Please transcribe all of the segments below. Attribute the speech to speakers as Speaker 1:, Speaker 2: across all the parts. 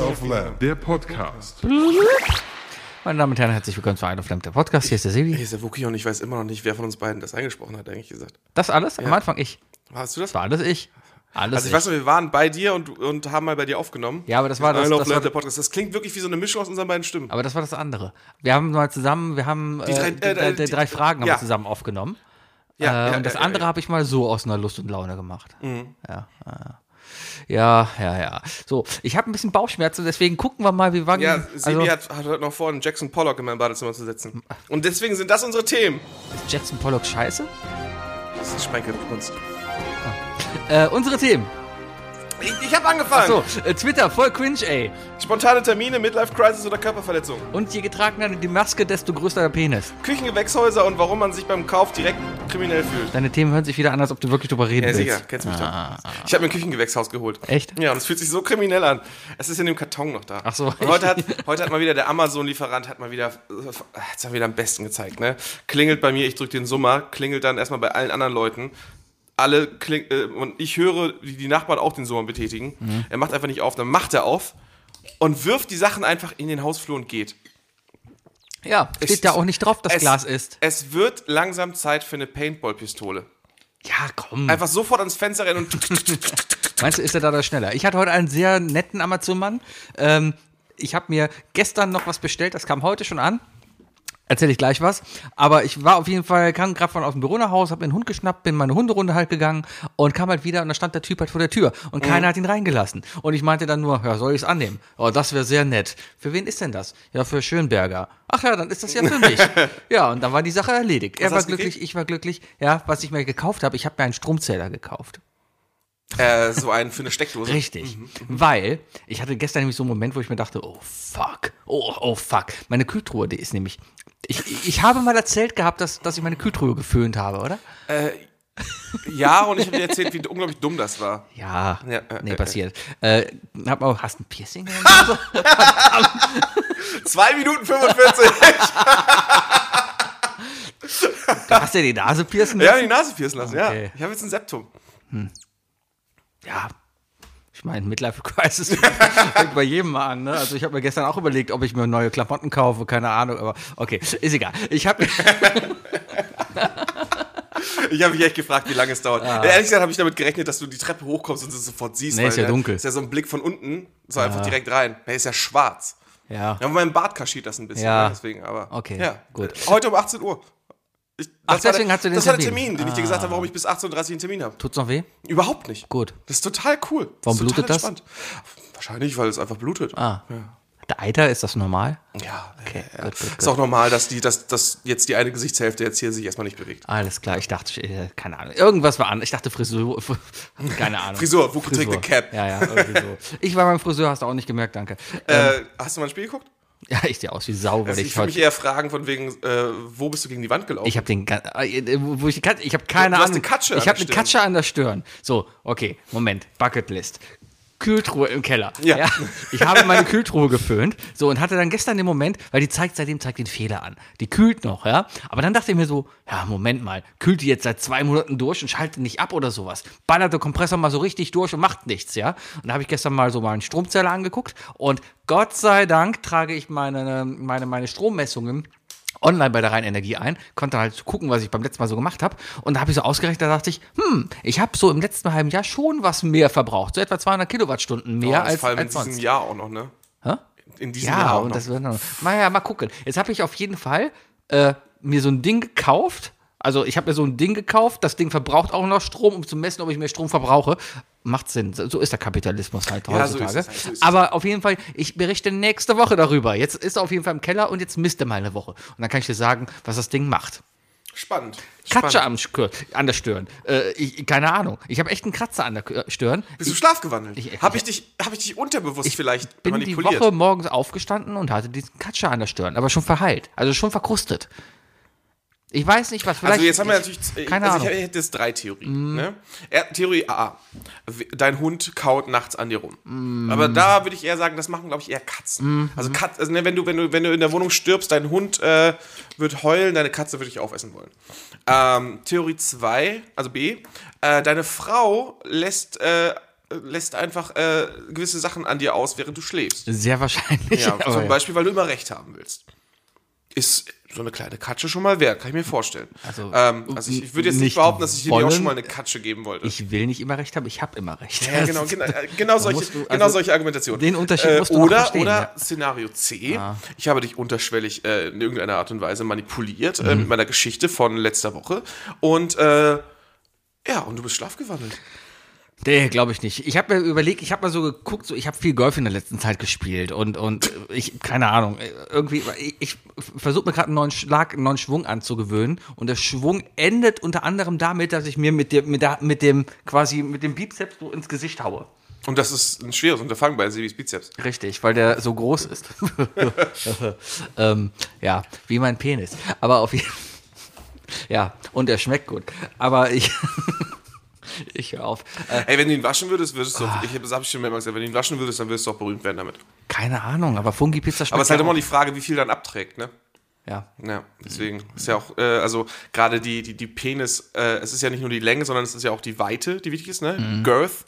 Speaker 1: of Lamb.
Speaker 2: Der Podcast.
Speaker 3: Meine Damen und Herren, herzlich willkommen zu Isle of Lamp, der Podcast. Hier ist der
Speaker 4: Hier
Speaker 3: Sebi.
Speaker 4: ist der Wookie und ich weiß immer noch nicht, wer von uns beiden das eingesprochen hat, eigentlich gesagt.
Speaker 3: Das alles? Am Anfang ich.
Speaker 4: Hast du das?
Speaker 3: Das war alles ich. Alles
Speaker 4: also ich
Speaker 3: ich.
Speaker 4: weiß noch, wir waren bei dir und, und haben mal bei dir aufgenommen.
Speaker 3: Ja, aber das war das-
Speaker 4: Isle of
Speaker 3: das
Speaker 4: Lamb,
Speaker 3: war-
Speaker 4: der Podcast. Das klingt wirklich wie so eine Mischung aus unseren beiden Stimmen.
Speaker 3: aber das war das andere. Wir haben mal zusammen, wir haben die
Speaker 4: drei-
Speaker 3: drei, äh,
Speaker 4: äh,
Speaker 3: die,
Speaker 4: die-
Speaker 3: drei Fragen haben
Speaker 4: ja.
Speaker 3: wir zusammen aufgenommen.
Speaker 4: Ja,
Speaker 3: äh,
Speaker 4: ja,
Speaker 3: und das
Speaker 4: ja,
Speaker 3: andere
Speaker 4: ja,
Speaker 3: habe ich mal so aus einer Lust und Laune gemacht.
Speaker 4: Mhm.
Speaker 3: Ja, ja. ja, ja, ja. So, ich habe ein bisschen Bauchschmerzen, deswegen gucken wir mal, wie wann.
Speaker 4: Ja, Sebi
Speaker 3: also,
Speaker 4: hat, hat heute noch vor, einen Jackson Pollock in mein Badezimmer zu setzen. Und deswegen sind das unsere Themen.
Speaker 3: ist Jackson Pollock scheiße?
Speaker 4: Das ist Sprenkelkunst.
Speaker 3: Äh, unsere Themen.
Speaker 4: Ich, ich habe angefangen.
Speaker 3: So, äh, Twitter, voll cringe, ey.
Speaker 4: Spontane Termine, Midlife-Crisis oder Körperverletzung.
Speaker 3: Und je getragener die Maske, desto größer der Penis.
Speaker 4: Küchengewächshäuser und warum man sich beim Kauf direkt kriminell fühlt.
Speaker 3: Deine Themen hören sich wieder an, als ob du wirklich drüber reden
Speaker 4: Ja,
Speaker 3: willst.
Speaker 4: sicher, kennst mich
Speaker 3: Ah,
Speaker 4: doch. Ich habe mir ein Küchengewächshaus geholt.
Speaker 3: Echt?
Speaker 4: Ja, und es fühlt sich so kriminell an. Es ist in dem Karton noch da.
Speaker 3: Ach so.
Speaker 4: Und heute hat, heute hat mal wieder der Amazon-Lieferant, hat mal wieder, äh, hat's mal wieder am besten gezeigt, ne? Klingelt bei mir, ich drücke den Summer, klingelt dann erstmal bei allen anderen Leuten. Alle kling, äh, und ich höre, wie die Nachbarn auch den Summer betätigen.
Speaker 3: Mhm.
Speaker 4: Er macht einfach nicht auf, dann macht er auf und wirft die Sachen einfach in den Hausflur und geht.
Speaker 3: Ja, steht
Speaker 4: Es-
Speaker 3: da auch nicht drauf, dass
Speaker 4: es-
Speaker 3: Glas ist.
Speaker 4: Es wird langsam Zeit für eine Paintball-Pistole.
Speaker 3: Ja, komm.
Speaker 4: Einfach sofort ans Fenster rennen und
Speaker 3: Meinst du, ist er da schneller? Ich hatte heute einen sehr netten Amazon-Mann. Ähm, ich habe mir gestern noch was bestellt, das kam heute schon an. Erzähle ich gleich was. Aber ich war auf jeden Fall, kam gerade von aus dem Büro nach Hause, habe mir einen Hund geschnappt, bin meine Hunderunde halt gegangen und kam halt wieder und da stand der Typ halt vor der Tür und
Speaker 4: Mhm.
Speaker 3: keiner hat ihn reingelassen. Und ich meinte dann nur, ja, soll ich es annehmen? Oh, das wäre sehr nett. Für wen ist denn das? Ja, für Schönberger. Ach ja, dann ist das ja für mich. ja, und dann war die Sache erledigt. Er war
Speaker 4: hast du
Speaker 3: glücklich, ich war glücklich. Ja, was ich mir gekauft habe, ich habe mir einen Stromzähler gekauft.
Speaker 4: äh, so einen für eine Steckdose.
Speaker 3: Richtig.
Speaker 4: mhm.
Speaker 3: Weil ich hatte gestern nämlich so einen Moment, wo ich mir dachte, oh fuck, oh, oh fuck. Meine Kühltruhe, die ist nämlich. Ich, ich habe mal erzählt gehabt, dass, dass ich meine Kühltruhe geföhnt habe, oder?
Speaker 4: Ja, und ich habe dir erzählt, wie unglaublich dumm das war.
Speaker 3: Ja.
Speaker 4: Ja, äh,
Speaker 3: nee,
Speaker 4: äh,
Speaker 3: passiert. Äh, hab mal, hast du ein Piercing? oder so?
Speaker 4: Zwei Minuten 45.
Speaker 3: Du hast ja die Nase piercen
Speaker 4: ja,
Speaker 3: lassen?
Speaker 4: die Nase piercen lassen,
Speaker 3: Okay.
Speaker 4: ja. Ich habe jetzt ein Septum.
Speaker 3: Ja. Ich meine, Midlife Crisis fängt bei jedem mal an. Ne? Also ich habe mir gestern auch überlegt, ob ich mir neue Klamotten kaufe, keine Ahnung, aber okay, ist egal. Ich habe
Speaker 4: Ich habe mich echt gefragt, wie lange es dauert. Ja, ehrlich gesagt habe ich damit gerechnet, dass du die Treppe hochkommst und es sofort siehst.
Speaker 3: Ah. Nee, ist ja
Speaker 4: ne,
Speaker 3: dunkel. Ah.
Speaker 4: Ist ja so ein Blick von unten, so einfach direkt rein. Er ist ja schwarz.
Speaker 3: ja.
Speaker 4: Ja, aber mein Bart kaschiert das ein bisschen,
Speaker 3: Ja.
Speaker 4: ne, deswegen, aber.
Speaker 3: Okay,
Speaker 4: ja.
Speaker 3: gut.
Speaker 4: Heute um 18 Uhr. Ich, das
Speaker 3: Ach,
Speaker 4: war
Speaker 3: deswegen
Speaker 4: der,
Speaker 3: hast du den
Speaker 4: Das war der
Speaker 3: Termin. Ah.
Speaker 4: Termin, den ich dir gesagt habe, warum ich bis 18.30 Uhr einen Termin habe.
Speaker 3: Tut's noch weh?
Speaker 4: Überhaupt nicht.
Speaker 3: Gut.
Speaker 4: Das ist total cool.
Speaker 3: Warum
Speaker 4: das ist
Speaker 3: blutet das?
Speaker 4: total Entspannt. Wahrscheinlich, weil es einfach blutet.
Speaker 3: Ah. Der Eiter, ist das normal?
Speaker 4: Ja,
Speaker 3: Okay, gut, gut,
Speaker 4: Ist auch normal, dass die, dass, dass jetzt die eine Gesichtshälfte jetzt hier sich erstmal nicht bewegt.
Speaker 3: Alles klar, ich dachte, äh, keine Ahnung. Irgendwas war an. Ich dachte Frisur, keine Ahnung.
Speaker 4: Frisur, wo trägt eine Cap?
Speaker 3: Ja, ja, irgendwie so. Ich war beim Friseur, hast du auch nicht gemerkt, danke. Ähm,
Speaker 4: Äh, hast du mal ein Spiel geguckt?
Speaker 3: ja, ich sehe aus wie Sau, weil
Speaker 4: Also ich
Speaker 3: ich
Speaker 4: würde mich
Speaker 3: heute.
Speaker 4: eher fragen, von wegen, äh, wo bist du gegen die Wand gelaufen?
Speaker 3: Ich habe den, gan- äh, wo ich, die Katze- ich habe keine
Speaker 4: Du hast
Speaker 3: Ahnung.
Speaker 4: eine Katsche an
Speaker 3: ich habe
Speaker 4: der Stirn.
Speaker 3: eine Katsche an der Stirn. So, okay, Moment, Bucketlist. Kühltruhe im Keller.
Speaker 4: Ja.
Speaker 3: Ich habe meine Kühltruhe geföhnt. So, und hatte dann gestern den Moment, weil die zeigt, seitdem zeigt den Fehler an. Die kühlt noch, ja. Aber dann dachte ich mir so, ja, Moment mal, kühlt die jetzt seit zwei Monaten durch und schaltet nicht ab oder sowas. Ballert der Kompressor mal so richtig durch und macht nichts, ja. Und da habe ich gestern mal so meinen Stromzähler angeguckt und Gott sei Dank trage ich meine, meine, meine Strommessungen online bei der Rheinenergie ein, konnte halt gucken, was ich beim letzten Mal so gemacht habe. Und da habe ich so ausgerechnet, da dachte ich, hm, ich habe so im letzten halben Jahr schon was mehr verbraucht, so etwa 200 Kilowattstunden
Speaker 4: Oh,
Speaker 3: mehr
Speaker 4: das
Speaker 3: als,
Speaker 4: vor allem in
Speaker 3: als
Speaker 4: diesem
Speaker 3: sonst.
Speaker 4: Jahr auch noch, ne?
Speaker 3: Hä?
Speaker 4: In diesem Jahr
Speaker 3: Ja,
Speaker 4: auch
Speaker 3: und
Speaker 4: noch.
Speaker 3: das wird dann. Naja, mal gucken. Jetzt habe ich auf jeden Fall äh, mir so ein Ding gekauft. Also ich habe mir so ein Ding gekauft, das Ding verbraucht auch noch Strom, um zu messen, ob ich mehr Strom verbrauche. Macht Sinn. So so ist der Kapitalismus halt
Speaker 4: Ja, so ist
Speaker 3: heutzutage.
Speaker 4: es halt, so ist es.
Speaker 3: Aber auf jeden Fall, ich berichte nächste Woche darüber. Jetzt ist er auf jeden Fall im Keller und jetzt misst er mal eine Woche. Und dann kann ich dir sagen, was das Ding macht.
Speaker 4: Spannend.
Speaker 3: Kratzer
Speaker 4: Spannend.
Speaker 3: am Skir- an der Stirn. Äh, ich, keine Ahnung. Ich habe echt einen Kratzer an der K- Stirn.
Speaker 4: Bist du schlafgewandelt?
Speaker 3: ich-
Speaker 4: Habe ich, dich, hab ich dich unterbewusst vielleicht
Speaker 3: bin die
Speaker 4: manipuliert?
Speaker 3: Woche morgens aufgestanden und hatte diesen Katscher an der Stirn, aber schon verheilt, also schon verkrustet. Ich weiß nicht, was vielleicht.
Speaker 4: also jetzt haben wir
Speaker 3: ich-
Speaker 4: natürlich, äh,
Speaker 3: keine
Speaker 4: also ich
Speaker 3: Ahnung. Mhm.
Speaker 4: hätte jetzt drei Theorien. Ne? Er, Theorie A, W- dein Hund kaut nachts an dir rum.
Speaker 3: Mhm.
Speaker 4: Aber da würde ich eher sagen, das machen glaube ich eher Katzen. Also, Katz, also ne, wenn, du, wenn, du, wenn du in der Wohnung stirbst, dein Hund äh, wird heulen, deine Katze würde dich aufessen wollen. Ähm, Theorie 2, also B, äh, deine Frau lässt äh, äh, lässt einfach äh, gewisse Sachen an dir aus, während du schläfst.
Speaker 3: Sehr wahrscheinlich.
Speaker 4: Ja,
Speaker 3: aber
Speaker 4: zum Beispiel, weil du immer recht haben willst. Ist so eine kleine Katsche schon mal wert, kann ich mir vorstellen.
Speaker 3: Also,
Speaker 4: ähm, also ich, ich würde jetzt nicht
Speaker 3: nicht
Speaker 4: behaupten, dass ich dir nicht auch
Speaker 3: wollen.
Speaker 4: schon mal eine Katsche geben wollte.
Speaker 3: Ich will nicht immer recht haben, ich habe immer recht.
Speaker 4: ja, genau, genau, äh, genau, solche,
Speaker 3: musst du-
Speaker 4: genau
Speaker 3: also
Speaker 4: solche Argumentationen. Äh,
Speaker 3: den Unterschied musst du noch
Speaker 4: oder,
Speaker 3: verstehen,
Speaker 4: Oder
Speaker 3: ja. Ah.
Speaker 4: Szenario C, ich habe dich unterschwellig äh, in irgendeiner Art und Weise manipuliert
Speaker 3: Mhm.
Speaker 4: äh, mit meiner Geschichte von letzter Woche. Und äh, ja, und du bist schlafgewandelt.
Speaker 3: Nee, glaube ich nicht. Ich habe mir überlegt, ich habe mal so geguckt, so ich habe viel Golf in der letzten Zeit gespielt und und ich keine Ahnung, irgendwie ich, ich versuche mir gerade einen neuen Schlag, einen neuen Schwung anzugewöhnen und der Schwung endet unter anderem damit, dass ich mir mit dem mit, der, mit dem quasi mit dem Bizeps so ins Gesicht haue.
Speaker 4: Und das ist ein schweres Unterfangen bei Sebis Bizeps.
Speaker 3: Richtig, weil der so groß ist. ähm, ja, wie mein Penis. Aber auf jeden Fall. Ja, und er schmeckt gut. Aber ich. ich höre auf. Äh, Ah.
Speaker 4: Ey, wenn du ihn waschen würdest, würdest du. Ich habe hab ich schon mehrmals gesagt, wenn du ihn waschen würdest, dann würdest du auch berühmt werden damit.
Speaker 3: keine Ahnung, aber Fungi-Pizza schmeckt.
Speaker 4: Aber es ist halt
Speaker 3: ja
Speaker 4: immer
Speaker 3: auch-
Speaker 4: die Frage, wie viel dann abträgt, ne?
Speaker 3: Ja.
Speaker 4: Ja, deswegen
Speaker 3: Mhm.
Speaker 4: ist ja auch, äh, also gerade die, die, die Penis, äh, es ist ja nicht nur die Länge, sondern es ist ja auch die Weite, die wichtig ist, ne?
Speaker 3: Mhm.
Speaker 4: Girth.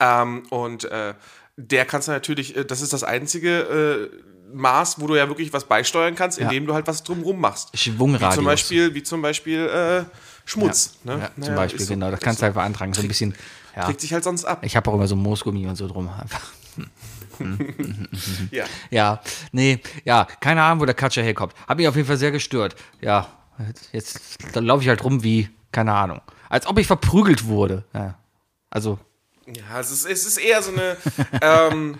Speaker 4: Ähm, und äh, der kannst du natürlich, äh, das ist das einzige äh, Maß, wo du ja wirklich was beisteuern kannst, indem du halt was drumrum machst.
Speaker 3: Schwungradius.
Speaker 4: Wie zum Beispiel, wie zum Beispiel äh, Schmutz.
Speaker 3: Ja,
Speaker 4: ne?
Speaker 3: zum
Speaker 4: Naja,
Speaker 3: Beispiel,
Speaker 4: ist so.
Speaker 3: genau. Das kannst du einfach antragen. So ein bisschen. Ja.
Speaker 4: Trägt sich halt sonst ab.
Speaker 3: Ich habe auch immer so Moosgummi und so drum. Einfach.
Speaker 4: Ja.
Speaker 3: Ja, nee, ja, keine Ahnung, wo der Katscher herkommt. Hat mich auf jeden Fall sehr gestört. Ja, jetzt, jetzt laufe ich halt rum wie, keine Ahnung. Als ob ich verprügelt wurde. Ja. Also,
Speaker 4: Ja, es ist, es ist eher so eine. ähm,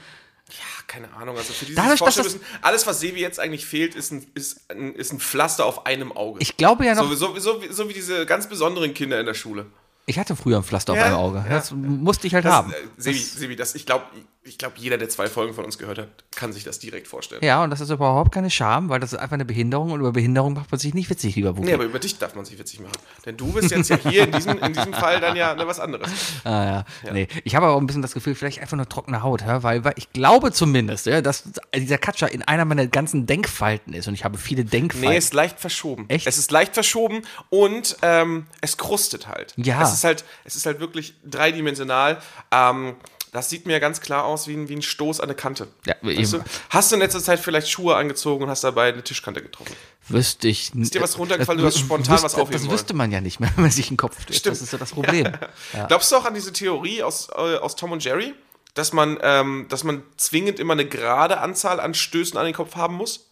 Speaker 4: ja, keine Ahnung. Also für dieses
Speaker 3: Dadurch, dass
Speaker 4: Vorstellen müssen, alles, was Sebi jetzt eigentlich fehlt, ist ein, ist ein, ist ein Pflaster auf einem Auge.
Speaker 3: ich glaube ja noch,
Speaker 4: so, so, so, wie- so wie diese ganz besonderen Kinder in der Schule.
Speaker 3: ich hatte früher ein Pflaster
Speaker 4: Ja,
Speaker 3: auf einem Auge.
Speaker 4: ja.
Speaker 3: Das musste ich halt
Speaker 4: Das,
Speaker 3: haben.
Speaker 4: äh, Sebi, Sebi, das, ich glaube, ich glaub, jeder, der zwei Folgen von uns gehört hat, kann sich das direkt vorstellen.
Speaker 3: Ja, und das ist überhaupt keine Scham, weil das ist einfach eine Behinderung und über Behinderung macht man sich nicht witzig, lieber Buki.
Speaker 4: Nee, aber über dich darf man sich witzig machen. Denn du bist jetzt ja hier in diesem, in diesem Fall dann ja ne, was anderes.
Speaker 3: Ah, ja. Nee. Ich habe aber auch ein bisschen das Gefühl, vielleicht einfach nur trockene Haut, ja? weil, weil ich glaube zumindest, ja, dass dieser Katscher in einer meiner ganzen Denkfalten ist und ich habe viele Denkfalten.
Speaker 4: Nee, ist leicht verschoben.
Speaker 3: Echt?
Speaker 4: Es ist leicht verschoben und ähm, es krustet halt.
Speaker 3: Ja.
Speaker 4: Es ist halt, es ist halt wirklich dreidimensional. Ähm, das sieht mir ganz klar aus wie ein, wie ein Stoß an eine Kante.
Speaker 3: Ja,
Speaker 4: Weißt
Speaker 3: eben.
Speaker 4: du? Hast du in letzter Zeit vielleicht Schuhe angezogen und hast dabei eine Tischkante getroffen?
Speaker 3: Wüsste ich nicht. Ist
Speaker 4: dir was runtergefallen, du hast spontan was aufheben
Speaker 3: Das
Speaker 4: wollen?
Speaker 3: wüsste man ja nicht mehr, wenn man sich einen Kopf stößt. Das ist so das Problem.
Speaker 4: Glaubst du auch an diese Theorie aus, äh, aus Tom und Jerry, dass man, ähm, dass man zwingend immer eine gerade Anzahl an Stößen an den Kopf haben muss?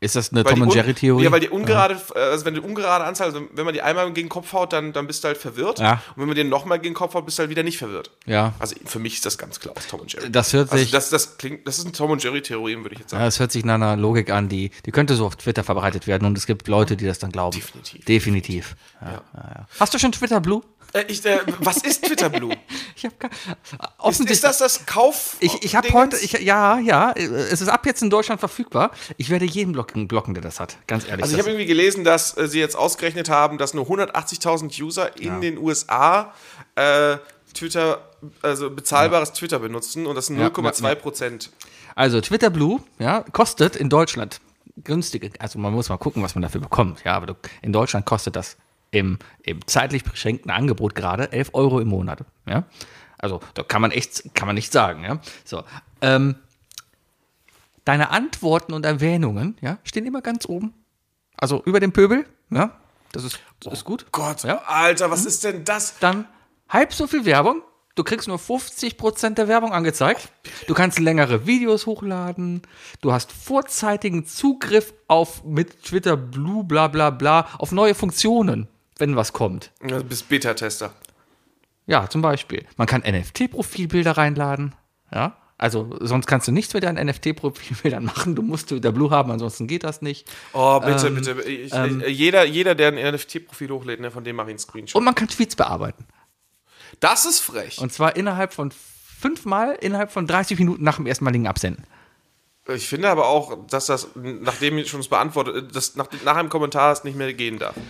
Speaker 3: Ist das eine
Speaker 4: Weil
Speaker 3: Tom
Speaker 4: die
Speaker 3: und
Speaker 4: un-
Speaker 3: Jerry Theorie?
Speaker 4: Ja, weil die ungerade, äh, also wenn die ungerade Anzahl, also wenn man die einmal gegen den Kopf haut, dann, dann bist du halt verwirrt.
Speaker 3: Ja.
Speaker 4: Und wenn man den nochmal gegen den Kopf haut, bist du halt wieder nicht verwirrt.
Speaker 3: Ja.
Speaker 4: Also für mich ist das ganz klar aus Tom und Jerry.
Speaker 3: Das hört
Speaker 4: also
Speaker 3: sich-
Speaker 4: das, das klingt, das ist ein Tom und Jerry Theorem, würde ich jetzt sagen.
Speaker 3: Ja, das hört sich nach einer Logik an, die, die könnte so auf Twitter verbreitet werden und es gibt Leute, die das dann glauben.
Speaker 4: Definitiv.
Speaker 3: Definitiv. Ja, ja, ja. Hast du schon Twitter Blue?
Speaker 4: Äh, ich, äh, was ist Twitter Blue?
Speaker 3: Ich habe
Speaker 4: ist,
Speaker 3: offensichtlich.
Speaker 4: ist das das Kauf?
Speaker 3: Äh, ich ich habe heute, ich, ja, ja, äh, es ist ab jetzt in Deutschland verfügbar. Ich werde jeden blocken, blocken der das hat, ganz ehrlich.
Speaker 4: also ich
Speaker 3: Das-
Speaker 4: habe irgendwie gelesen, dass äh, sie jetzt ausgerechnet haben, dass nur 180.000 User in den USA äh, Twitter, also bezahlbares Twitter benutzen und das sind
Speaker 3: Ja,
Speaker 4: 0,2 Prozent.
Speaker 3: Also Twitter Blue, ja, kostet in Deutschland günstige, also man muss mal gucken, was man dafür bekommt. Ja, aber du, in Deutschland kostet das im, im zeitlich beschränkten Angebot gerade 11 Euro im Monat. Ja, also da kann man echt, kann man nicht sagen. Ja, so. Ähm, deine Antworten und Erwähnungen, ja, stehen immer ganz oben. Also über dem Pöbel, ja, das ist, das ist gut.
Speaker 4: Gott,
Speaker 3: Ja.
Speaker 4: Alter, was ist denn das?
Speaker 3: Dann halb so viel Werbung. Du kriegst nur 50% der Werbung angezeigt. Du kannst längere Videos hochladen. Du hast vorzeitigen Zugriff auf mit Twitter Blue, bla bla bla, auf neue Funktionen, wenn was kommt.
Speaker 4: Ja, Du Also bist Beta-Tester.
Speaker 3: Ja, zum Beispiel. Man kann NFT-Profilbilder reinladen. Ja. Also sonst kannst du nichts mit deinen NFT-Profilbildern machen. Du musst Twitter Blue haben, ansonsten geht das nicht.
Speaker 4: Oh, bitte, bitte. Ich, ich, jeder, jeder, der ein NFT-Profil hochlädt, ne, von dem mache ich einen Screenshot.
Speaker 3: Und man kann Tweets bearbeiten.
Speaker 4: das ist frech.
Speaker 3: Und zwar innerhalb von fünfmal, innerhalb von 30 Minuten nach dem erstmaligen Absenden.
Speaker 4: ich finde aber auch, dass das, nachdem ich schon es beantwortet, das nach, nach einem Kommentar es nicht mehr gehen darf. Würde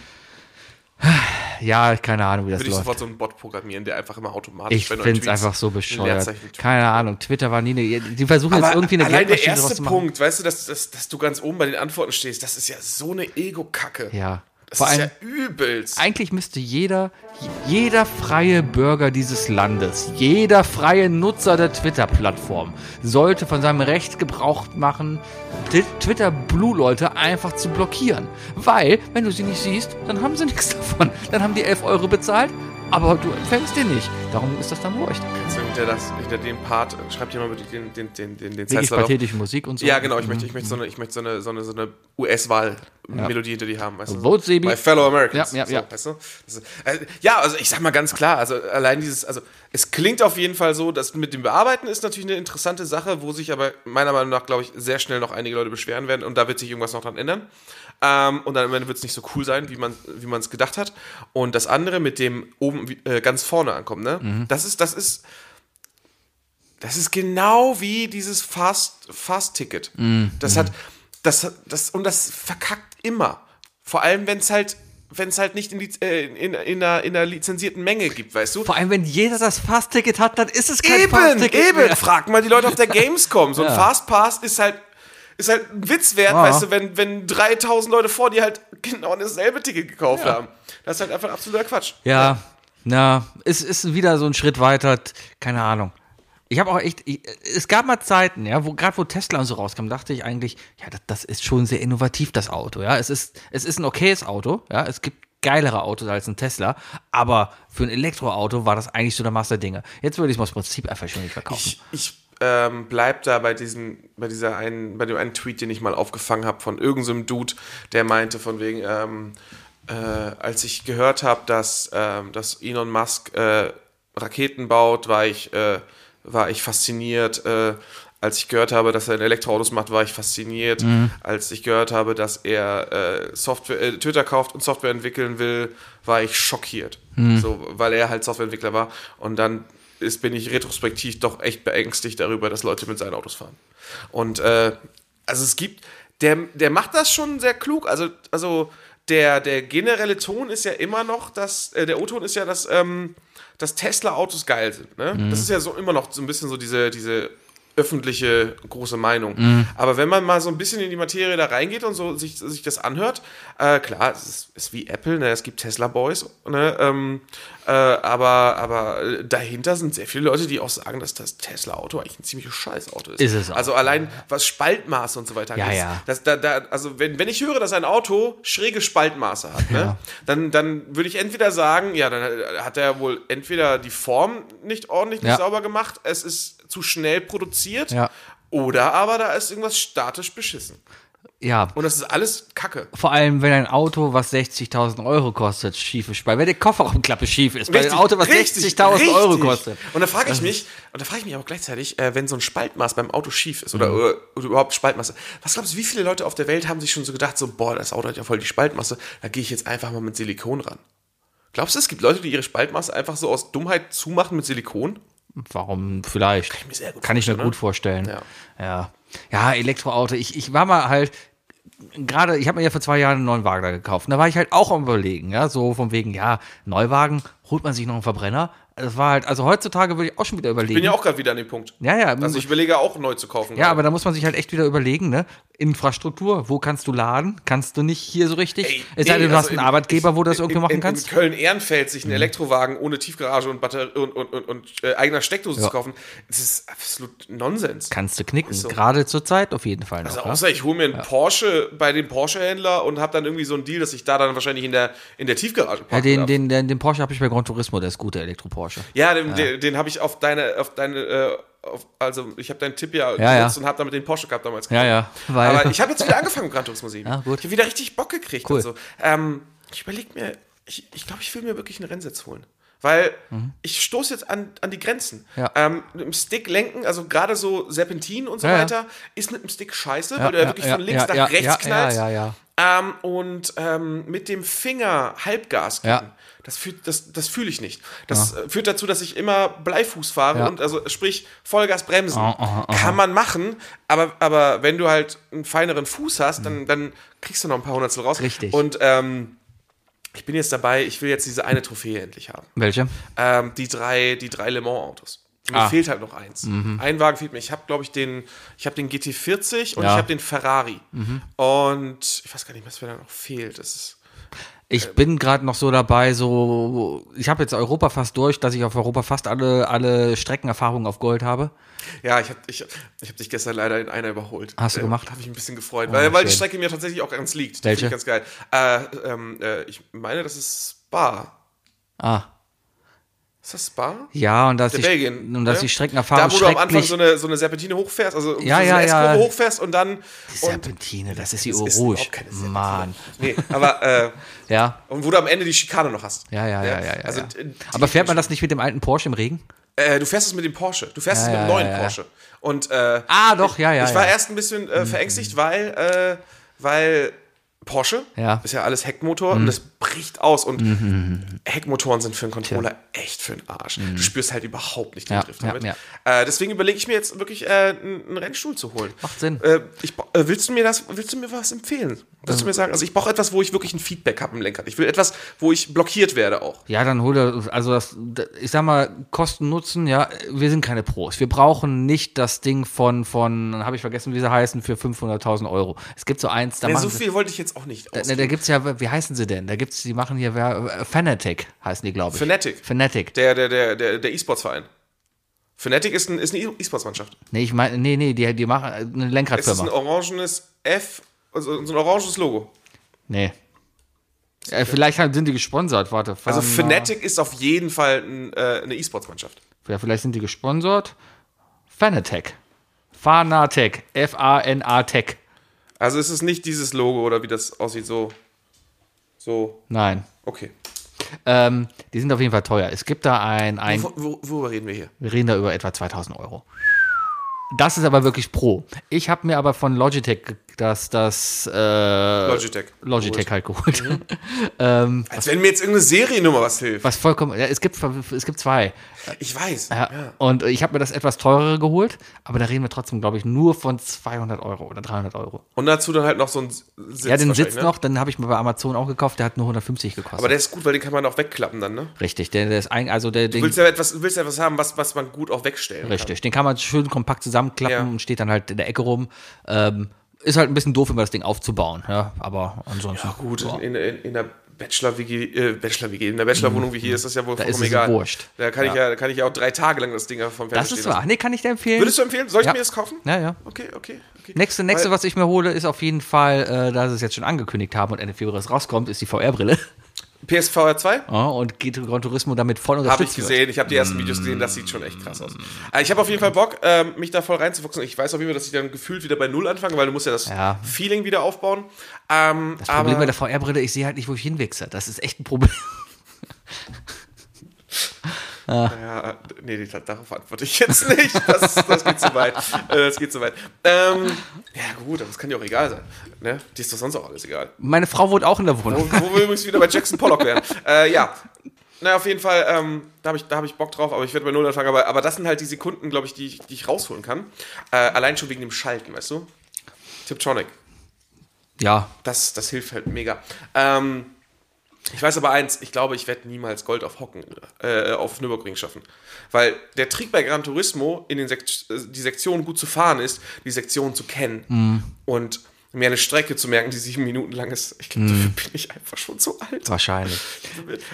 Speaker 3: Ja, keine Ahnung, wie das
Speaker 4: ich
Speaker 3: läuft.
Speaker 4: sofort so einen Bot programmieren, der einfach immer automatisch
Speaker 3: Ich
Speaker 4: bei neuen
Speaker 3: finde es
Speaker 4: Tweets
Speaker 3: einfach so
Speaker 4: ein
Speaker 3: bescheuert.
Speaker 4: Leerzeichen tut.
Speaker 3: Keine Ahnung, Twitter war nie eine. Die versuchen jetzt
Speaker 4: Aber
Speaker 3: irgendwie eine
Speaker 4: allein der
Speaker 3: Geldmaschine
Speaker 4: erste
Speaker 3: draus zu machen.
Speaker 4: Punkt, weißt du, dass, dass, dass du ganz oben bei den Antworten stehst, das ist ja so eine Ego-Kacke.
Speaker 3: Ja.
Speaker 4: Das
Speaker 3: Vor
Speaker 4: ist
Speaker 3: allem-
Speaker 4: ja übelst.
Speaker 3: Eigentlich müsste jeder, jeder freie Bürger dieses Landes, jeder freie Nutzer der Twitter-Plattform sollte von seinem Recht Gebrauch machen, Twi- Twitter-Blue-Leute einfach zu blockieren. Weil, wenn du sie nicht siehst, dann haben sie nichts davon. Dann haben die 11 Euro bezahlt, aber du empfängst den nicht. Darum ist das dann wurscht.
Speaker 4: Kannst du hinter, das, hinter dem Part, schreibt jemand bitte den, den, den, den, den
Speaker 3: Wirklich
Speaker 4: Zeitslauf auf.
Speaker 3: pathetische Musik und so. Mhm.
Speaker 4: Ja, genau, ich möchte, ich möchte so eine, ich möchte so eine, so eine, so eine US-Wahl-Melodie hinter dir haben. Weißt du?
Speaker 3: Vote, Sebi.
Speaker 4: My fellow Americans.
Speaker 3: Ja, ja,
Speaker 4: so,
Speaker 3: ja.
Speaker 4: Weißt du? das ist, äh, ja, also ich sag mal ganz klar, also allein dieses, also es klingt auf jeden Fall so, dass mit dem Bearbeiten ist natürlich eine interessante Sache, wo sich aber meiner Meinung nach, glaube ich, sehr schnell noch einige Leute beschweren werden und da wird sich irgendwas noch dran ändern. Ähm, und dann am Ende wird es nicht so cool sein, wie man wie man es gedacht hat. Und das andere mit dem oben wie- äh, ganz vorne ankommen, ne? Das ist, das ist, das ist genau wie dieses Fast- Fast-Ticket. Das hat, das, das, und das verkackt immer. Vor allem, wenn es halt, wenn es halt nicht in, liz- äh, in, in, einer, in einer lizenzierten Menge gibt, weißt du?
Speaker 3: Vor allem, wenn jeder das Fast-Ticket hat, dann ist es kein
Speaker 4: Eben,
Speaker 3: Fast-Ticket
Speaker 4: eben.
Speaker 3: mehr.
Speaker 4: Frag mal die Leute auf der Gamescom. So ein
Speaker 3: Ja.
Speaker 4: Fastpass ist halt, ist halt ein Witz wert,
Speaker 3: Ah.
Speaker 4: weißt du, wenn, wenn 3000 Leute vor dir halt genau dasselbe Ticket gekauft haben. Das ist halt einfach absoluter Quatsch.
Speaker 3: Ja, na, es ist wieder so ein Schritt weiter, t- keine Ahnung. Ich habe auch echt, ich, es gab mal Zeiten, ja, wo gerade wo Tesla und so rauskam, dachte ich eigentlich, ja, das, das ist schon sehr innovativ, das Auto, ja. Es ist, es ist ein okayes Auto, ja. Es gibt geilere Autos als ein Tesla, aber für ein Elektroauto war das eigentlich so der Maß der Dinge. Jetzt würde ich es mal aus Prinzip einfach schon nicht verkaufen.
Speaker 4: Ich, ich ähm, bleib da bei diesem, bei dieser einen, bei dem einen Tweet, den ich mal aufgefangen habe von irgendeinem so einem Dude, der meinte von wegen, ähm, äh, als ich gehört habe, dass, ähm, dass Elon Musk äh, Raketen baut, war ich, äh, war ich fasziniert. Äh, als ich gehört habe, dass er Elektroautos macht, war ich fasziniert. Als ich gehört habe, dass er äh, Software, äh, Twitter kauft und Software entwickeln will, war ich schockiert. So, weil er halt Softwareentwickler war. Und dann ist, bin ich retrospektiv doch echt beängstigt darüber, dass Leute mit seinen Autos fahren. Und äh, also es gibt, der, der macht das schon sehr klug. Also, also der, der generelle Ton ist ja immer noch, dass, äh, der O-Ton ist ja, dass, ähm, dass Tesla-Autos geil sind. Ne?
Speaker 3: Mhm.
Speaker 4: Das ist ja so immer noch so ein bisschen so diese, diese öffentliche große Meinung.
Speaker 3: Mhm.
Speaker 4: Aber wenn man mal so ein bisschen in die Materie da reingeht und so sich, sich das anhört, äh, klar, es ist, ist wie Apple, ne? es gibt Tesla Boys, ne? ähm, äh, aber, aber äh, dahinter sind sehr viele Leute, die auch sagen, dass das Tesla-Auto eigentlich ein ziemliches Scheißauto ist.
Speaker 3: Ist es auch.
Speaker 4: Also allein was Spaltmaße und so weiter
Speaker 3: Ja,
Speaker 4: angeht,
Speaker 3: ja.
Speaker 4: Das, da, da, also wenn, wenn ich höre, dass ein Auto schräge Spaltmaße hat, ne? dann, dann würde ich entweder sagen, ja, dann hat er wohl entweder die Form nicht ordentlich, nicht
Speaker 3: Ja.
Speaker 4: sauber gemacht, es ist zu schnell produziert,
Speaker 3: Ja.
Speaker 4: oder aber da ist irgendwas statisch beschissen.
Speaker 3: Ja.
Speaker 4: Und das ist alles Kacke.
Speaker 3: Vor allem, wenn ein Auto, was 60.000 Euro kostet, schief ist. Weil wenn die Kofferraumklappe schief ist, bei
Speaker 4: Richtig,
Speaker 3: einem Auto, was
Speaker 4: richtig,
Speaker 3: 60.000 Euro
Speaker 4: richtig.
Speaker 3: kostet. Äh.
Speaker 4: Und da frage ich mich, und da frage ich mich auch gleichzeitig, äh, wenn so ein Spaltmaß beim Auto schief ist oder,
Speaker 3: Mhm.
Speaker 4: oder, oder überhaupt Spaltmaße, was glaubst du, wie viele Leute auf der Welt haben sich schon so gedacht, so, boah, das Auto hat ja voll die Spaltmaße, da gehe ich jetzt einfach mal mit Silikon ran. Glaubst du, es gibt Leute, die ihre Spaltmaße einfach so aus Dummheit zumachen mit Silikon?
Speaker 3: Warum vielleicht? Kann ich
Speaker 4: mir sehr gut
Speaker 3: Kann ich mir
Speaker 4: vorstellen, ne?
Speaker 3: gut vorstellen. Ja. ja. Ja, Elektroauto. Ich, ich war mal halt gerade, ich habe mir ja vor zwei Jahren einen neuen Wagen da gekauft. Und da war ich halt auch am überlegen, ja, so von wegen, ja, Neuwagen, holt man sich noch einen Verbrenner? Das war halt, also heutzutage würde ich auch schon wieder überlegen.
Speaker 4: Bin ja auch gerade wieder an dem Punkt.
Speaker 3: Mhm. ja, ja,
Speaker 4: Also ich überlege auch neu zu kaufen.
Speaker 3: ja, aber da muss man sich halt echt wieder überlegen, ne? Infrastruktur, wo kannst du laden? Kannst du nicht hier so richtig?
Speaker 4: Ey,
Speaker 3: es sei
Speaker 4: ey,
Speaker 3: denn, du
Speaker 4: also
Speaker 3: hast einen
Speaker 4: in-
Speaker 3: Arbeitgeber, wo du das
Speaker 4: in-
Speaker 3: irgendwie
Speaker 4: in,
Speaker 3: machen
Speaker 4: in,
Speaker 3: kannst.
Speaker 4: In
Speaker 3: Mhm.
Speaker 4: Köln-Ehrenfeld sich einen Elektrowagen ohne Tiefgarage und, Batter und, und, und, und äh, eigener Steckdose zu kaufen, das ist absolut Nonsens.
Speaker 3: kannst du knicken,
Speaker 4: so.
Speaker 3: gerade zur Zeit auf jeden Fall noch.
Speaker 4: Also
Speaker 3: ne?
Speaker 4: außer ich hole mir einen Porsche bei dem Porsche-Händler und habe dann irgendwie so einen Deal, dass ich da dann wahrscheinlich in der, in der Tiefgarage
Speaker 3: Ja,
Speaker 4: parken
Speaker 3: den,
Speaker 4: darf.
Speaker 3: den, den, den Porsche habe ich bei Gran Turismo, der ist gut, der Elektro-Porsche.
Speaker 4: ja, den, den, den habe ich auf deine, auf deine, äh, auf, also ich habe deinen Tipp ja,
Speaker 3: Ja,
Speaker 4: gesetzt
Speaker 3: ja.
Speaker 4: und habe damit den Porsche gehabt damals.
Speaker 3: Ja, ja. Weil,
Speaker 4: Aber ich habe jetzt wieder angefangen mit Gran Turismo 7.
Speaker 3: Ja, gut.
Speaker 4: Ich habe wieder richtig Bock gekriegt
Speaker 3: Cool.
Speaker 4: und so. Ähm, ich überlege mir, ich, ich glaube, ich will mir wirklich einen Rennsitz holen. Weil ich stoße jetzt an, an die Grenzen.
Speaker 3: Mhm. Ja.
Speaker 4: Ähm, mit dem Stick lenken, also gerade so Serpentin und so
Speaker 3: Ja, ja.
Speaker 4: weiter, ist mit dem Stick scheiße, weil du ja wirklich von links
Speaker 3: ja,
Speaker 4: nach
Speaker 3: ja,
Speaker 4: rechts
Speaker 3: ja,
Speaker 4: knallst.
Speaker 3: Ja, ja, ja.
Speaker 4: Ähm, und ähm, mit dem Finger Halbgas geben.
Speaker 3: Ja.
Speaker 4: Das, fühlt, das, das fühle ich nicht. Das äh, führt dazu, dass ich immer Bleifuß fahre
Speaker 3: Ja.
Speaker 4: und also sprich Vollgas bremsen.
Speaker 3: Ah, ah, ah.
Speaker 4: Kann man machen, aber, aber wenn du halt einen feineren Fuß hast, dann, dann kriegst du noch ein paar Hundertstel raus.
Speaker 3: Mhm. Richtig.
Speaker 4: Und ähm, ich bin jetzt dabei, ich will jetzt diese eine Trophäe endlich haben.
Speaker 3: Welche?
Speaker 4: Ähm, die drei, die drei Le Mans Autos. Mir
Speaker 3: Ah.
Speaker 4: fehlt halt noch eins. Ein Wagen fehlt mir. Ich habe, glaube ich, den, ich habe den GT40 und
Speaker 3: Ja. Mhm.
Speaker 4: ich habe den Ferrari. Und ich weiß gar nicht, was mir da noch fehlt. Das ist, Äh.
Speaker 3: Ich bin gerade noch so dabei, so ich habe jetzt Europa fast durch, dass ich auf Europa fast alle alle Streckenerfahrungen auf Gold habe.
Speaker 4: Ja, ich habe ich, hab- ich hab dich gestern leider in einer überholt.
Speaker 3: Hast du gemacht? Oh,
Speaker 4: Habe ich ein bisschen gefreut, weil, weil die
Speaker 3: schön.
Speaker 4: Strecke mir tatsächlich auch ganz liegt. Die
Speaker 3: Welche?
Speaker 4: find Ich ganz geil. Äh, ähm, äh, ich meine, das ist Spa.
Speaker 3: Ah,
Speaker 4: Ist das Spa?
Speaker 3: ja und dass
Speaker 4: Der
Speaker 3: ich
Speaker 4: Belgien.
Speaker 3: und dass
Speaker 4: ne?
Speaker 3: die Streckenerfahrung
Speaker 4: Da, wo du am Anfang
Speaker 3: schrecklich
Speaker 4: so eine, so eine Serpentine hochfährst, also
Speaker 3: Ja,
Speaker 4: so
Speaker 3: ja,
Speaker 4: eine
Speaker 3: ja.
Speaker 4: S-Kurve hochfährst und dann.
Speaker 3: die
Speaker 4: Und,
Speaker 3: Serpentine, das ist die
Speaker 4: Das ist
Speaker 3: Orange.
Speaker 4: überhaupt keine Serpentine.
Speaker 3: Mann.
Speaker 4: nee, aber. Äh,
Speaker 3: Ja.
Speaker 4: und wo du am Ende die Schikane noch hast.
Speaker 3: Ja, ja, ja, ja, ja.
Speaker 4: Also,
Speaker 3: ja.
Speaker 4: d- die-
Speaker 3: Aber fährt man das nicht mit dem alten Porsche im Regen?
Speaker 4: Äh, du fährst es mit dem Porsche. Du fährst es
Speaker 3: Ja,
Speaker 4: mit dem
Speaker 3: ja,
Speaker 4: neuen
Speaker 3: ja, ja.
Speaker 4: Porsche. Und äh,
Speaker 3: Ah, doch, ja, ja,
Speaker 4: Ich war
Speaker 3: ja.
Speaker 4: erst ein bisschen äh, verängstigt, weil, äh, weil Porsche
Speaker 3: Ja. Mhm.
Speaker 4: ist ja alles Heckmotor und das bricht aus. Und Heckmotoren sind für einen Controller echt für einen Arsch. Du spürst halt überhaupt nicht den
Speaker 3: Mhm. Ja,
Speaker 4: Drift
Speaker 3: ja,
Speaker 4: damit.
Speaker 3: ja.
Speaker 4: Äh, deswegen überlege ich mir jetzt wirklich äh, einen einen Rennstuhl zu holen.
Speaker 3: Macht Sinn.
Speaker 4: Äh, ich, bra- äh, willst du mir das, willst du mir was empfehlen? Willst
Speaker 3: Ähm.
Speaker 4: du mir sagen, also ich brauche etwas, wo ich wirklich ein Feedback habe im Lenkrad. Ich will etwas, wo ich blockiert werde auch.
Speaker 3: Ja, dann hol dir, also das, da- ich sag mal, Kosten nutzen, ja, wir sind keine Pros. Wir brauchen nicht das Ding von, von, habe ich vergessen, wie sie heißen, für 500.000 Euro. Es gibt so eins, da
Speaker 4: Nee,
Speaker 3: machen
Speaker 4: so
Speaker 3: sie-
Speaker 4: viel wollte ich jetzt auch nicht.
Speaker 3: Ne, da gibt's ja, wie heißen sie denn? Da gibt's, die machen hier, wer- äh, Fanatic heißen die, glaube ich.
Speaker 4: Fanatic.
Speaker 3: Fanatic.
Speaker 4: Der, der, der, der, der E-Sports-Verein. Fnatic ist, ein, ist eine E-Sports-Mannschaft.
Speaker 3: Nee, ich meine, nee, nee, die, die machen äh, eine
Speaker 4: Es ist ein
Speaker 3: Lenkradfirma.
Speaker 4: orangenes F, also so ein orangenes Logo.
Speaker 3: Nee. Äh, vielleicht haben- sind die gesponsert, warte.
Speaker 4: Also
Speaker 3: Fana-
Speaker 4: Fnatic ist auf jeden Fall ein, äh, eine E-Sports-Mannschaft.
Speaker 3: Ja, vielleicht sind die gesponsert. Fanatec. Fanatec. F-A-N-A-Tech.
Speaker 4: Also es ist nicht dieses Logo oder wie das aussieht, so. So,
Speaker 3: Nein.
Speaker 4: okay.
Speaker 3: Ähm, die sind auf jeden Fall teuer. Es gibt da ein, ein
Speaker 4: Wo- wo- worüber reden wir hier?
Speaker 3: wir reden da über etwa 2000 Euro. Das ist aber wirklich pro. Ich habe mir aber von Logitech ge- das, das äh,
Speaker 4: Logitech.
Speaker 3: Logitech halt geholt.
Speaker 4: Mhm. Als wenn mir jetzt irgendeine Seriennummer was hilft.
Speaker 3: Was vollkommen, ja, es gibt, es gibt zwei.
Speaker 4: Ich weiß.
Speaker 3: Ja. Und ich habe mir das etwas teurere geholt, aber da reden wir trotzdem, glaube ich, nur von 200 Euro oder 300 Euro.
Speaker 4: Und dazu dann halt noch so ein S- Sitz.
Speaker 3: Ja, den
Speaker 4: wahrscheinlich,
Speaker 3: Sitz
Speaker 4: ne?
Speaker 3: noch, den habe ich mir bei Amazon auch gekauft, der hat nur 150 gekostet.
Speaker 4: Aber der ist gut, weil den kann man auch wegklappen dann, ne?
Speaker 3: Richtig, der, der ist ein, also der
Speaker 4: Du
Speaker 3: Ding,
Speaker 4: willst ja etwas, willst ja etwas haben, was, was man gut auch wegstellen
Speaker 3: richtig, den kann man schön kompakt zusammenklappen
Speaker 4: Ja.
Speaker 3: und steht dann halt in der Ecke rum. Ähm, ist halt ein bisschen doof, immer das Ding aufzubauen, ja, aber ansonsten.
Speaker 4: Ach gut,
Speaker 3: ja.
Speaker 4: in, in, in der Bachelor-WG, äh, Bachelor-WG, in der Bachelorwohnung wie hier ist das ja wohl
Speaker 3: Da ist
Speaker 4: vollkommen
Speaker 3: es
Speaker 4: egal.
Speaker 3: wurscht.
Speaker 4: Da kann ich ja, da kann ich ja auch drei Tage lang das Ding vom Fernseher
Speaker 3: Das
Speaker 4: stehen
Speaker 3: ist
Speaker 4: lassen.
Speaker 3: wahr. Nee, kann ich dir empfehlen.
Speaker 4: Würdest du empfehlen? Soll ich
Speaker 3: Ja.
Speaker 4: mir das kaufen?
Speaker 3: ja, ja.
Speaker 4: Okay, okay, okay.
Speaker 3: Nächste, nächste,
Speaker 4: Weil-
Speaker 3: was ich mir hole, ist auf jeden Fall, äh, da sie es jetzt schon angekündigt haben und Ende Februar es rauskommt, ist die VR-Brille.
Speaker 4: PSVR 2?
Speaker 3: Ja, und geht Gran Turismo damit voll
Speaker 4: Habe ich
Speaker 3: unterstützt wird.
Speaker 4: gesehen, ich habe die ersten Videos gesehen, das sieht schon echt krass aus. Aber Ich habe auf jeden Fall Bock, ähm, mich da voll reinzufuchsen. Ich weiß auf jeden Fall, dass ich dann gefühlt wieder bei Null anfange, weil du musst ja das
Speaker 3: Ja.
Speaker 4: Feeling wieder aufbauen. Ähm,
Speaker 3: Das Problem
Speaker 4: aber
Speaker 3: bei der VR-Brille, ich sehe halt nicht, wo ich hinwichse. Das ist echt ein Problem.
Speaker 4: Ja, äh, nee, die- darauf antworte ich jetzt nicht. Das, das geht zu weit. Äh, Das geht zu weit. Ähm, ja, gut, aber es kann dir auch egal sein. Ne? Dir ist doch sonst auch alles egal.
Speaker 3: Meine Frau wohnt auch in der Wohnung.
Speaker 4: Wo, wo wir übrigens wieder bei Jackson Pollock wären. Äh, ja. Na, auf jeden Fall, ähm, da habe ich, da hab ich Bock drauf, aber ich werde bei Null anfangen. Aber, aber das sind halt die Sekunden, glaube ich, die, ich- die ich rausholen kann. Äh, allein schon wegen dem Schalten, weißt du? Tiptronic.
Speaker 3: Ja,
Speaker 4: Das, das hilft halt mega. Ähm, ich weiß aber eins, ich glaube, ich werde niemals Gold auf Hocken, äh, auf Nürburgring schaffen. Weil der Trick bei Gran Turismo, in den Sekt äh, die Sektion gut zu fahren ist, die Sektion zu kennen.
Speaker 3: Mhm.
Speaker 4: Und mir eine Strecke zu merken, die sieben Minuten lang ist. Ich
Speaker 3: Mhm.
Speaker 4: glaube, dafür bin ich einfach schon zu alt.
Speaker 3: wahrscheinlich.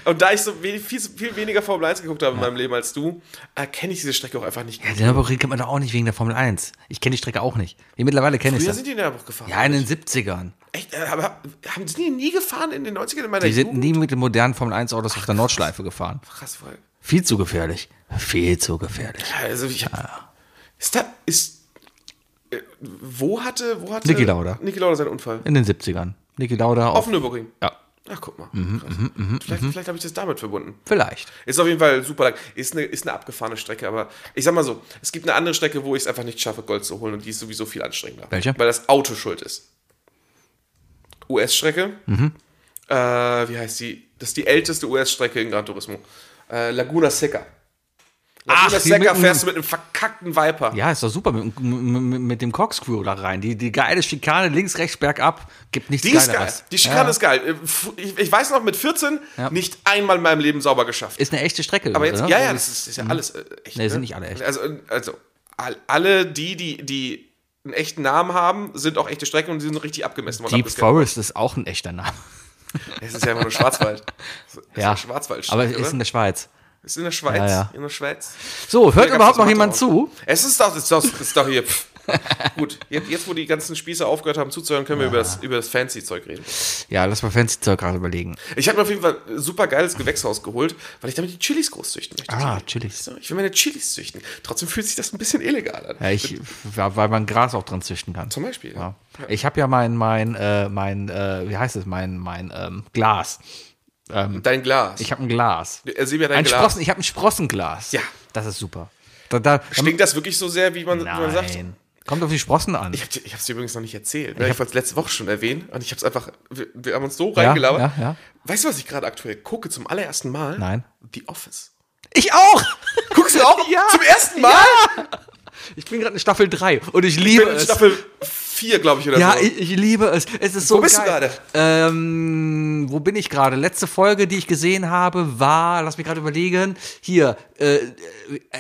Speaker 4: Und da ich so wenig, viel, viel weniger Formel 1 geguckt habe in meinem Leben als du, äh, kenne ich diese Strecke auch einfach nicht.
Speaker 3: Ja, den Nürburgring kennt man doch auch nicht wegen der Formel 1. Ich kenne die Strecke auch nicht. Wie mittlerweile kenne ich
Speaker 4: Früher
Speaker 3: das.
Speaker 4: sind die in Nürburgring gefahren.
Speaker 3: Ja, in den 70ern.
Speaker 4: Echt? Äh, Aber haben die nie gefahren in den 90ern in meiner
Speaker 3: Die sind
Speaker 4: Jugend?
Speaker 3: nie mit den modernen Formel 1 Autos auf der Nordschleife gefahren.
Speaker 4: Krass, voll.
Speaker 3: Viel zu gefährlich. Viel zu gefährlich.
Speaker 4: Also ich
Speaker 3: Ah,
Speaker 4: hab, Ist da. Ist. äh, Wo hatte. Wo hatte
Speaker 3: Niki Lauda.
Speaker 4: Niki Lauda seinen Unfall?
Speaker 3: In den 70ern. Niki Lauda
Speaker 4: Auf
Speaker 3: auf.
Speaker 4: dem Nürburgring.
Speaker 3: Ja,
Speaker 4: Ach, guck mal.
Speaker 3: Mhm,
Speaker 4: Krass. vielleicht vielleicht habe ich das damit verbunden.
Speaker 3: vielleicht.
Speaker 4: Ist auf jeden Fall super lang. Ist eine, ist eine abgefahrene Strecke, aber ich sag mal so: Es gibt eine andere Strecke, wo ich es einfach nicht schaffe, Gold zu holen und die ist sowieso viel anstrengender.
Speaker 3: Welche?
Speaker 4: Weil das Auto schuld ist. US-Strecke.
Speaker 3: Mhm.
Speaker 4: Äh, wie heißt die? Das ist die älteste US-Strecke in Gran Turismo. Äh, Laguna Seca. Laguna
Speaker 3: Ach, die
Speaker 4: Seca
Speaker 3: mit dem-
Speaker 4: fährst du mit einem verkackten Viper.
Speaker 3: Ja, ist doch super mit, mit, mit dem Corkscrew da rein. Die, die geile Schikane links, rechts, bergab. Gibt nichts
Speaker 4: Die ist geil.
Speaker 3: Geileres.
Speaker 4: Die Schikane
Speaker 3: ja.
Speaker 4: ist geil. Äh, f- Ich, ich weiß noch, mit 14
Speaker 3: Ja.
Speaker 4: nicht einmal in meinem Leben sauber geschafft.
Speaker 3: Ist eine echte Strecke.
Speaker 4: Aber jetzt,
Speaker 3: ne?
Speaker 4: ja, ja, das ist, ist ja alles äh, echt.
Speaker 3: Nee, sind nicht alle echt.
Speaker 4: Also, äh, also all- alle die, die, die einen echten Namen haben, sind auch echte Strecken und die sind richtig abgemessen worden.
Speaker 3: Deep
Speaker 4: abgescannt.
Speaker 3: Forest ist auch ein echter Name.
Speaker 4: Es ist ja immer nur Schwarzwald. Es ist
Speaker 3: Ja.
Speaker 4: Schwarzwald.
Speaker 3: Aber es ist in der Schweiz.
Speaker 4: ist in der Schweiz.
Speaker 3: Ja, ja.
Speaker 4: In der Schweiz.
Speaker 3: So, hört
Speaker 4: Früher gab's
Speaker 3: überhaupt
Speaker 4: das
Speaker 3: noch jemand
Speaker 4: Mathe
Speaker 3: zu?
Speaker 4: auch. Es ist doch, ist doch, ist doch hier. Pff. Gut, jetzt, jetzt, wo die ganzen Spieße aufgehört haben zuzuhören, können wir über das, über das Fancy-Zeug reden.
Speaker 3: Ja, lass mal Fancy-Zeug gerade überlegen.
Speaker 4: Ich habe mir auf jeden Fall ein super geiles Gewächshaus geholt, weil ich damit die Chilis groß züchten möchte.
Speaker 3: Ah, Chilis.
Speaker 4: Ich will meine Chilis züchten. Trotzdem fühlt sich das ein bisschen illegal an.
Speaker 3: Ja, ich, ja, weil man Gras auch dran züchten kann.
Speaker 4: Zum Beispiel.
Speaker 3: Ja. Ich habe ja mein, mein, äh, mein, äh, wie heißt es, mein, mein ähm, Glas.
Speaker 4: Dein Glas.
Speaker 3: Ich habe ein Glas.
Speaker 4: Äh, Sieh mir dein
Speaker 3: Ein
Speaker 4: Glas.
Speaker 3: Sprossen, ich habe ein Sprossenglas.
Speaker 4: Ja.
Speaker 3: Das ist super. Da, da,
Speaker 4: Stinkt das wirklich so sehr, wie man, wie man sagt?
Speaker 3: nein. Kommt auf die Sprossen an.
Speaker 4: Ich habe es dir übrigens noch nicht erzählt. Ne? Ich, wollte es letzte Woche schon erwähnen und ich habe es einfach, wir, wir haben uns so reingelabert.
Speaker 3: ja, ja.
Speaker 4: Weißt du, was ich gerade aktuell gucke zum allerersten Mal?
Speaker 3: Nein.
Speaker 4: The Office.
Speaker 3: Ich auch!
Speaker 4: Guckst du auch
Speaker 3: Ja.
Speaker 4: zum ersten Mal?
Speaker 3: Ich bin gerade in Staffel 3 und ich
Speaker 4: Ich
Speaker 3: liebe
Speaker 4: bin in
Speaker 3: es.
Speaker 4: Staffel 4, glaube ich, oder
Speaker 3: ja,
Speaker 4: so.
Speaker 3: ich, ich liebe es. Es ist so
Speaker 4: Wo bist du
Speaker 3: geil.
Speaker 4: gerade?
Speaker 3: Ähm, wo bin ich gerade? Letzte Folge, die ich gesehen habe, war, lass mich gerade überlegen, hier, äh, äh,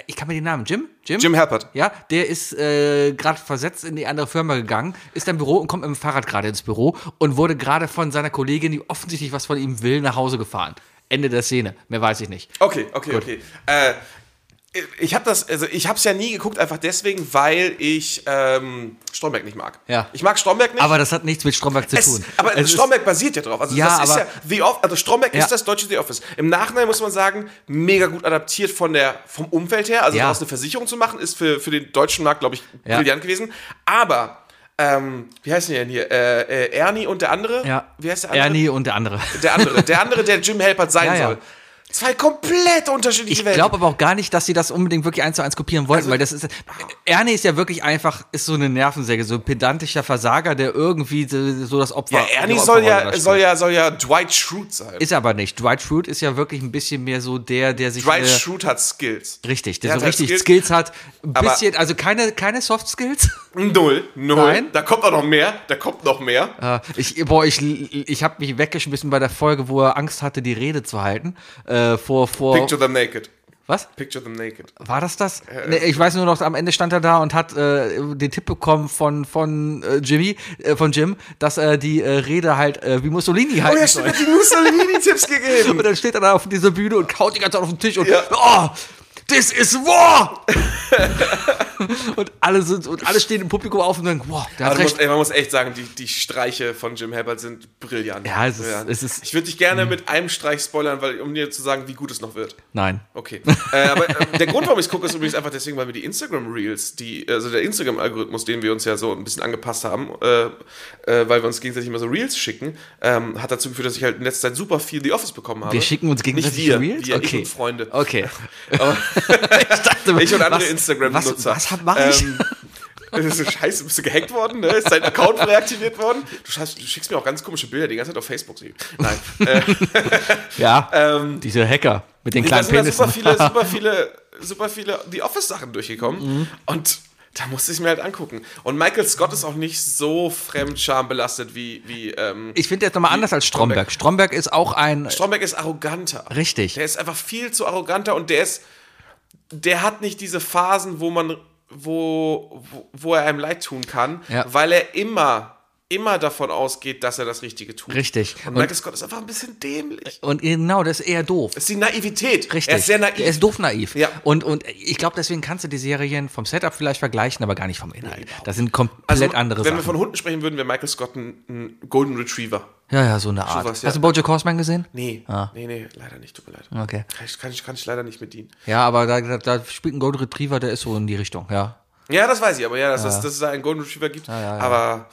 Speaker 3: ich kann mir den Namen, Jim? Jim?
Speaker 4: Jim Halpert.
Speaker 3: Ja, der ist äh, gerade versetzt in die andere Firma gegangen, ist im Büro und kommt mit dem Fahrrad gerade ins Büro und wurde gerade von seiner Kollegin, die offensichtlich was von ihm will, nach Hause gefahren. Ende der Szene. Mehr weiß ich nicht.
Speaker 4: Okay, okay, okay. Äh, ich habe das, also ich habe es ja nie geguckt, einfach deswegen, weil ich ähm, Stromberg nicht mag.
Speaker 3: Ja.
Speaker 4: Ich mag Stromberg nicht.
Speaker 3: Aber das hat nichts mit Stromberg zu
Speaker 4: es,
Speaker 3: tun.
Speaker 4: aber
Speaker 3: es ist,
Speaker 4: Stromberg basiert ja drauf. Also
Speaker 3: Ja,
Speaker 4: das ist
Speaker 3: aber-
Speaker 4: ja The Office, also Stromberg
Speaker 3: Ja.
Speaker 4: ist das deutsche The Office. Im Nachhinein muss man sagen, mega gut adaptiert von der vom Umfeld her. Also
Speaker 3: Ja.
Speaker 4: daraus eine Versicherung zu machen, ist für, für den deutschen Markt, glaube ich,
Speaker 3: Ja.
Speaker 4: brillant gewesen. Aber ähm, wie heißen die denn hier? Äh, äh, Ernie und der andere?
Speaker 3: ja,
Speaker 4: Wie heißt der andere?
Speaker 3: Ernie und der andere.
Speaker 4: Der andere, der andere, der Jim Halpert sein
Speaker 3: Ja, ja.
Speaker 4: soll. Zwei komplett unterschiedliche
Speaker 3: Ich glaube aber auch gar nicht, dass sie das unbedingt wirklich eins zu eins kopieren wollten,
Speaker 4: Also-
Speaker 3: weil das ist. Ernie ist ja wirklich einfach, ist so eine Nervensäge, so ein pedantischer Versager, der irgendwie so so das Opfer.
Speaker 4: Ja, Ernie
Speaker 3: die
Speaker 4: soll
Speaker 3: Opferrolle da
Speaker 4: ja,
Speaker 3: spielt.
Speaker 4: soll ja, soll ja Dwight Schrute sein.
Speaker 3: Ist aber nicht. Dwight Schrute ist ja wirklich ein bisschen mehr so der, der sich.
Speaker 4: Dwight
Speaker 3: äh,
Speaker 4: Schrute hat Skills.
Speaker 3: Richtig,
Speaker 4: Der
Speaker 3: der so
Speaker 4: hat halt
Speaker 3: richtig
Speaker 4: Skills.
Speaker 3: Skills, hat. Ein
Speaker 4: Aber-
Speaker 3: bisschen, also keine, keine Soft Skills.
Speaker 4: Null, null.
Speaker 3: Nein.
Speaker 4: Da kommt auch noch mehr, da kommt noch mehr.
Speaker 3: Äh, ich, boah, ich, ich habe mich weggeschmissen bei der Folge, wo er Angst hatte, die Rede zu halten. Äh, vor, vor.
Speaker 4: Picture them naked.
Speaker 3: Was?
Speaker 4: Picture them naked.
Speaker 3: War das das? nee, ich weiß nur noch, am Ende stand er da und hat äh, den Tipp bekommen von, von äh, Jimmy, äh, von Jim, dass er die äh, Rede halt äh, wie Mussolini
Speaker 4: Oh
Speaker 3: halten soll.
Speaker 4: die Mussolini-Tipps gegeben.
Speaker 3: Und dann steht er da auf dieser Bühne und kaut die ganze Zeit auf den Tisch und
Speaker 4: Ja.
Speaker 3: oh, this is war! und alle sind und alle stehen im Publikum auf und sagen, wow, der hat
Speaker 4: Also man, muss,
Speaker 3: recht.
Speaker 4: ey, man muss echt sagen, die, die Streiche von Jim Halpert sind brillant.
Speaker 3: Ja, es ist-
Speaker 4: Brillant.
Speaker 3: es ist- Mhm.
Speaker 4: ich würde dich gerne mit einem Streich spoilern, weil, um dir zu sagen, wie gut es noch wird.
Speaker 3: Nein.
Speaker 4: Okay. äh, aber äh, der Grund, warum ich es gucke, ist übrigens einfach deswegen, weil wir die Instagram-Reels, die, also der Instagram-Algorithmus, den wir uns ja so ein bisschen angepasst haben, äh, äh, weil wir uns gegenseitig immer so Reels schicken, ähm, hat dazu geführt, dass ich halt in letzter Zeit super viel The Office bekommen habe.
Speaker 3: Wir schicken uns
Speaker 4: Nicht
Speaker 3: gegenseitig
Speaker 4: wir,
Speaker 3: Reels?
Speaker 4: Wir, Ich
Speaker 3: Okay.
Speaker 4: und Freunde.
Speaker 3: Okay. ich, dachte,
Speaker 4: Ich und andere
Speaker 3: was-
Speaker 4: Instagram-Nutzer.
Speaker 3: Was, was mache ich?
Speaker 4: Ähm, das ist so scheiße, bist du gehackt worden, ne? Ist dein Account reaktiviert worden? Du, scheiß- du schickst mir auch ganz komische Bilder die ganze Zeit auf Facebook. Sie. Nein. Äh,
Speaker 3: ja,
Speaker 4: ähm,
Speaker 3: diese Hacker mit den
Speaker 4: da
Speaker 3: kleinen
Speaker 4: sind ja super
Speaker 3: Penissen.
Speaker 4: viele, super viele, super viele The Office-Sachen durchgekommen.
Speaker 3: Mhm.
Speaker 4: Und da musste ich mir halt angucken. Und Michael Scott ist auch nicht so fremdschambelastet wie, wie ähm,
Speaker 3: Ich finde jetzt nochmal anders als Stromberg. Stromberg ist auch ein.
Speaker 4: Stromberg ist arroganter.
Speaker 3: Richtig.
Speaker 4: Der ist einfach viel zu arroganter und der ist, der hat nicht diese Phasen, wo man, wo, wo, wo er einem leid tun kann,
Speaker 3: Ja.
Speaker 4: weil er immer, immer davon ausgeht, dass er das Richtige tut.
Speaker 3: Richtig.
Speaker 4: Und
Speaker 3: Und,
Speaker 4: Michael Scott ist einfach ein bisschen dämlich.
Speaker 3: und genau, das ist eher doof.
Speaker 4: Das ist die Naivität.
Speaker 3: Richtig.
Speaker 4: Er ist sehr naiv.
Speaker 3: Er ist doof naiv.
Speaker 4: Ja.
Speaker 3: Und, und ich glaube, deswegen kannst du die Serien vom Setup vielleicht vergleichen, aber gar nicht vom Inhalt. Das sind komplett andere
Speaker 4: Also Wenn wir
Speaker 3: Sachen.
Speaker 4: von Hunden sprechen würden, wäre Michael Scott ein, ein Golden Retriever.
Speaker 3: ja, ja, so eine Art.
Speaker 4: was, ja.
Speaker 3: Hast du Bojack Horseman gesehen?
Speaker 4: Nee, nee, nee, leider nicht, tut mir leid.
Speaker 3: Ah. Okay.
Speaker 4: Kann ich, kann ich, kann ich leider nicht mit dienen.
Speaker 3: Ja, aber da, da, da spielt ein Golden Retriever, der ist so in die Richtung, ja.
Speaker 4: Ja, das weiß ich, aber ja, dass, dass, dass es da einen Golden Retriever gibt. Aber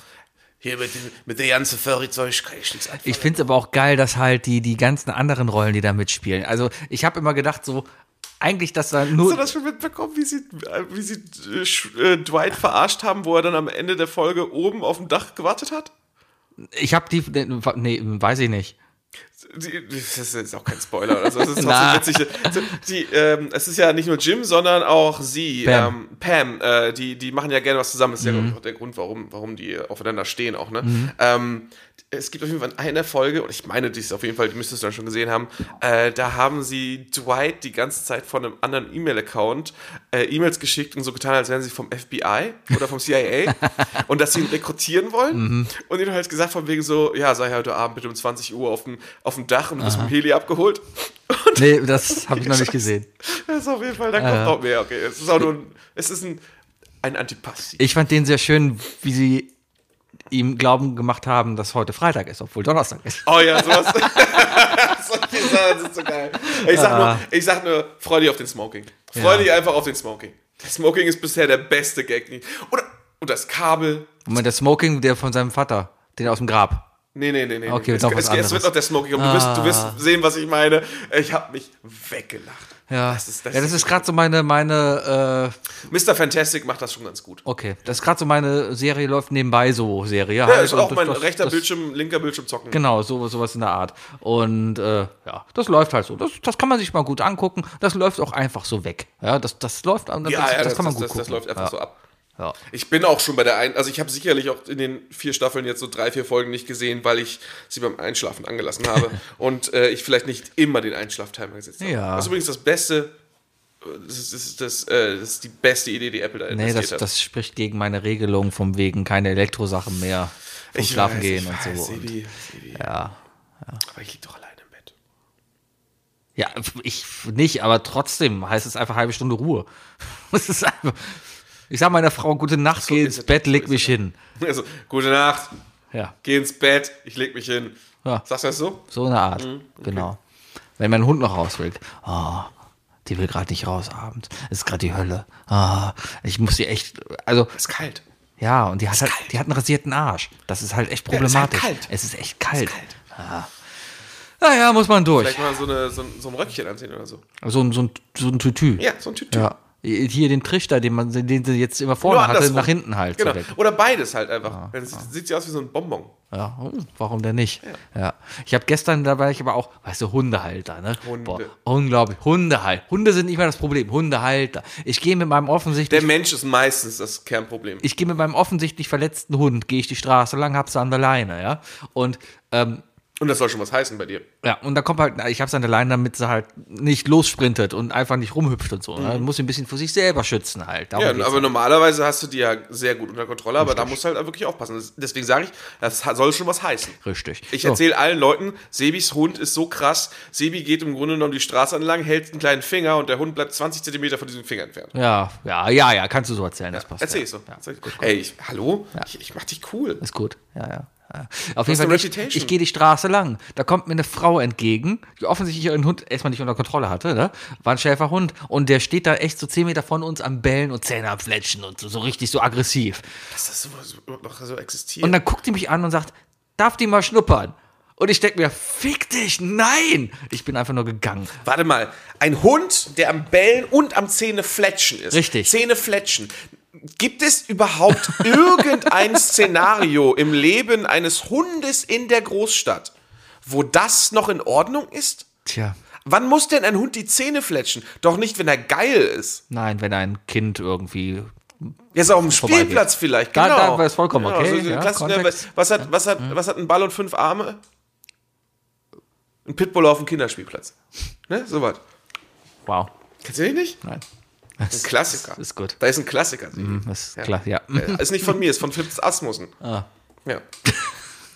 Speaker 4: hier mit, dem- mit der ganzen Furry-Zeug kann ich nichts anfangen.
Speaker 3: Ich finde es aber auch geil, dass halt die, die ganzen anderen Rollen, die da mitspielen. Also ich habe immer gedacht, so eigentlich, dass da nur.
Speaker 4: Hast du das schon mitbekommen, wie sie, äh, wie sie äh, Sch- äh, Dwight verarscht haben, wo er dann am Ende der Folge oben auf dem Dach gewartet hat?
Speaker 3: ich habe die. Nee, weiß ich nicht.
Speaker 4: Die, das ist auch kein Spoiler oder so. Das ist trotzdem witzig. Die, ähm, es ist ja nicht nur Jim, sondern auch sie,
Speaker 3: Pam.
Speaker 4: ähm, Pam äh, die, die machen ja gerne was zusammen. Das ist ja glaub ich, auch der Grund, warum, warum die aufeinander stehen auch. Ne? Ähm, es gibt auf jeden Fall eine Folge, und ich meine, die ist auf jeden Fall, die müsstest du dann schon gesehen haben, äh, da haben sie Dwight die ganze Zeit von einem anderen E-Mail-Account äh, E-Mails geschickt und so getan, als wären sie vom FBI oder vom CIA und dass sie ihn rekrutieren wollen und ihnen halt gesagt von wegen so, ja, sei heute Abend bitte um 20 Uhr auf dem, auf dem Dach und du bist vom Heli abgeholt.
Speaker 3: Nee, das habe ich noch nicht gesehen.
Speaker 4: Das ist auf jeden
Speaker 3: Ah,
Speaker 4: Fall, da kommt noch mehr. Okay, es ist auch nur ein, es ist ein, ein Antipass.
Speaker 3: Ich fand den sehr schön, wie sie ihm Glauben gemacht haben, dass heute Freitag ist, obwohl Donnerstag ist.
Speaker 4: Oh ja, sowas. Solche Sachen sind so geil. Ich sag, nur, ich sag nur, freu dich auf den Smoking. Freu
Speaker 3: Ah. Ja.
Speaker 4: dich einfach auf den Smoking. Smoking ist bisher der beste Gag. Oder, und das Kabel.
Speaker 3: Moment, der Smoking, der von seinem Vater, den aus dem Grab.
Speaker 4: Nee, nee, nee, nee.
Speaker 3: Okay,
Speaker 4: nee. es,
Speaker 3: noch was
Speaker 4: es, es
Speaker 3: anderes. Ah.
Speaker 4: wird noch der Smoking. Und du, wirst, du wirst sehen, was ich meine. Ich hab mich weggelacht.
Speaker 3: Ja,
Speaker 4: Das ist- das
Speaker 3: ja, das ist gerade so meine, meine, äh,
Speaker 4: Mr. Fantastic macht das schon ganz gut.
Speaker 3: okay, das ist gerade so meine Serie läuft nebenbei so Serie. halt
Speaker 4: Ja, ist auch mein
Speaker 3: das,
Speaker 4: rechter
Speaker 3: das,
Speaker 4: Bildschirm, linker Bildschirm zocken.
Speaker 3: Genau, so, sowas in der Art. Und äh, ja, das läuft halt so. Das, das kann man sich mal gut angucken. Das läuft auch einfach so weg. Ja, das, das läuft, das,
Speaker 4: Ja,
Speaker 3: das,
Speaker 4: ja,
Speaker 3: kann man
Speaker 4: das,
Speaker 3: gut
Speaker 4: das,
Speaker 3: gucken.
Speaker 4: das läuft einfach
Speaker 3: ja.
Speaker 4: so ab.
Speaker 3: Ja.
Speaker 4: Ich bin auch schon bei der einen, also ich habe sicherlich auch in den vier Staffeln jetzt so drei, vier Folgen nicht gesehen, weil ich sie beim Einschlafen angelassen habe und äh, ich vielleicht nicht immer den Einschlaftimer gesetzt habe.
Speaker 3: Ja.
Speaker 4: Das ist übrigens das Beste, äh, das ist, das, ist, das, äh, das ist die beste Idee, die Apple da
Speaker 3: Nee,
Speaker 4: investiert
Speaker 3: das,
Speaker 4: hat.
Speaker 3: das spricht gegen meine Regelung vom wegen keine Elektrosachen mehr, vom
Speaker 4: Ich
Speaker 3: Schlafen
Speaker 4: weiß,
Speaker 3: gehen
Speaker 4: ich
Speaker 3: und
Speaker 4: weiß,
Speaker 3: so. Und,
Speaker 4: Sebi, Sebi.
Speaker 3: ja.
Speaker 4: Aber ich lieg doch alleine im Bett.
Speaker 3: ja, ich nicht, aber trotzdem heißt es einfach halbe Stunde Ruhe. Es ist einfach, ich sag meiner Frau, gute Nacht, geh
Speaker 4: ist
Speaker 3: ins
Speaker 4: es,
Speaker 3: Bett,
Speaker 4: so
Speaker 3: leg
Speaker 4: ist
Speaker 3: mich
Speaker 4: es.
Speaker 3: hin.
Speaker 4: Also, gute Nacht,
Speaker 3: Ja,
Speaker 4: geh ins Bett, ich leg mich hin.
Speaker 3: Ja.
Speaker 4: Sagst du das so?
Speaker 3: so eine Art.
Speaker 4: Mhm,
Speaker 3: Genau. Wenn mein Hund noch raus will, oh, die will gerade nicht raus abends. Ist gerade die Hölle. Ah, ich muss sie echt, also
Speaker 4: Ist kalt.
Speaker 3: Ja, und die hat, halt, die hat einen rasierten Arsch. Das ist halt echt
Speaker 4: ist halt
Speaker 3: problematisch.
Speaker 4: kalt.
Speaker 3: Es ist echt kalt.
Speaker 4: Ist kalt.
Speaker 3: Ja. Naja, muss man durch.
Speaker 4: Vielleicht mal so, eine, so, ein, so ein Röckchen anziehen oder so.
Speaker 3: So, ein- so, ein, so ein Tütü.
Speaker 4: Ja, so ein Tütü.
Speaker 3: Ja. Hier den Trichter, den, man, den sie jetzt immer vorne
Speaker 4: Nur
Speaker 3: hatte,
Speaker 4: andersrum.
Speaker 3: nach hinten halt. Ah,
Speaker 4: Genau.
Speaker 3: So weg.
Speaker 4: Oder beides halt einfach. Dann sieht, sieht sie aus wie so ein Bonbon.
Speaker 3: Ja, oh, warum denn nicht? Ja. Ich habe gestern, da war ich aber auch, weißt du, Hundehalter, ne?
Speaker 4: Hunde.
Speaker 3: unglaublich. Hundehalter. Hunde sind nicht mehr das Problem. Hundehalter. Ich gehe mit meinem offensichtlich
Speaker 4: Der Mensch ist meistens das Kernproblem.
Speaker 3: ich gehe mit meinem offensichtlich verletzten Hund, gehe ich die Straße lang, hab's an der Leine, ja. Und ähm,
Speaker 4: Und das soll schon was heißen bei dir.
Speaker 3: Ja, und da kommt halt, ich hab's an der Leine, damit sie halt nicht lossprintet und einfach nicht rumhüpft und so. Ne? Man muss sie ein bisschen vor sich selber schützen halt. Darum
Speaker 4: Mhm. Ja,
Speaker 3: geht's
Speaker 4: aber
Speaker 3: halt.
Speaker 4: normalerweise hast du die ja sehr gut unter Kontrolle, aber da musst du halt wirklich aufpassen. Das- Deswegen sage ich, das ha- soll schon was heißen.
Speaker 3: Richtig.
Speaker 4: Ich
Speaker 3: So.
Speaker 4: erzähle allen Leuten, Sebis Hund ist so krass. Sebi geht im Grunde genommen die Straße entlang, hält einen kleinen Finger und der Hund bleibt 20 Zentimeter von diesem Finger entfernt.
Speaker 3: Ja, ja, ja, ja, kannst du so erzählen, das passt.
Speaker 4: Erzähl
Speaker 3: ja.
Speaker 4: ich so.
Speaker 3: Ja.
Speaker 4: Sag ich, Ey, ich, hallo? Ich, ich mach dich cool.
Speaker 3: Ist gut, ja, ja. ja. Auf jeden
Speaker 4: eine
Speaker 3: Fall, ich,
Speaker 4: Reputation.
Speaker 3: ich gehe die Straße lang. Da kommt mir eine Frau entgegen, die offensichtlich ihren Hund erstmal nicht unter Kontrolle hatte, ne? War ein Schäferhund. Und der steht da echt so 10 Meter von uns am Bellen und Zähne am Fletschen und so, so richtig so aggressiv.
Speaker 4: Dass das sowas überhaupt noch so existiert.
Speaker 3: Und dann guckt die mich an und sagt, darf die mal schnuppern? Und ich denke mir, fick dich, nein! Ich bin einfach nur gegangen.
Speaker 4: Warte mal, ein Hund, der am Bellen und am Zähnefletschen ist.
Speaker 3: Richtig.
Speaker 4: Zähnefletschen. Gibt es überhaupt irgendein Szenario im Leben eines Hundes in der Großstadt, wo das noch in Ordnung ist?
Speaker 3: Tja,
Speaker 4: Wann muss denn ein Hund die Zähne fletschen? Doch nicht, wenn er geil ist.
Speaker 3: nein, wenn ein Kind irgendwie.
Speaker 4: Jetzt auf dem
Speaker 3: Vorbeigeht.
Speaker 4: Spielplatz vielleicht,
Speaker 3: Da-
Speaker 4: genau.
Speaker 3: da war es vollkommen okay,
Speaker 4: so
Speaker 3: ja,
Speaker 4: klassisch, ne, was,
Speaker 3: Kontext.
Speaker 4: was, hat, was, hat, was hat ein Ball und fünf Arme? Ein Pitbull auf dem Kinderspielplatz. Ne, so was.
Speaker 3: Wow.
Speaker 4: Kennst du den nicht?
Speaker 3: Nein.
Speaker 4: Ein Klassiker.
Speaker 3: Ist gut. Mhm.
Speaker 4: Da ist ein Klassiker.
Speaker 3: Das Hm, ist
Speaker 4: Ja.
Speaker 3: klar, ja.
Speaker 4: Äh, Ist nicht von mir, ist von Fips Asmussen. Ah. Ja.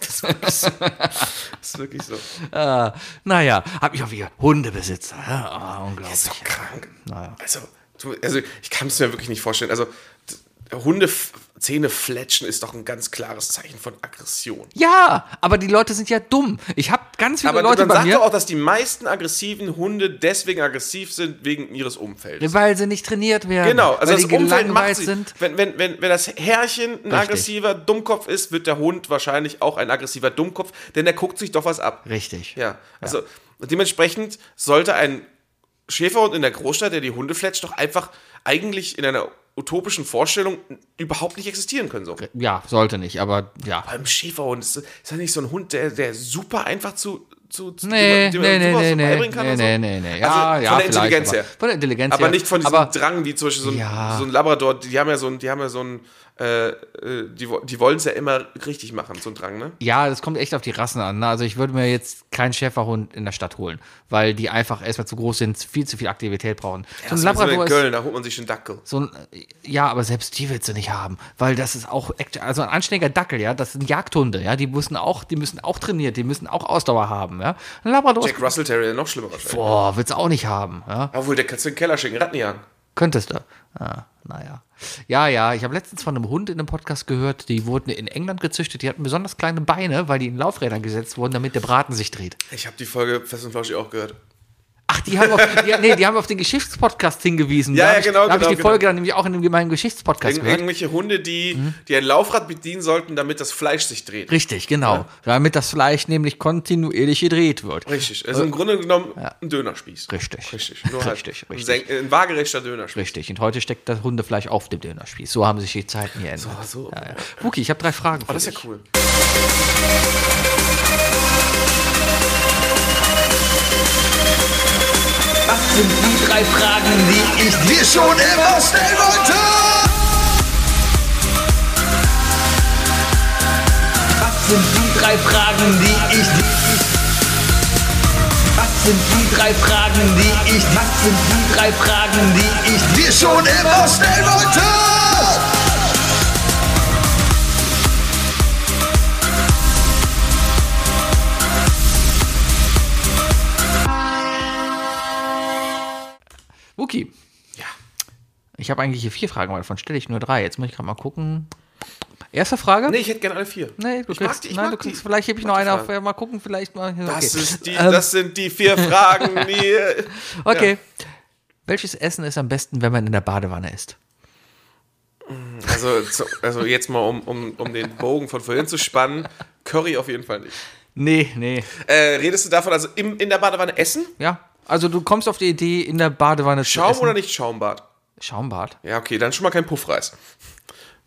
Speaker 4: Das ist wirklich so. Das ist wirklich so.
Speaker 3: Äh, naja, hab ich auch wieder Hundebesitzer. Ja, oh,
Speaker 4: Das ist
Speaker 3: unglaublich.
Speaker 4: doch krank.
Speaker 3: Naja.
Speaker 4: Also, du, also, ich kann es mir wirklich nicht vorstellen. Also, d- Hunde f- Zähne fletschen ist doch ein ganz klares Zeichen von Aggression.
Speaker 3: Ja, aber die Leute sind ja dumm. Ich habe ganz viele
Speaker 4: Aber
Speaker 3: Leute
Speaker 4: dann
Speaker 3: bei
Speaker 4: sagt doch
Speaker 3: mir,
Speaker 4: auch, dass die meisten aggressiven Hunde deswegen aggressiv sind, wegen ihres Umfeldes.
Speaker 3: weil sie nicht trainiert werden.
Speaker 4: Genau, also
Speaker 3: weil
Speaker 4: das
Speaker 3: die
Speaker 4: Umfeld macht
Speaker 3: gelangweilt
Speaker 4: sie.
Speaker 3: sind.
Speaker 4: Wenn, wenn, wenn, wenn das Herrchen ein aggressiver Dummkopf ist, wird der Hund wahrscheinlich auch ein aggressiver Dummkopf, denn der guckt sich doch was ab.
Speaker 3: Richtig.
Speaker 4: Ja, also dementsprechend sollte ein Schäferhund in der Großstadt, der die Hunde fletscht, doch einfach eigentlich in einer utopischen Vorstellung überhaupt nicht existieren können. So.
Speaker 3: Ja, sollte nicht, aber ja.
Speaker 4: Beim Schäferhund ist, ist das nicht so ein Hund, der, der super einfach zu, zu, zu
Speaker 3: Nee,
Speaker 4: dem man-
Speaker 3: nee,
Speaker 4: dem man
Speaker 3: nee, nee,
Speaker 4: sowas
Speaker 3: nee,
Speaker 4: beibringen kann
Speaker 3: nee,
Speaker 4: und so?
Speaker 3: nee, nee, nee. Ja,
Speaker 4: Also
Speaker 3: ja,
Speaker 4: von der
Speaker 3: vielleicht,
Speaker 4: Intelligenz
Speaker 3: aber,
Speaker 4: her.
Speaker 3: Von der Intelligenz
Speaker 4: Aber
Speaker 3: her.
Speaker 4: nicht von diesem
Speaker 3: aber,
Speaker 4: Drang, wie zum Beispiel so ein,
Speaker 3: Ja.
Speaker 4: so ein Labrador, die haben ja so ein, die haben ja so ein, äh, äh, die, wo- die wollen es ja immer richtig machen, so ein Drang, ne?
Speaker 3: Ja, das kommt echt auf die Rassen an. Ne? Also ich würde mir jetzt keinen Schäferhund in der Stadt holen, weil die einfach erstmal zu groß sind, viel zu viel Aktivität brauchen. so ein
Speaker 4: Das müssen wir
Speaker 3: Labrador
Speaker 4: in
Speaker 3: ist
Speaker 4: Köln, da holt man sich einen Dackel.
Speaker 3: so ein, ja, aber selbst die willst du nicht haben, weil das ist auch echt- also ein anständiger Dackel, ja, das sind Jagdhunde, ja, die müssen auch, die müssen auch trainiert, die müssen auch Ausdauer haben, ja. Ein Labrador, ist-
Speaker 4: Jack Russell Terrier, noch schlimmer wahrscheinlich.
Speaker 3: boah, willst du auch nicht haben, ja.
Speaker 4: Obwohl, der kannst du in den Keller schicken, Rattenjagen.
Speaker 3: Könntest du. Ah, naja. Ja, ja, ich habe letztens von einem Hund in einem Podcast gehört, die wurden in England gezüchtet, die hatten besonders kleine Beine, weil die in Laufrädern gesetzt wurden, damit der Braten sich dreht.
Speaker 4: Ich habe die Folge Fest und Flauschig auch gehört.
Speaker 3: Ach, die haben auf, die, nee, die haben auf den Geschichtspodcast hingewiesen.
Speaker 4: Ja,
Speaker 3: da
Speaker 4: ja,
Speaker 3: hab ich-
Speaker 4: genau,
Speaker 3: Da habe ich
Speaker 4: genau,
Speaker 3: die
Speaker 4: genau.
Speaker 3: Folge dann nämlich auch in dem gemeinen Geschichtspodcast
Speaker 4: Irgend-
Speaker 3: gehört.
Speaker 4: irgendwelche Hunde, die,
Speaker 3: Mhm.
Speaker 4: die ein Laufrad bedienen sollten, damit das Fleisch sich dreht.
Speaker 3: Richtig, genau. Damit das Fleisch nämlich kontinuierlich gedreht wird.
Speaker 4: Richtig. Also im Grunde genommen ein Dönerspieß.
Speaker 3: Äh, Richtig.
Speaker 4: Richtig. Nur halt
Speaker 3: Richtig,
Speaker 4: ein
Speaker 3: richtig.
Speaker 4: senk- Ein waagerechter Dönerspieß.
Speaker 3: Richtig. Und heute steckt das Hundefleisch auf dem Dönerspieß. So haben sich die Zeiten geändert.
Speaker 4: So, so.
Speaker 3: Ja, ja. Wookie, ich habe drei Fragen.
Speaker 4: Oh,
Speaker 3: für
Speaker 4: das ist
Speaker 3: dich.
Speaker 4: ja cool.
Speaker 1: Was sind die drei Fragen, die ich dir schon immer stellen wollte? Was sind die drei Fragen, die ich dir... Was sind die drei Fragen, die ich... Was sind die drei Fragen, die ich dir schon immer stellen wollte?
Speaker 3: Wookie.
Speaker 4: Ja.
Speaker 3: Ich habe eigentlich hier vier Fragen, aber davon stelle ich nur drei. Jetzt muss ich gerade mal gucken. Erste Frage?
Speaker 4: Nee, ich hätte gerne alle vier.
Speaker 3: Nee, du
Speaker 4: ich mag
Speaker 3: kriegst,
Speaker 4: die, ich
Speaker 3: nein,
Speaker 4: mag
Speaker 3: du
Speaker 4: die.
Speaker 3: kriegst, vielleicht heb ich
Speaker 4: mag
Speaker 3: noch
Speaker 4: die
Speaker 3: eine auf,
Speaker 4: Fragen.
Speaker 3: ja, mal gucken, vielleicht mal. Okay.
Speaker 4: Das, ist die,
Speaker 3: Ähm,
Speaker 4: das sind die vier Fragen, die.
Speaker 3: okay. Welches Essen ist am besten, wenn man in der Badewanne ist?
Speaker 4: Also, zu, also jetzt mal, um, um, um den Bogen von vorhin zu spannen. Curry auf jeden Fall nicht.
Speaker 3: Nee, nee.
Speaker 4: Äh, redest du davon, also im, in der Badewanne essen?
Speaker 3: Ja. Also du kommst auf die Idee, in der Badewanne zu
Speaker 4: Schaum
Speaker 3: essen.
Speaker 4: oder nicht Schaumbad?
Speaker 3: Schaumbad.
Speaker 4: Ja, okay, dann schon mal kein Puffreis.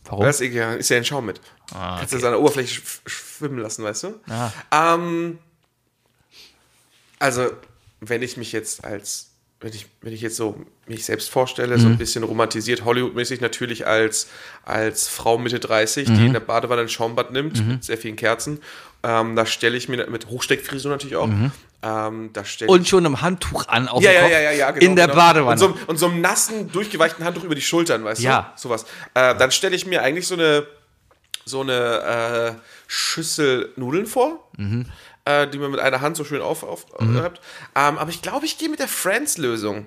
Speaker 3: Warum? Ah,
Speaker 4: Das ist ja, ist ja ein Schaum mit. Kannst du das an der Oberfläche sch- schwimmen lassen, weißt du? Ähm, also, wenn ich mich jetzt als, wenn ich, wenn ich jetzt so mich selbst vorstelle,
Speaker 3: Mhm.
Speaker 4: so ein bisschen romantisiert, Hollywood-mäßig natürlich als, als Frau Mitte 30,
Speaker 3: Mhm.
Speaker 4: die in der Badewanne ein Schaumbad nimmt, mit sehr vielen Kerzen, ähm, da stelle ich mir mit Hochsteckfrisur natürlich auch, ähm, da stelle
Speaker 3: Mhm. Und schon im Handtuch an auf
Speaker 4: ja,
Speaker 3: dem
Speaker 4: ja,
Speaker 3: Kopf
Speaker 4: ja, ja, ja, genau,
Speaker 3: in der
Speaker 4: genau.
Speaker 3: Badewanne.
Speaker 4: Und so, und so einem nassen, durchgeweichten Handtuch über die Schultern, weißt
Speaker 3: Ja.
Speaker 4: du? Sowas. Äh, dann stelle ich mir eigentlich so eine, so eine äh, Schüssel Nudeln vor,
Speaker 3: Mhm.
Speaker 4: äh, die man mit einer Hand so schön aufreibt. Auf, aufreibt. ähm, aber ich glaube, ich gehe mit der Friends-Lösung.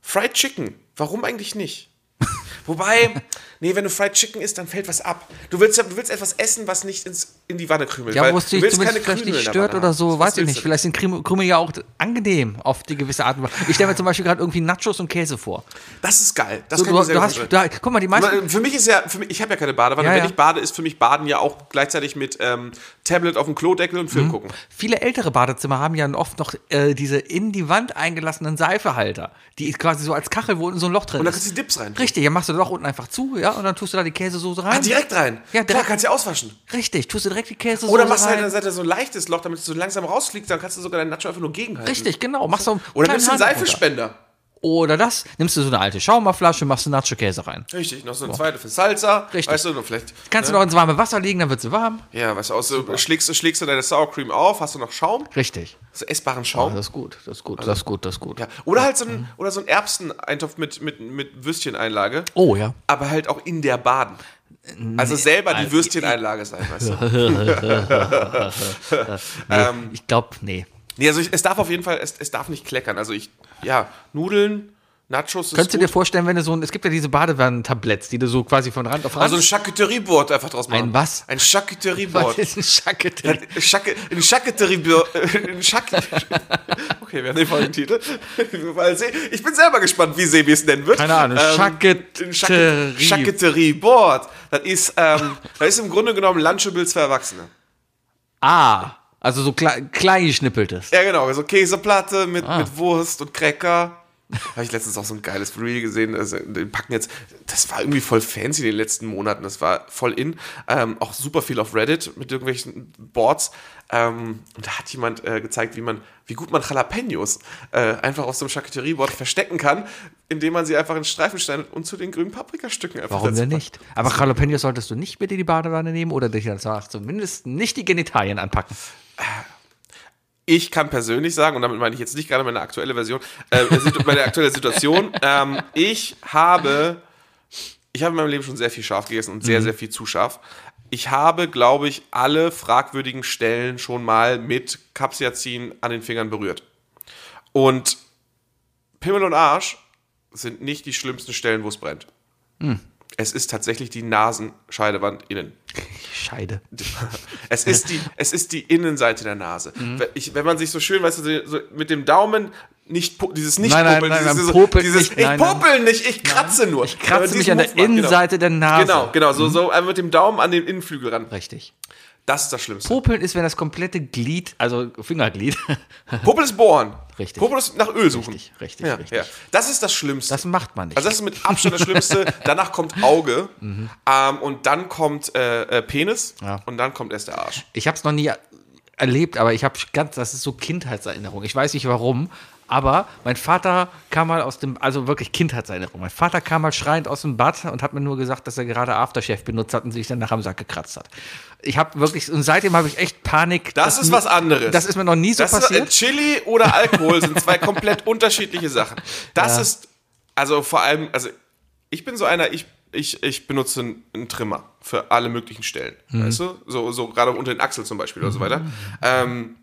Speaker 4: Fried Chicken. Warum eigentlich nicht? Wobei, nee, wenn du Fried Chicken isst, dann fällt was ab. Du willst, ja- du willst etwas essen, was nicht ins, in die Wanne krümelt.
Speaker 3: ja,
Speaker 4: weil
Speaker 3: wo es dich
Speaker 4: willst keine
Speaker 3: zumindest vielleicht
Speaker 4: Krümel
Speaker 3: nicht
Speaker 4: in der
Speaker 3: stört
Speaker 4: Wanne
Speaker 3: oder
Speaker 4: haben.
Speaker 3: so,
Speaker 4: Was
Speaker 3: weiß ich
Speaker 4: willst
Speaker 3: nicht.
Speaker 4: du?
Speaker 3: Vielleicht sind Krim- Krümel ja auch angenehm auf die gewisse Art und Weise. Ich stelle mir zum Beispiel gerade irgendwie Nachos und Käse vor.
Speaker 4: Das ist geil. Das
Speaker 3: So,
Speaker 4: kann ich mir
Speaker 3: du,
Speaker 4: sehr
Speaker 3: du
Speaker 4: gut
Speaker 3: hast,
Speaker 4: vorstellen.
Speaker 3: du, guck mal, die meisten,
Speaker 4: Für mich ist ja, für mich, ich habe ja keine Badewanne.
Speaker 3: Ja,
Speaker 4: Wenn
Speaker 3: ja.
Speaker 4: ich bade, ist für mich Baden ja auch gleichzeitig mit ähm, Tablet auf dem Klodeckel und Film
Speaker 3: Mhm.
Speaker 4: gucken.
Speaker 3: Viele ältere Badezimmer haben ja oft noch äh, diese in die Wand eingelassenen Seifehalter, die quasi so als Kachel, wo unten so ein Loch drin
Speaker 4: Und da
Speaker 3: ist.
Speaker 4: kannst du die Dips rein.
Speaker 3: Richtig, ja, machst du doch unten einfach zu, ja, und dann tust du da die Käsesoße rein.
Speaker 4: Ah, direkt rein.
Speaker 3: Ja,
Speaker 4: Klar,
Speaker 3: direkt.
Speaker 4: kannst du ja auswaschen.
Speaker 3: Richtig, tust du direkt die Käsesoße
Speaker 4: Oder machst du halt
Speaker 3: rein.
Speaker 4: an der Seite so ein leichtes Loch, damit es so langsam rausfliegt, dann kannst du sogar deinen Nacho einfach nur gegenhalten.
Speaker 3: Richtig, genau. Machst du einen
Speaker 4: Oder
Speaker 3: kleinen
Speaker 4: nimmst du einen
Speaker 3: Hahn runter.
Speaker 4: Seifenspender.
Speaker 3: Oder das, nimmst du so eine alte Schaumerflasche, machst du Nacho-Käse rein.
Speaker 4: Richtig, noch so eine zweite für Salsa.
Speaker 3: Richtig.
Speaker 4: Weißt du, noch vielleicht.
Speaker 3: Kannst du noch ins warme Wasser legen, dann wird sie warm.
Speaker 4: Ja, weißt du, aus, so schlägst, du- schlägst du deine Sour Cream auf, hast du noch Schaum,
Speaker 3: Richtig.
Speaker 4: so essbaren Schaum.
Speaker 3: Das ist gut, das ist gut, das ist gut, das ist gut.
Speaker 4: ja. Oder halt so ein, oder so ein Erbseneintopf mit, mit, mit Würstcheneinlage.
Speaker 3: Oh ja.
Speaker 4: aber halt auch in der Baden. Also selber die
Speaker 3: also-
Speaker 4: Würstcheneinlage sein, weißt du?
Speaker 3: Nee,
Speaker 4: Ähm.
Speaker 3: ich glaube, nee.
Speaker 4: Nee, also ich, es darf auf jeden Fall, es, es darf nicht kleckern. Also ich, ja, Nudeln, Nachos ist
Speaker 3: Könntest du
Speaker 4: gut.
Speaker 3: dir vorstellen, wenn du so ein, es gibt ja diese Badewannen-Tabletts, die du so quasi von Rand auf Rand.
Speaker 4: Also ein Charcuterie-Board einfach draus machen.
Speaker 3: Ein was?
Speaker 4: Ein
Speaker 3: Was
Speaker 4: Charcuterie-Board.
Speaker 3: ist ein Schacke?
Speaker 4: Schacke, ein Charcuterie-Board. Ein Schack okay, wir haben den vollen Titel. Weil Se- ich bin selber gespannt, wie Sebi es nennen wird. Ähm,
Speaker 3: Keine Ahnung,
Speaker 4: ein Charcu-
Speaker 3: Charcuterie-
Speaker 4: Charcuterie-Board. Das ist, ähm, das ist im Grunde genommen Lunchables für Erwachsene.
Speaker 3: Ah, also so kle klein geschnippeltes. Ah.
Speaker 4: Ja, genau, so Käseplatte mit, mit Wurst und Cracker. Habe ich letztens auch so ein geiles Reel gesehen. Also, die packen jetzt, das war irgendwie voll fancy in den letzten Monaten. Das war voll in. Ähm, auch super viel auf Reddit mit irgendwelchen Boards. Ähm, und da hat jemand äh, gezeigt, wie man, wie gut man Jalapenos äh, einfach auf so einem Charcuterie-Board verstecken kann, indem man sie einfach in Streifen schneidet und zu den grünen Paprikastücken einfach
Speaker 3: Warum
Speaker 4: dazu
Speaker 3: denn
Speaker 4: packt.
Speaker 3: nicht? Aber Jalapenos solltest du nicht mit in die Badewanne nehmen oder dich danach zumindest nicht die Genitalien anpacken.
Speaker 4: ich kann persönlich sagen, und damit meine ich jetzt nicht gerade meine aktuelle Version, äh, Situ- meine aktuelle Situation, ähm, ich habe, ich habe in meinem Leben schon sehr viel scharf gegessen und sehr, sehr viel zu scharf. Ich habe, glaube ich, alle fragwürdigen Stellen schon mal mit Capsaicin an den Fingern berührt. Und Pimmel und Arsch sind nicht die schlimmsten Stellen, wo es brennt. Es ist tatsächlich die Nasenscheidewand innen.
Speaker 3: Scheide.
Speaker 4: Es ist die, es ist die Innenseite der Nase.
Speaker 3: Mhm.
Speaker 4: Wenn, ich, wenn man sich so schön, weißt du, so mit dem Daumen nicht pu- dieses nicht
Speaker 3: Nein, nein,
Speaker 4: popeln,
Speaker 3: nein,
Speaker 4: dieses,
Speaker 3: man
Speaker 4: so-
Speaker 3: popelt
Speaker 4: dieses
Speaker 3: nicht,
Speaker 4: ich
Speaker 3: nein, nein.
Speaker 4: popel nicht, ich kratze nur.
Speaker 3: Ich kratze
Speaker 4: Wenn
Speaker 3: mich
Speaker 4: man
Speaker 3: an
Speaker 4: diesen
Speaker 3: der
Speaker 4: Move macht,
Speaker 3: Innenseite der Nase. Mhm.
Speaker 4: Genau, genau, genau so, so einmal mit dem Daumen an den Innenflügel ran.
Speaker 3: Richtig.
Speaker 4: Das ist das Schlimmste.
Speaker 3: Popeln ist, wenn das komplette Glied, also Fingerglied,
Speaker 4: Popel ist bohren.
Speaker 3: Richtig.
Speaker 4: Popel ist nach Öl suchen.
Speaker 3: richtig, richtig,
Speaker 4: Ja,
Speaker 3: richtig.
Speaker 4: ja. Das ist das Schlimmste.
Speaker 3: Das macht man nicht.
Speaker 4: Also das ist mit Abstand das Schlimmste. Danach kommt Auge ähm, und dann kommt äh, äh, Penis
Speaker 3: Mhm. Ja.
Speaker 4: und dann kommt erst der Arsch.
Speaker 3: ich habe es noch nie erlebt, aber ich habe ganz, das ist so Kindheitserinnerung. Ich weiß nicht warum, aber mein Vater kam mal aus dem, also wirklich Kindheitserinnerung. Mein Vater kam mal schreiend aus dem Bad und hat mir nur gesagt, dass er gerade Aftershave benutzt hat und sich dann nachher am Sack gekratzt hat. Ich habe wirklich, und seitdem habe ich echt Panik.
Speaker 4: Das
Speaker 3: dass
Speaker 4: ist
Speaker 3: mir-
Speaker 4: was anderes.
Speaker 3: Das ist mir noch nie so
Speaker 4: Das ist, äh,
Speaker 3: passiert.
Speaker 4: Chili oder Alkohol sind zwei komplett unterschiedliche Sachen. Das ist, also vor allem, also ich bin so einer, ich, ich, ich benutze einen, einen Trimmer für alle möglichen Stellen.
Speaker 3: Mhm.
Speaker 4: Weißt du? So, so gerade unter den Achseln zum Beispiel oder so weiter. Ähm,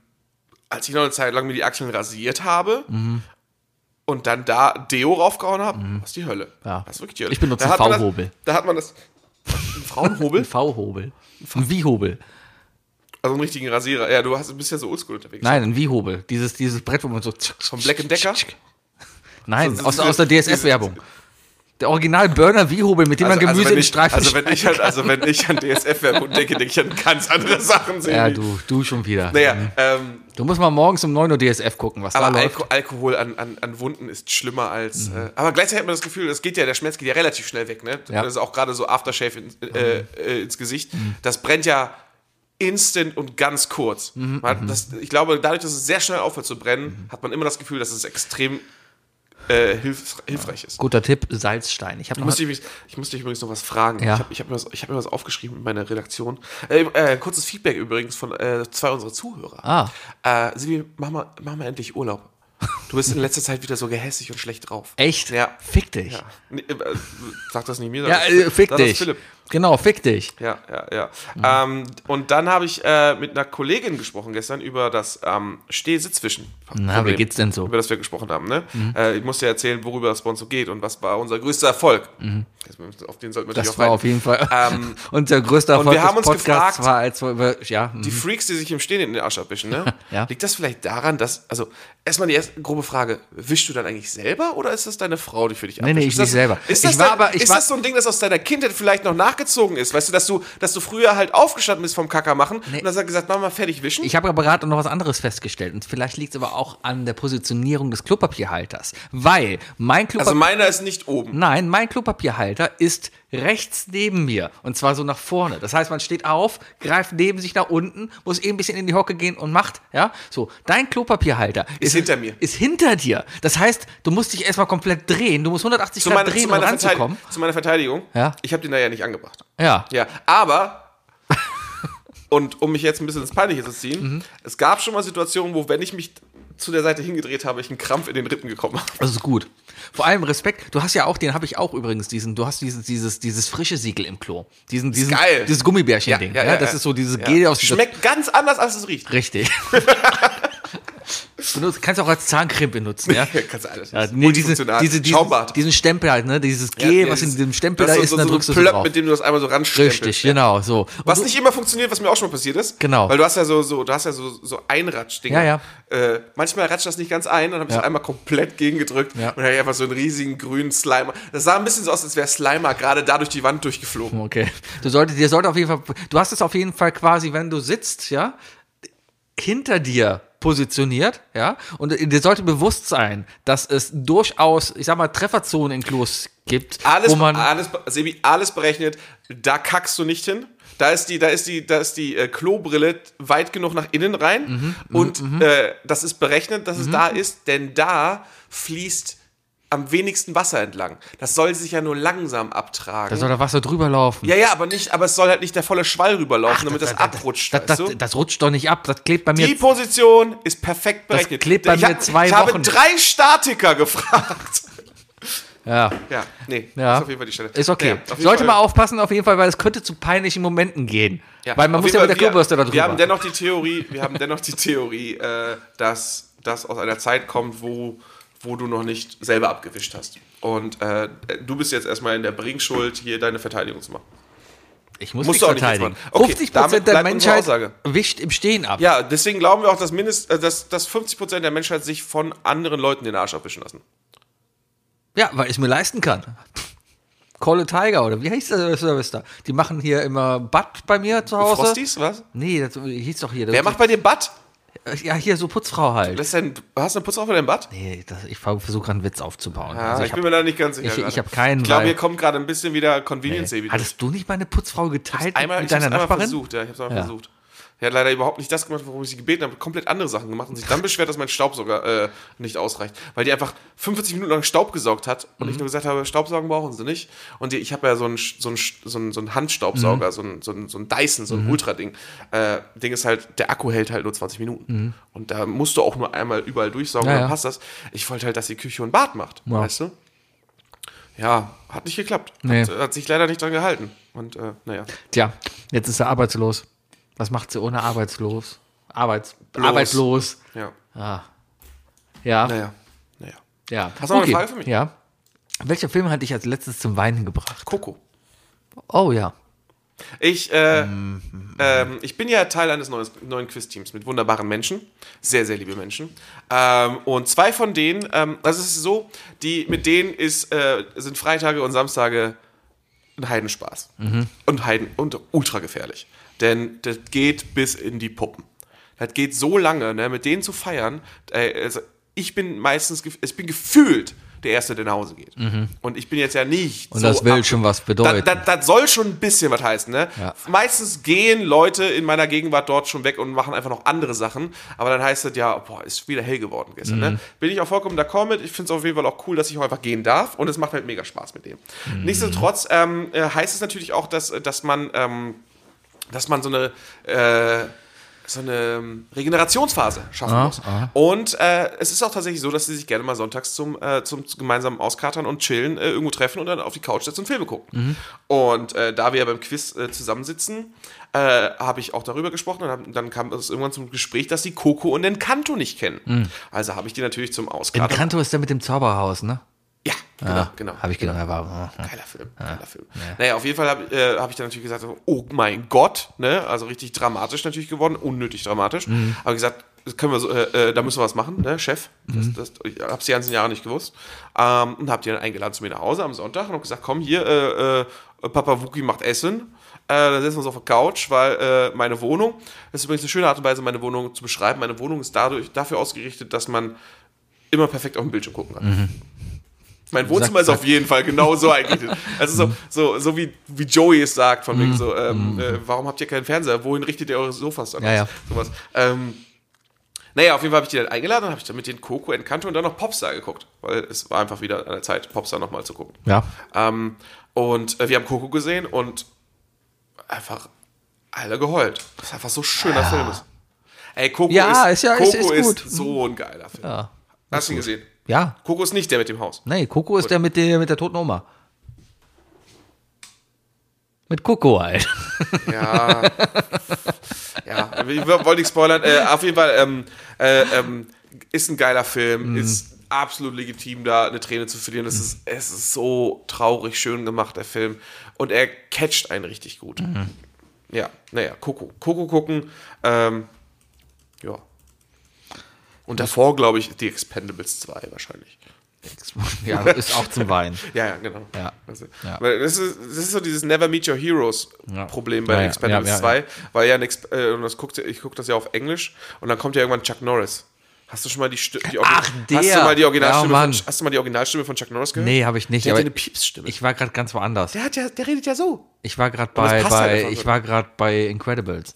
Speaker 4: als ich noch eine Zeit lang mir die Achseln rasiert habe,
Speaker 3: Mhm.
Speaker 4: Und dann da Deo raufgehauen habe, was die Hölle.
Speaker 3: Ja.
Speaker 4: Das ist wirklich die Hölle.
Speaker 3: Ich benutze
Speaker 4: Da
Speaker 3: einen
Speaker 4: hat man das-
Speaker 3: V-Hobel.
Speaker 4: Da hat man das. Einen Frauenhobel?
Speaker 3: V-Hobel. Ein Wie-Hobel.
Speaker 4: Also einen richtigen Rasierer. Ja, du hast, bist ja so oldschool unterwegs.
Speaker 3: Nein, ein Wie-Hobel. Dieses, dieses Brett, wo man so.
Speaker 4: Vom Black Decker?
Speaker 3: Nein,
Speaker 4: So- so
Speaker 3: aus,
Speaker 4: diese-
Speaker 3: aus der DSF-Werbung. Der Original Burner Wie-Hobel, mit dem man Gemüse
Speaker 4: wenn
Speaker 3: in
Speaker 4: ich-
Speaker 3: Streifen
Speaker 4: also wenn, ich
Speaker 3: schneidet.
Speaker 4: an, also wenn ich an DSF Werbung denke, denke ich an ganz andere Sachen. Sebi.
Speaker 3: Ja, du, du schon wieder.
Speaker 4: Naja, ähm,
Speaker 3: Du musst mal morgens um 9 Uhr DSF gucken, was da
Speaker 4: aber
Speaker 3: läuft.
Speaker 4: Alko Alkohol an, an, an Wunden ist schlimmer als.
Speaker 3: Mhm.
Speaker 4: Äh, aber gleichzeitig hat man das Gefühl, das geht ja, der Schmerz geht ja relativ schnell weg, ne?
Speaker 3: Ja. Mhm.
Speaker 4: Das ist auch gerade so Aftershave in, äh, äh, ins Gesicht. Das brennt ja instant und ganz kurz.
Speaker 3: Mhm,
Speaker 4: Man hat das, ich glaube, dadurch, dass es sehr schnell aufhört zu brennen, hat man immer das Gefühl, dass es extrem äh, hilf, hilfreich ist.
Speaker 3: Guter Tipp, Salzstein. Ich habe
Speaker 4: Ich
Speaker 3: noch
Speaker 4: muss, dich, übrigens- ich muss dich übrigens noch was fragen.
Speaker 3: Ja.
Speaker 4: Ich habe ich hab mir, was- ich hab mir was aufgeschrieben in meiner Redaktion. Äh, äh, kurzes Feedback übrigens von äh, zwei unserer Zuhörer.
Speaker 3: Ah.
Speaker 4: Äh, Sibi, mach mal, mach mal endlich Urlaub. Du bist in letzter Zeit wieder so gehässig und schlecht drauf.
Speaker 3: echt,
Speaker 4: Ja.
Speaker 3: fick dich.
Speaker 4: Ja.
Speaker 3: Ja,
Speaker 4: Nee, äh, sag das nicht mir. sag das-
Speaker 3: äh, fick
Speaker 4: sag das
Speaker 3: dich.
Speaker 4: Philipp.
Speaker 3: Genau, fick dich.
Speaker 4: Ja, ja, ja.
Speaker 3: Mhm.
Speaker 4: Ähm, und dann habe ich äh, mit einer Kollegin gesprochen gestern über das ähm, Steh-Sitzwischen.
Speaker 3: Na, wie geht's denn so? Mhm.
Speaker 4: Über das wir gesprochen haben, ne? Äh, ich muss dir erzählen, worüber das bei uns so geht und was war unser größter Erfolg. Das- Auf den sollten wir natürlich
Speaker 3: Mhm. Das
Speaker 4: auch
Speaker 3: war
Speaker 4: rein-
Speaker 3: auf jeden Fall
Speaker 4: Ähm,
Speaker 3: unser größter
Speaker 4: und
Speaker 3: Erfolg
Speaker 4: wir haben
Speaker 3: des
Speaker 4: uns
Speaker 3: Podcasts
Speaker 4: gefragt-
Speaker 3: war, als wir über, ja,
Speaker 4: Die
Speaker 3: mhm.
Speaker 4: Freaks, die sich im Stehen in den Arsch abwischen, ne?
Speaker 3: Ja.
Speaker 4: Liegt das vielleicht daran, dass, also, erstmal die erste grobe Frage, wischst du dann eigentlich selber oder ist das deine Frau, die für dich abwischt?
Speaker 3: nee, ich
Speaker 4: ist das,
Speaker 3: nicht selber.
Speaker 4: Ist,
Speaker 3: Ich
Speaker 4: das,
Speaker 3: war
Speaker 4: dein,
Speaker 3: aber- ich
Speaker 4: ist
Speaker 3: war-
Speaker 4: das so ein Ding, das aus deiner Kindheit vielleicht noch nachgezogen ist? Weißt du, dass du, dass du früher halt aufgestanden bist vom Kacker machen und dann hast gesagt, Mama, fertig wischen?
Speaker 3: Ich habe aber gerade noch was anderes festgestellt und vielleicht liegt es aber auch an der Positionierung des Klopapierhalters, weil mein Klopapier
Speaker 4: also meiner ist nicht oben.
Speaker 3: Nein, mein Klopapierhalter ist rechts neben mir und zwar so nach vorne. Das heißt, man steht auf, greift neben sich nach unten, muss eben ein bisschen in die Hocke gehen und macht, ja? So, dein Klopapierhalter ist,
Speaker 4: hinter mir.
Speaker 3: Ist hinter dir. Das heißt, du musst dich erstmal komplett drehen, du musst 180
Speaker 4: Zu
Speaker 3: Grad
Speaker 4: meiner,
Speaker 3: drehen,
Speaker 4: zu, meiner
Speaker 3: um
Speaker 4: Verteid-
Speaker 3: ranzukommen.
Speaker 4: zu meiner Verteidigung,
Speaker 3: Ja.
Speaker 4: ich habe den da ja nicht angebracht.
Speaker 3: Ja.
Speaker 4: Ja, aber. und um mich jetzt ein bisschen ins Peinliche zu
Speaker 3: Mhm.
Speaker 4: ziehen, es gab schon mal Situationen, wo, wenn ich mich zu der Seite hingedreht habe, ich einen Krampf in den Rippen gekommen habe.
Speaker 3: Das ist gut. Vor allem Respekt. Du hast ja auch, den habe ich auch übrigens, diesen, du hast dieses, dieses, dieses frische Siegel im Klo. Diesen, diesen,
Speaker 4: geil.
Speaker 3: Dieses Gummibärchen-Ding. Ja, das ist so dieses Gel aus dieser
Speaker 4: Schmeckt ganz anders, als es riecht.
Speaker 3: Richtig. Benutzt, kannst du auch als Zahncreme benutzen, ja?
Speaker 4: Kannst du alles.
Speaker 3: ja nee, diese,
Speaker 4: Multifunktional.
Speaker 3: diese, diesen,
Speaker 4: Schaumbad.
Speaker 3: diesen Stempel halt, ne? Dieses
Speaker 4: Ja,
Speaker 3: Gel,
Speaker 4: ja,
Speaker 3: was in
Speaker 4: dieses-
Speaker 3: diesem Stempel da
Speaker 4: das
Speaker 3: ist, und dann
Speaker 4: so
Speaker 3: drückst du
Speaker 4: ein Plöpp,
Speaker 3: drauf.
Speaker 4: mit dem du das einmal so ranstempelst.
Speaker 3: Richtig, genau, so. Und
Speaker 4: Was
Speaker 3: du-
Speaker 4: nicht immer funktioniert, was mir auch schon mal passiert ist.
Speaker 3: Genau.
Speaker 4: Weil du hast ja so, so, du hast ja so, so Einratschdinger.
Speaker 3: Ja,
Speaker 4: Äh, manchmal ratscht das nicht ganz ein, dann habe ich
Speaker 3: Ja.
Speaker 4: es einmal komplett gegengedrückt
Speaker 3: Ja.
Speaker 4: und dann hab ich einfach so einen riesigen grünen Slimer. Das sah ein bisschen so aus, als wäre Slimer gerade da durch die Wand durchgeflogen.
Speaker 3: Okay. Du solltest, dir sollte auf jeden Fall, du hast es auf jeden Fall quasi, wenn du sitzt, ja, hinter dir positioniert, ja. Und dir sollte bewusst sein, dass es durchaus, ich sag mal, Trefferzonen in Klos gibt,
Speaker 4: Alles,
Speaker 3: wo man.
Speaker 4: alles, Sebi, alles berechnet, da kackst du nicht hin. Da ist die, da ist die, da ist die äh, Klobrille weit genug nach innen rein.
Speaker 3: Mhm,
Speaker 4: und äh, das ist berechnet, dass es da ist, denn da fließt am wenigsten Wasser entlang. Das soll sich ja nur langsam abtragen.
Speaker 3: da soll da Wasser drüber laufen.
Speaker 4: ja, ja, aber nicht, aber es soll halt nicht der volle Schwall rüberlaufen, damit das, abrutscht.
Speaker 3: Das, das,
Speaker 4: weißt du?
Speaker 3: das, rutscht doch nicht ab, das klebt bei mir.
Speaker 4: Die Position ist perfekt berechnet.
Speaker 3: klebt bei
Speaker 4: ich
Speaker 3: mir
Speaker 4: hab-
Speaker 3: zwei
Speaker 4: ich habe
Speaker 3: Wochen.
Speaker 4: drei Statiker gefragt.
Speaker 3: ja.
Speaker 4: Ja, nee,
Speaker 3: Ja.
Speaker 4: ist auf jeden Fall die Stelle.
Speaker 3: Ist okay.
Speaker 4: Naja, auf jeden
Speaker 3: Sollte
Speaker 4: Fall-
Speaker 3: mal aufpassen, auf jeden Fall, weil es könnte zu peinlichen Momenten gehen.
Speaker 4: Ja,
Speaker 3: Weil man
Speaker 4: auf
Speaker 3: muss
Speaker 4: jeden
Speaker 3: ja mit der
Speaker 4: Fall,
Speaker 3: Klobürste
Speaker 4: wir,
Speaker 3: da drüber.
Speaker 4: Wir haben dennoch die Theorie, wir haben dennoch die Theorie, äh, dass das aus einer Zeit kommt, wo, wo du noch nicht selber abgewischt hast. Und äh, du bist jetzt erstmal in der Bringschuld, hier deine Verteidigung zu machen.
Speaker 3: ich muss
Speaker 4: Musst
Speaker 3: mich
Speaker 4: du auch nicht
Speaker 3: verteidigen.
Speaker 4: jetzt machen. Okay,
Speaker 3: 50
Speaker 4: damit
Speaker 3: der
Speaker 4: bleibt unsere
Speaker 3: Menschheit
Speaker 4: Aussage.
Speaker 3: wischt im Stehen ab.
Speaker 4: Ja, deswegen glauben wir auch, dass, mindest, äh, dass, dass 50% der Menschheit sich von anderen Leuten den Arsch abwischen lassen.
Speaker 3: Ja, weil ich es mir leisten kann. Call a Tiger oder wie heißt der Service da? Die machen hier immer Bad bei mir zu Hause.
Speaker 4: Frosties, was?
Speaker 3: Nee, das hieß doch hier.
Speaker 4: Wer macht bei dir Bad?
Speaker 3: ja, hier so Putzfrau halt.
Speaker 4: Lässt dein, hast du eine Putzfrau für dein Bad?
Speaker 3: Nee, das, ich versuche gerade einen Witz aufzubauen.
Speaker 4: Ja,
Speaker 3: Also
Speaker 4: ich,
Speaker 3: ich hab,
Speaker 4: bin mir da nicht ganz sicher.
Speaker 3: ich-
Speaker 4: gerade.
Speaker 3: ich hab keinen,
Speaker 4: Ich glaube,
Speaker 3: weil-
Speaker 4: hier kommt gerade ein bisschen wieder Convenience nee.
Speaker 3: hattest du nicht mal eine Putzfrau geteilt
Speaker 4: einmal,
Speaker 3: mit
Speaker 4: ich hab's
Speaker 3: deiner
Speaker 4: einmal
Speaker 3: Nachbarin?
Speaker 4: versucht, ja, ich hab's einmal
Speaker 3: Ja.
Speaker 4: versucht. Er hat leider überhaupt nicht das gemacht, worum ich sie gebeten habe, komplett andere Sachen gemacht und sich dann beschwert, dass mein Staubsauger äh, nicht ausreicht. Weil die einfach 45 Minuten lang Staub gesaugt hat und
Speaker 3: Mhm.
Speaker 4: ich nur gesagt habe, Staubsaugen brauchen sie nicht. Und die, ich habe ja so einen, Sch- so einen, Sch- so einen, so einen
Speaker 3: Mhm.
Speaker 4: Handstaubsauger, so, einen, so, einen, so einen Dyson, so ein Ultra-Ding. Äh, Ding ist halt, der Akku hält halt nur 20 Minuten. Und da musst du auch nur einmal überall durchsaugen,
Speaker 3: Mhm. Ja,
Speaker 4: dann
Speaker 3: ja.
Speaker 4: passt das. Ich wollte halt, dass die Küche und Bad macht,
Speaker 3: Ja.
Speaker 4: weißt du? Ja, hat nicht geklappt.
Speaker 3: Nee.
Speaker 4: Hat, hat sich leider nicht dran gehalten. Und äh, naja.
Speaker 3: Tja, jetzt ist er arbeitslos. Was macht sie ohne arbeitslos? Arbeits
Speaker 4: Los.
Speaker 3: Arbeitslos.
Speaker 4: Ja,
Speaker 3: Ah. Ja,
Speaker 4: naja, naja.
Speaker 3: ja.
Speaker 4: Hast du noch eine Frage für mich?
Speaker 3: Ja. Welcher Film hat dich als letztes zum Weinen gebracht?
Speaker 4: Coco.
Speaker 3: Oh ja.
Speaker 4: Ich, äh, ähm, ich bin ja Teil eines neues, neuen Quiz-Teams mit wunderbaren Menschen. Sehr, sehr liebe Menschen. Ähm, und zwei von denen, ähm, also es ist so, die, mit denen ist, äh, sind Freitage und Samstage ein Heidenspaß. Und Heiden und ultra gefährlich. Denn das geht bis in die Puppen. Das geht so lange, ne, mit denen zu feiern. Äh, also ich bin meistens, gef- ich bin gefühlt der Erste, der nach Hause geht. Und ich bin jetzt ja nicht
Speaker 3: Und das will schon was bedeuten.
Speaker 4: Das, das, das soll schon ein bisschen was heißen, ne?
Speaker 3: Ja.
Speaker 4: Meistens gehen Leute in meiner Gegenwart dort schon weg und machen einfach noch andere Sachen. Aber dann heißt es ja, boah, ist wieder hell geworden gestern, ne? Bin ich auch vollkommen d'accord mit. Ich finde es auf jeden Fall auch cool, dass ich auch einfach gehen darf. Und es macht halt mega Spaß mit dem. Nichtsdestotrotz ähm, äh, heißt es natürlich auch, dass, dass man, ähm, dass man so eine, äh, so eine ähm, Regenerationsphase schaffen muss. Und äh, es ist auch tatsächlich so, dass sie sich gerne mal sonntags zum, äh, zum gemeinsamen Auskatern und Chillen äh, irgendwo treffen und dann auf die Couch sitzen und Filme gucken. Und äh, da wir ja beim Quiz äh, zusammensitzen, äh, habe ich auch darüber gesprochen und hab, dann kam es irgendwann zum Gespräch, dass sie Coco und Encanto nicht kennen. Also habe ich die natürlich zum Auskatern.
Speaker 3: Encanto ist der mit dem Zauberhaus, ne?
Speaker 4: ja, genau, genau.
Speaker 3: Habe ich gedacht, er war.
Speaker 4: Geiler Film, geiler Film. Naja, auf jeden Fall habe äh, hab ich dann natürlich gesagt, so, oh mein Gott, ne? Also richtig dramatisch natürlich geworden, unnötig dramatisch. Aber gesagt, das können wir so, äh, äh, da müssen wir was machen, ne, Chef. Das, das, ich habe es die ganzen Jahre nicht gewusst. Ähm, und habe die dann eingeladen zu mir nach Hause am Sonntag und habe gesagt, komm hier, äh, äh, Papa Wuki macht Essen. Äh, dann setzen wir uns auf der Couch, weil äh, meine Wohnung, das ist übrigens eine schöne Art und Weise, meine Wohnung zu beschreiben. Meine Wohnung ist dadurch dafür ausgerichtet, dass man immer perfekt auf den Bildschirm gucken kann. Mein Wohnzimmer ist auf jeden Fall genau so eingerichtet. Also so, so, so wie, wie Joey es sagt, von wegen
Speaker 3: Mhm.
Speaker 4: so, ähm, äh, warum habt ihr keinen Fernseher? Wohin richtet ihr eure Sofas an?
Speaker 3: Ja, ja.
Speaker 4: Sowas. Ähm, naja, auf jeden Fall habe ich die dann eingeladen und habe ich dann mit den Coco Encanto und dann noch Popstar geguckt, weil es war einfach wieder an der Zeit, Popstar nochmal zu gucken.
Speaker 3: Ja.
Speaker 4: Ähm, und äh, wir haben Coco gesehen und einfach alle geheult. Das ist einfach so ein schöner Film. Ist. Ey, Coco
Speaker 3: Ja,
Speaker 4: ist,
Speaker 3: ist ja- ist-
Speaker 4: Coco
Speaker 3: ist gut.
Speaker 4: so ein geiler Film.
Speaker 3: Ja.
Speaker 4: Hast du ihn gesehen?
Speaker 3: Ah. Ja.
Speaker 4: Coco ist nicht der mit dem Haus.
Speaker 3: Nee, Coco ist der mit der mit der toten Oma. Mit Coco halt.
Speaker 4: Ja. ja, ich wollte nicht spoilern. Äh, auf jeden Fall ähm, äh, ähm, ist ein geiler Film, ist absolut legitim, da eine Träne zu verlieren. Es ist, es ist so traurig schön gemacht, der Film. Und er catcht einen richtig gut. Ja, naja, Coco. Coco gucken. Ähm, ja. Und davor, glaube ich, die Expendables 2 wahrscheinlich.
Speaker 3: Ja, ist auch zum Weinen.
Speaker 4: Ja, ja, genau.
Speaker 3: Ja.
Speaker 4: Also,
Speaker 3: Ja.
Speaker 4: Weil das, ist, das ist so dieses Never Meet Your Heroes
Speaker 3: Ja.
Speaker 4: Problem
Speaker 3: Ja,
Speaker 4: bei
Speaker 3: ja,
Speaker 4: Expendables
Speaker 3: ja, ja,
Speaker 4: 2,
Speaker 3: ja.
Speaker 4: weil ja ein Exp äh, und das guckt, ich gucke das ja auf Englisch und dann kommt ja irgendwann Chuck Norris. Hast du schon mal die, Sti- die Orgi-
Speaker 3: Ach, der.
Speaker 4: Hast du mal die Originalstimme
Speaker 3: Ja,
Speaker 4: von,
Speaker 3: Mann.
Speaker 4: Hast du mal die Originalstimme von Chuck Norris gehört?
Speaker 3: Nee, habe ich nicht.
Speaker 4: Der hat
Speaker 3: aber
Speaker 4: ja eine Piepsstimme.
Speaker 3: ich war gerade ganz woanders.
Speaker 4: der hat ja, der redet ja so.
Speaker 3: Ich war gerade
Speaker 4: das
Speaker 3: bei,
Speaker 4: passt halt
Speaker 3: bei
Speaker 4: einfach
Speaker 3: ich
Speaker 4: so.
Speaker 3: war gerade bei Incredibles.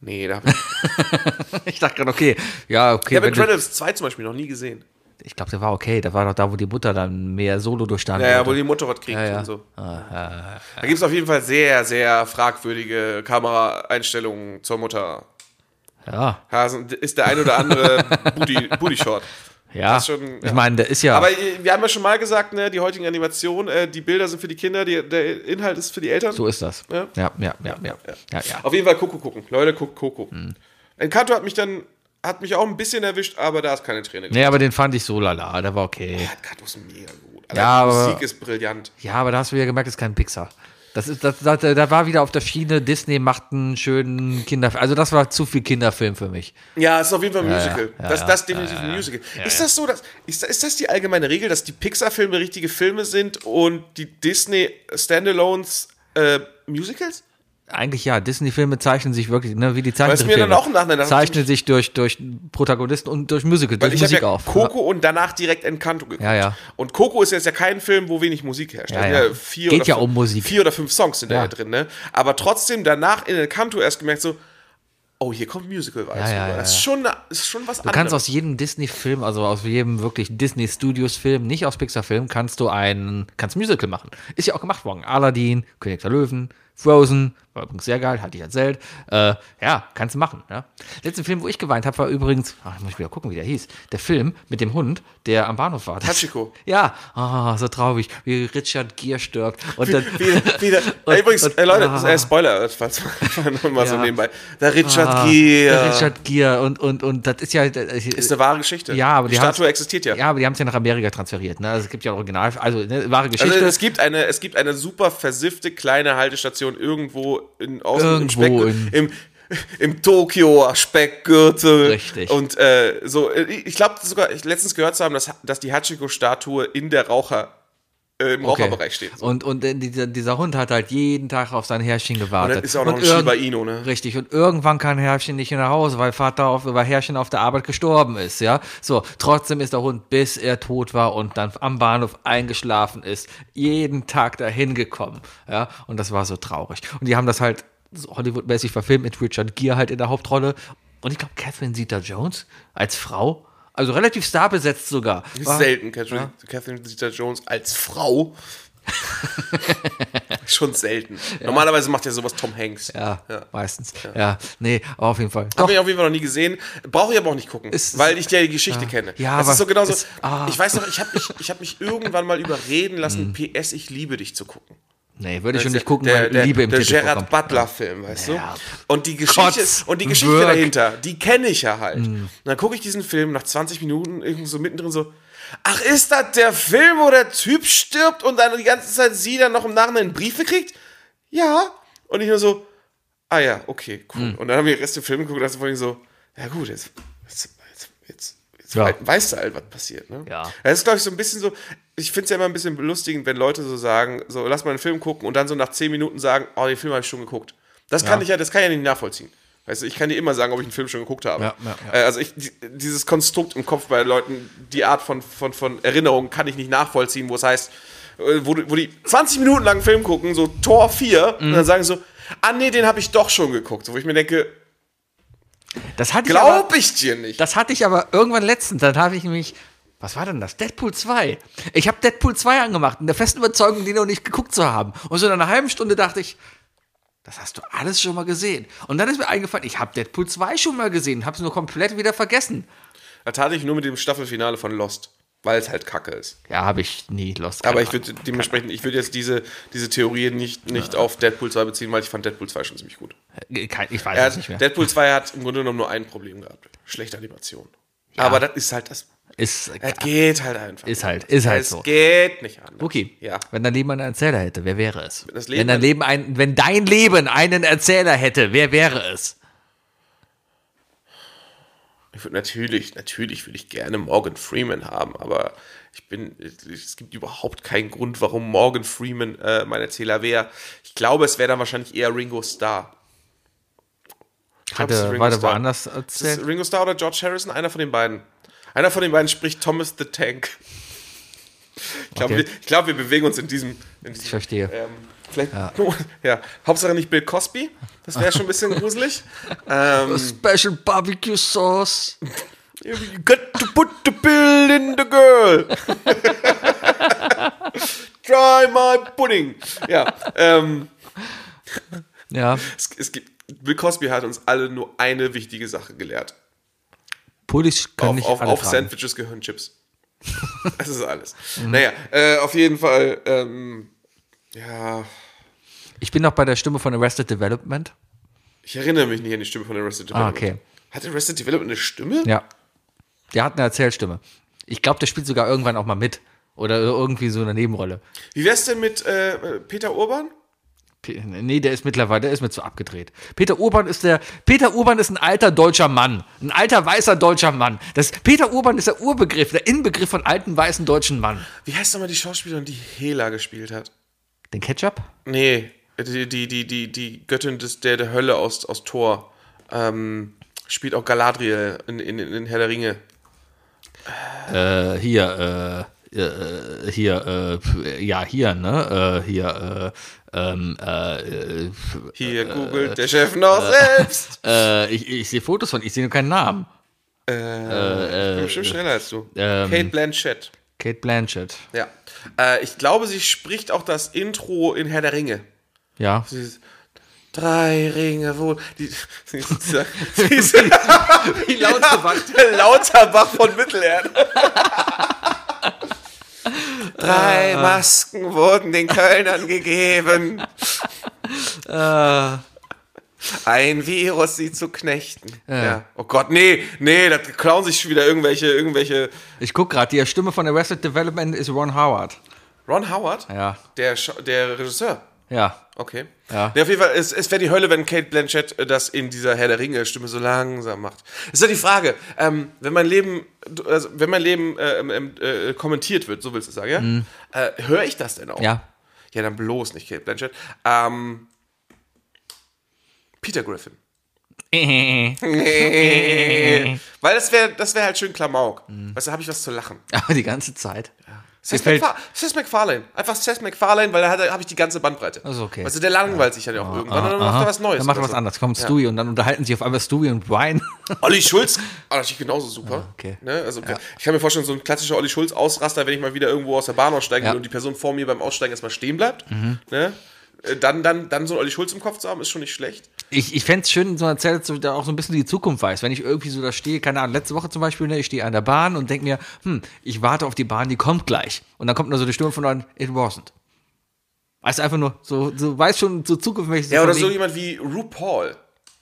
Speaker 4: Nee, da hab ich.
Speaker 3: Ich dachte gerade, okay, ja, okay.
Speaker 4: Ich habe
Speaker 3: wenn du,
Speaker 4: Incredibles 2 zum Beispiel noch nie gesehen.
Speaker 3: ich glaube, der war okay. Da war doch da, wo die Mutter dann mehr Solo durchstand.
Speaker 4: Ja, ja, wo die Motorrad kriegt
Speaker 3: Ja, ja.
Speaker 4: und so. Da gibt es auf jeden Fall sehr, sehr fragwürdige Kameraeinstellungen zur Mutter.
Speaker 3: ja,
Speaker 4: Ja, so ist der ein oder andere Booty, Booty Short.
Speaker 3: ja.
Speaker 4: ist schon-
Speaker 3: Ich
Speaker 4: ja.
Speaker 3: meine, der ist ja.
Speaker 4: Aber äh, wir haben ja schon mal gesagt, ne, die heutigen Animationen, äh, die Bilder sind für die Kinder, die, der Inhalt ist für die Eltern.
Speaker 3: so ist das.
Speaker 4: Ja.
Speaker 3: Ja, ja, ja, ja, ja. ja,
Speaker 4: Auf jeden Fall Coco gucken. Leute, guckt Coco.
Speaker 3: Mhm.
Speaker 4: Encanto hat mich dann, hat mich auch ein bisschen erwischt, aber da ist keine Träne. gefallen.
Speaker 3: Nee, aber den fand ich so lala. Der war okay.
Speaker 4: Encanto ist mega gut.
Speaker 3: Ja,
Speaker 4: die
Speaker 3: aber-
Speaker 4: Musik ist brillant.
Speaker 3: Ja, aber da hast du wieder gemerkt, das ist kein Pixar. Das ist, das, das, da war wieder auf der Schiene, Disney macht einen schönen Kinderfilm. Also das war zu viel Kinderfilm für mich.
Speaker 4: Ja, es ist auf jeden Fall ein Musical.
Speaker 3: ja,
Speaker 4: das,
Speaker 3: ja,
Speaker 4: das ist definitiv ein Musical. ist das so, dass, ist, da- ist das die allgemeine Regel, dass die Pixar-Filme richtige Filme sind und die Disney-Standalones äh, Musicals?
Speaker 3: Eigentlich ja, Disney-Filme zeichnen sich wirklich, ne, wie die
Speaker 4: ist mir
Speaker 3: Zeichentrickfilme.
Speaker 4: dann auch im Nachhinein- das hab
Speaker 3: Zeichnen sich durch, durch Protagonisten und durch Musical, durch
Speaker 4: ich habe
Speaker 3: Also Musik
Speaker 4: ja
Speaker 3: auf.
Speaker 4: Coco und danach direkt Encanto geguckt.
Speaker 3: Ja, ja.
Speaker 4: Und Coco ist jetzt ja kein Film, wo wenig Musik herrscht. Da
Speaker 3: Ja,
Speaker 4: sind
Speaker 3: ja.
Speaker 4: vier
Speaker 3: Geht
Speaker 4: oder
Speaker 3: ja
Speaker 4: fünf-
Speaker 3: um Musik.
Speaker 4: Vier oder fünf Songs sind da
Speaker 3: Ja.
Speaker 4: ja drin, ne? Aber trotzdem danach in Encanto erst gemerkt so, oh, hier kommt Musical Vibes.
Speaker 3: Ja, ja,
Speaker 4: rüber.
Speaker 3: ja,
Speaker 4: das ist schon, eine- ist schon was
Speaker 3: Du kannst aus jedem Disney-Film, also aus jedem wirklich Disney-Studios-Film, nicht aus Pixar-Film, kannst du ein, kannst ein Musical machen. Ist ja auch gemacht worden. Aladdin, König der Löwen, Frozen, war übrigens sehr geil, hatte ich erzählt. Äh, ja, kannst du machen. Ja. Letzten Film, wo ich geweint habe, war übrigens, ach, muss ich wieder gucken, wie der hieß, der Film mit dem Hund, der am Bahnhof war. Das-
Speaker 4: Hachiko.
Speaker 3: Ja, ah, so traurig, wie Richard Gere stirbt. Und dann,
Speaker 4: Wieder, wieder.
Speaker 3: Und-
Speaker 4: Übrigens,
Speaker 3: und-
Speaker 4: äh, Leute,
Speaker 3: ah.
Speaker 4: äh, Spoiler, falls mal so
Speaker 3: Ja.
Speaker 4: nebenbei. Der Richard
Speaker 3: ah,
Speaker 4: Gere
Speaker 3: Richard Gere und, und, und das ist ja... äh,
Speaker 4: ist eine wahre Geschichte.
Speaker 3: Ja, aber
Speaker 4: die
Speaker 3: die
Speaker 4: Statue
Speaker 3: haben's-
Speaker 4: existiert ja.
Speaker 3: Ja, aber die haben es ja nach Amerika transferiert. Ne? Also es gibt ja Original, also ne, wahre
Speaker 4: Also
Speaker 3: Geschichte.
Speaker 4: es gibt eine, es gibt eine super versiffte kleine Haltestation irgendwo in außen
Speaker 3: Irgendwo
Speaker 4: im, Speck, im im Tokio Speckgürtel.
Speaker 3: Richtig.
Speaker 4: Und äh, so, äh, ich glaube sogar, ich letztens gehört zu haben, dass, dass die Hachiko-Statue in der Raucher äh, im Raucherbereich steht.
Speaker 3: Und, und äh, dieser, dieser Hund hat halt jeden Tag auf sein Herrchen
Speaker 4: Und
Speaker 3: gewartet.
Speaker 4: dann ist auch noch ein
Speaker 3: irgend-
Speaker 4: Shiba Inu, ne?
Speaker 3: Richtig, und irgendwann kann Herrchen nicht nach Hause, weil Vater auf, weil Herrchen auf der Arbeit gestorben ist, ja. So, trotzdem ist der Hund, bis er tot war und dann am Bahnhof eingeschlafen ist, jeden Tag dahin gekommen, ja. Und das war so traurig. Und die haben das halt so Hollywood-mäßig verfilmt mit Richard Gere halt in der Hauptrolle. Und ich glaube, Catherine Zeta-Jones als Frau, also relativ starbesetzt sogar.
Speaker 4: Ist
Speaker 3: War-
Speaker 4: selten, Catherine,
Speaker 3: Ah.
Speaker 4: Catherine Zeta-Jones als Frau. Schon selten. Normalerweise macht ja sowas Tom Hanks.
Speaker 3: Ja, meistens. Ja. nee, aber auf jeden Fall.
Speaker 4: Habe ich auf jeden Fall noch nie gesehen. Brauche ich aber auch nicht gucken,
Speaker 3: Ist-
Speaker 4: weil ich ja die Geschichte kenne.
Speaker 3: Ja,
Speaker 4: es
Speaker 3: aber
Speaker 4: ist so genauso.
Speaker 3: ist- ah. Mhm.
Speaker 4: Ich weiß noch, ich habe mich, ich hab mich irgendwann mal überreden lassen, PS, ich liebe dich zu gucken.
Speaker 3: Nee, würde ich schon
Speaker 4: Der-
Speaker 3: nicht gucken,
Speaker 4: der,
Speaker 3: weil
Speaker 4: der,
Speaker 3: Liebe im
Speaker 4: Der
Speaker 3: Titel
Speaker 4: Gerard
Speaker 3: vorkommt.
Speaker 4: Butler-Film, weißt
Speaker 3: Ja.
Speaker 4: du? Und die Geschichte,
Speaker 3: Kotz, Mhm.
Speaker 4: und die Geschichte
Speaker 3: Wirk.
Speaker 4: dahinter, die kenne ich ja halt. Und dann gucke ich diesen Film nach 20 Minuten irgendwo so mittendrin so. Ach, ist das der Film, wo der Typ stirbt und dann die ganze Zeit sie dann noch im Nachhinein Briefe kriegt? Ja. Und ich nur so, ah ja, okay, cool.
Speaker 3: Mhm.
Speaker 4: Und dann haben wir den Rest des Films geguckt und dachte vor allem so, ja gut, jetzt, jetzt, jetzt, jetzt, jetzt
Speaker 3: Ja.
Speaker 4: wei- weißt du halt, was passiert. Ne?
Speaker 3: Ja.
Speaker 4: Das ist, glaube ich, so ein bisschen so, ich finde es ja immer ein bisschen belustigend, wenn Leute so sagen, so, lass mal einen Film gucken und dann so nach zehn Minuten sagen, oh, den Film habe ich schon geguckt. Das kann ich ja, das kann ich ja nicht nachvollziehen. Weißt du, ich kann dir immer sagen, ob ich einen Film schon geguckt habe.
Speaker 3: Ja, ja,
Speaker 4: Äh, Also ich, die, dieses Konstrukt im Kopf bei Leuten, die Art von, von, von Erinnerungen kann ich nicht nachvollziehen, wo es heißt, äh, wo, du- wo die 20 Minuten lang einen Film gucken, so Tor 4,
Speaker 3: Mhm.
Speaker 4: und dann sagen so, ah nee, den habe ich doch schon geguckt. Wo ich mir denke,
Speaker 3: Das hatte ich aber,
Speaker 4: glaub ich dir nicht.
Speaker 3: das hatte ich aber irgendwann letztens, dann habe ich mich was war denn das? Deadpool 2. Ich habe Deadpool 2 angemacht, in der festen Überzeugung, den noch nicht geguckt zu haben. Und so nach einer halben Stunde dachte ich, das hast du alles schon mal gesehen. Und dann ist mir eingefallen, ich habe Deadpool 2 schon mal gesehen, habe es nur komplett wieder vergessen.
Speaker 4: Da tat ich nur mit dem Staffelfinale von Lost, weil es halt kacke ist.
Speaker 3: Ja, habe ich nie Lost. keine
Speaker 4: Aber ich
Speaker 3: Ahnung.
Speaker 4: würde dementsprechend, ich würde jetzt diese, diese Theorie nicht, nicht auf Deadpool 2 beziehen, weil ich fand Deadpool 2 schon ziemlich gut.
Speaker 3: Äh, kein- ich weiß
Speaker 4: Er
Speaker 3: es nicht mehr.
Speaker 4: hat, Deadpool 2 hat im Grunde genommen nur ein Problem gehabt. Schlechte Animation. Aber das ist halt das.
Speaker 3: Ist, äh,
Speaker 4: Es geht halt einfach.
Speaker 3: Ist halt- ist halt
Speaker 4: es
Speaker 3: so.
Speaker 4: geht nicht anders.
Speaker 3: Okay.
Speaker 4: Ja.
Speaker 3: Wenn dein Leben einen Erzähler hätte, wer wäre es?
Speaker 4: das Leben
Speaker 3: wenn dein Leben ein, wenn dein Leben einen Erzähler hätte, wer wäre es?
Speaker 4: Ich würde natürlich, natürlich würde ich gerne Morgan Freeman haben, aber ich bin, es gibt überhaupt keinen Grund, warum Morgan Freeman äh, mein Erzähler wäre. Ich glaube, es wäre dann wahrscheinlich eher Ringo Starr. Ich glaub,
Speaker 3: Hat
Speaker 4: es ist
Speaker 3: er,
Speaker 4: Ringo
Speaker 3: war der
Speaker 4: Starr. Ist
Speaker 3: woanders
Speaker 4: es
Speaker 3: erzählt?
Speaker 4: Ringo Starr oder George Harrison? Einer von den beiden. Einer von den beiden spricht Thomas the Tank. Ich glaube,
Speaker 3: Okay.
Speaker 4: wir, ich glaub, wir bewegen uns in diesem. In diesem
Speaker 3: Ich verstehe.
Speaker 4: ähm, vielleicht. Ja. Hauptsache nicht Bill Cosby. Das wäre schon ein bisschen gruselig. ähm,
Speaker 3: Special Barbecue Sauce.
Speaker 4: you got to put the pill in the girl. Try my pudding. Ja. Ähm,
Speaker 3: Ja,
Speaker 4: es, es gibt, Bill Cosby hat uns alle nur eine wichtige Sache gelehrt.
Speaker 3: Pullis können nicht
Speaker 4: auf,
Speaker 3: alle
Speaker 4: auf, auf
Speaker 3: tragen.
Speaker 4: Sandwiches gehören Chips. das ist alles. Naja, äh, auf jeden Fall, ähm, ja,
Speaker 3: Ich bin noch bei der Stimme von Arrested Development.
Speaker 4: ich erinnere mich nicht an die Stimme von Arrested
Speaker 3: Ah,
Speaker 4: Development.
Speaker 3: okay.
Speaker 4: Hat Arrested Development eine Stimme?
Speaker 3: Ja. Der hat eine Erzählstimme. Ich glaube, der spielt sogar irgendwann auch mal mit. Oder irgendwie so eine Nebenrolle.
Speaker 4: Wie wär's denn mit äh, Peter Urban?
Speaker 3: P nee, der ist mittlerweile, der ist mir zu abgedreht. Peter Urban ist der, Peter Urban ist ein alter deutscher Mann. Ein alter weißer deutscher Mann. Das, Peter Urban ist der Urbegriff, der Inbegriff von alten weißen deutschen Mann.
Speaker 4: Wie heißt nochmal die Schauspielerin, die Hela gespielt hat?
Speaker 3: Den Ketchup?
Speaker 4: Nee, die, die, die, die, die Göttin des, der, der Hölle aus, aus Thor ähm, spielt auch Galadriel in, in, in Herr der Ringe.
Speaker 3: Äh, hier, äh, äh, hier, äh, ja, hier, ne? Äh, hier, äh, ähm, äh,
Speaker 4: Hier googelt der Chef noch selbst.
Speaker 3: äh, ich, ich sehe Fotos von, ich sehe nur keinen Namen.
Speaker 4: ich bin bestimmt schneller als du.
Speaker 3: äh, ähm,
Speaker 4: Kate Blanchett.
Speaker 3: Kate Blanchett.
Speaker 4: Ja. Äh, ich glaube, sie spricht auch das Intro in Herr der Ringe.
Speaker 3: Ja.
Speaker 4: Dieses Drei Ringe wohl. Die, sie ist, sie ist,
Speaker 3: Wie laut gewandt.
Speaker 4: der Lauterbach von Mittelerde. Drei Masken wurden den Kölnern gegeben. Ein Virus, sie zu knechten. Ja. Oh Gott, nee, nee, da klauen sich schon wieder irgendwelche, irgendwelche.
Speaker 3: Ich guck gerade, die Stimme von Arrested Development ist Ron Howard.
Speaker 4: Ron Howard?
Speaker 3: Ja.
Speaker 4: Der, Scha- der Regisseur.
Speaker 3: Ja.
Speaker 4: Okay.
Speaker 3: Ja.
Speaker 4: Nee, auf jeden Fall, es, es wäre die Hölle, wenn Kate Blanchett äh, das in dieser Herr der Ringe-Stimme so langsam macht. Ist ja die Frage, ähm, wenn mein Leben, du- also, wenn mein Leben äh, ähm, äh, kommentiert wird, so willst du es sagen, ja? Äh, Höre ich das denn auch?
Speaker 3: Mhm. Ja.
Speaker 4: Ja, dann bloß nicht Kate Blanchett. Ähm, Peter Griffin.
Speaker 3: Oh.
Speaker 4: Äh, Weil das wäre das wär halt schön Klamauk.
Speaker 3: Mhm.
Speaker 4: Weißt du, habe ich was zu lachen.
Speaker 3: Aber die ganze Zeit.
Speaker 4: Seth,
Speaker 3: Gefällt-
Speaker 4: MacFar Seth MacFarlane. Einfach Seth MacFarlane, weil da hat er- habe ich die ganze Bandbreite.
Speaker 3: ist okay.
Speaker 4: Also der langweilt sich ja auch irgendwann und dann macht er was Neues.
Speaker 3: Dann macht er
Speaker 4: oder
Speaker 3: was
Speaker 4: so.
Speaker 3: anderes. Kommt Stewie und dann unterhalten sich auf einmal Stewie und Brian.
Speaker 4: Olli Schulz, aber natürlich genauso super.
Speaker 3: okay.
Speaker 4: Ne? Also, Ich kann mir vorstellen, so ein klassischer Olli Schulz-Ausraster, wenn ich mal wieder irgendwo aus der Bahn aussteigen will und die Person vor mir beim Aussteigen erstmal stehen bleibt. Ne? Äh, Dann, dann, dann so einen Olli Schulz im Kopf zu haben, ist schon nicht schlecht.
Speaker 3: Ich, ich fände es schön, in so einer Zelle, so, da auch so ein bisschen die Zukunft weiß. Wenn ich irgendwie so da stehe, keine Ahnung, letzte Woche zum Beispiel, ne, ich stehe an der Bahn und denke mir, hm, ich warte auf die Bahn, die kommt gleich. Und dann kommt nur so die Stimme von Leuten, it wasn't. Weißt du, einfach nur, so, so weiß schon, so zukunftsmäßig.
Speaker 4: Ja,
Speaker 3: von
Speaker 4: oder so
Speaker 3: wegen-
Speaker 4: jemand wie RuPaul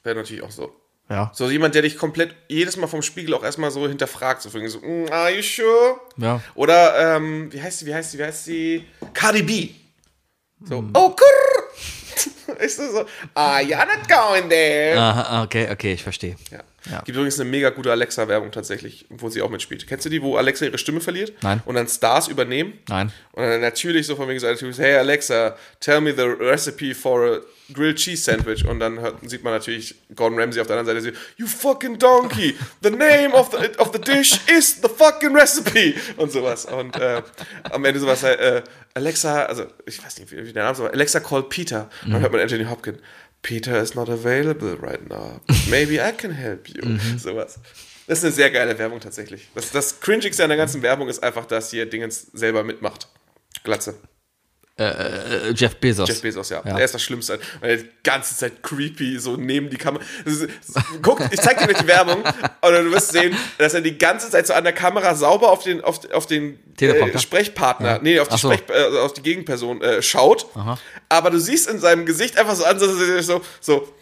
Speaker 4: wäre natürlich auch so.
Speaker 3: Ja.
Speaker 4: So jemand, der dich komplett jedes Mal vom Spiegel auch erstmal so hinterfragt. So, von wegen so "Mm, are you sure?
Speaker 3: Ja.
Speaker 4: Oder, ähm, wie heißt sie, wie heißt sie, wie heißt sie? Cardi B. So, oh, kurr. Ist das so, ah, you're not going there.
Speaker 3: Aha, okay, okay, ich verstehe.
Speaker 4: Ja. Gibt übrigens eine mega gute Alexa-Werbung tatsächlich, wo sie auch mitspielt. Kennst du die, wo Alexa ihre Stimme verliert?
Speaker 3: Nein.
Speaker 4: Und dann Stars übernehmen?
Speaker 3: Nein.
Speaker 4: Und dann natürlich so von wegen so einer Typ, ist, hey Alexa, tell me the recipe for a grilled cheese sandwich. Und dann hört, sieht man natürlich Gordon Ramsay auf der anderen Seite, so, you fucking donkey, the name of the, of the dish is the fucking recipe. Und sowas. Und äh, am Ende sowas, äh, Alexa, also ich weiß nicht, wie, wie der Name ist, aber Alexa called Peter. Und
Speaker 3: Mhm.
Speaker 4: dann hört man Anthony Hopkins. Peter is not available right now. but Maybe I can help you. Sowas. Das ist eine sehr geile Werbung tatsächlich. Das, das Cringigste an der ganzen Werbung ist einfach, dass hier Dingens selber mitmacht. Glatze.
Speaker 3: Äh, Jeff Bezos.
Speaker 4: Jeff Bezos, ja.
Speaker 3: Ja.
Speaker 4: Er ist das Schlimmste. Weil er die ganze Zeit creepy so neben die Kamera. Das ist- Guck, ich zeig dir gleich die Werbung und du wirst sehen, dass er die ganze Zeit so an der Kamera sauber auf den, auf, auf den äh,
Speaker 3: Teleprompter?
Speaker 4: Sprechpartner, nee, auf die,
Speaker 3: Ach so.
Speaker 4: Sprech, äh, auf die Gegenperson äh, schaut. Aber du siehst in seinem Gesicht einfach so an, so, so, so, so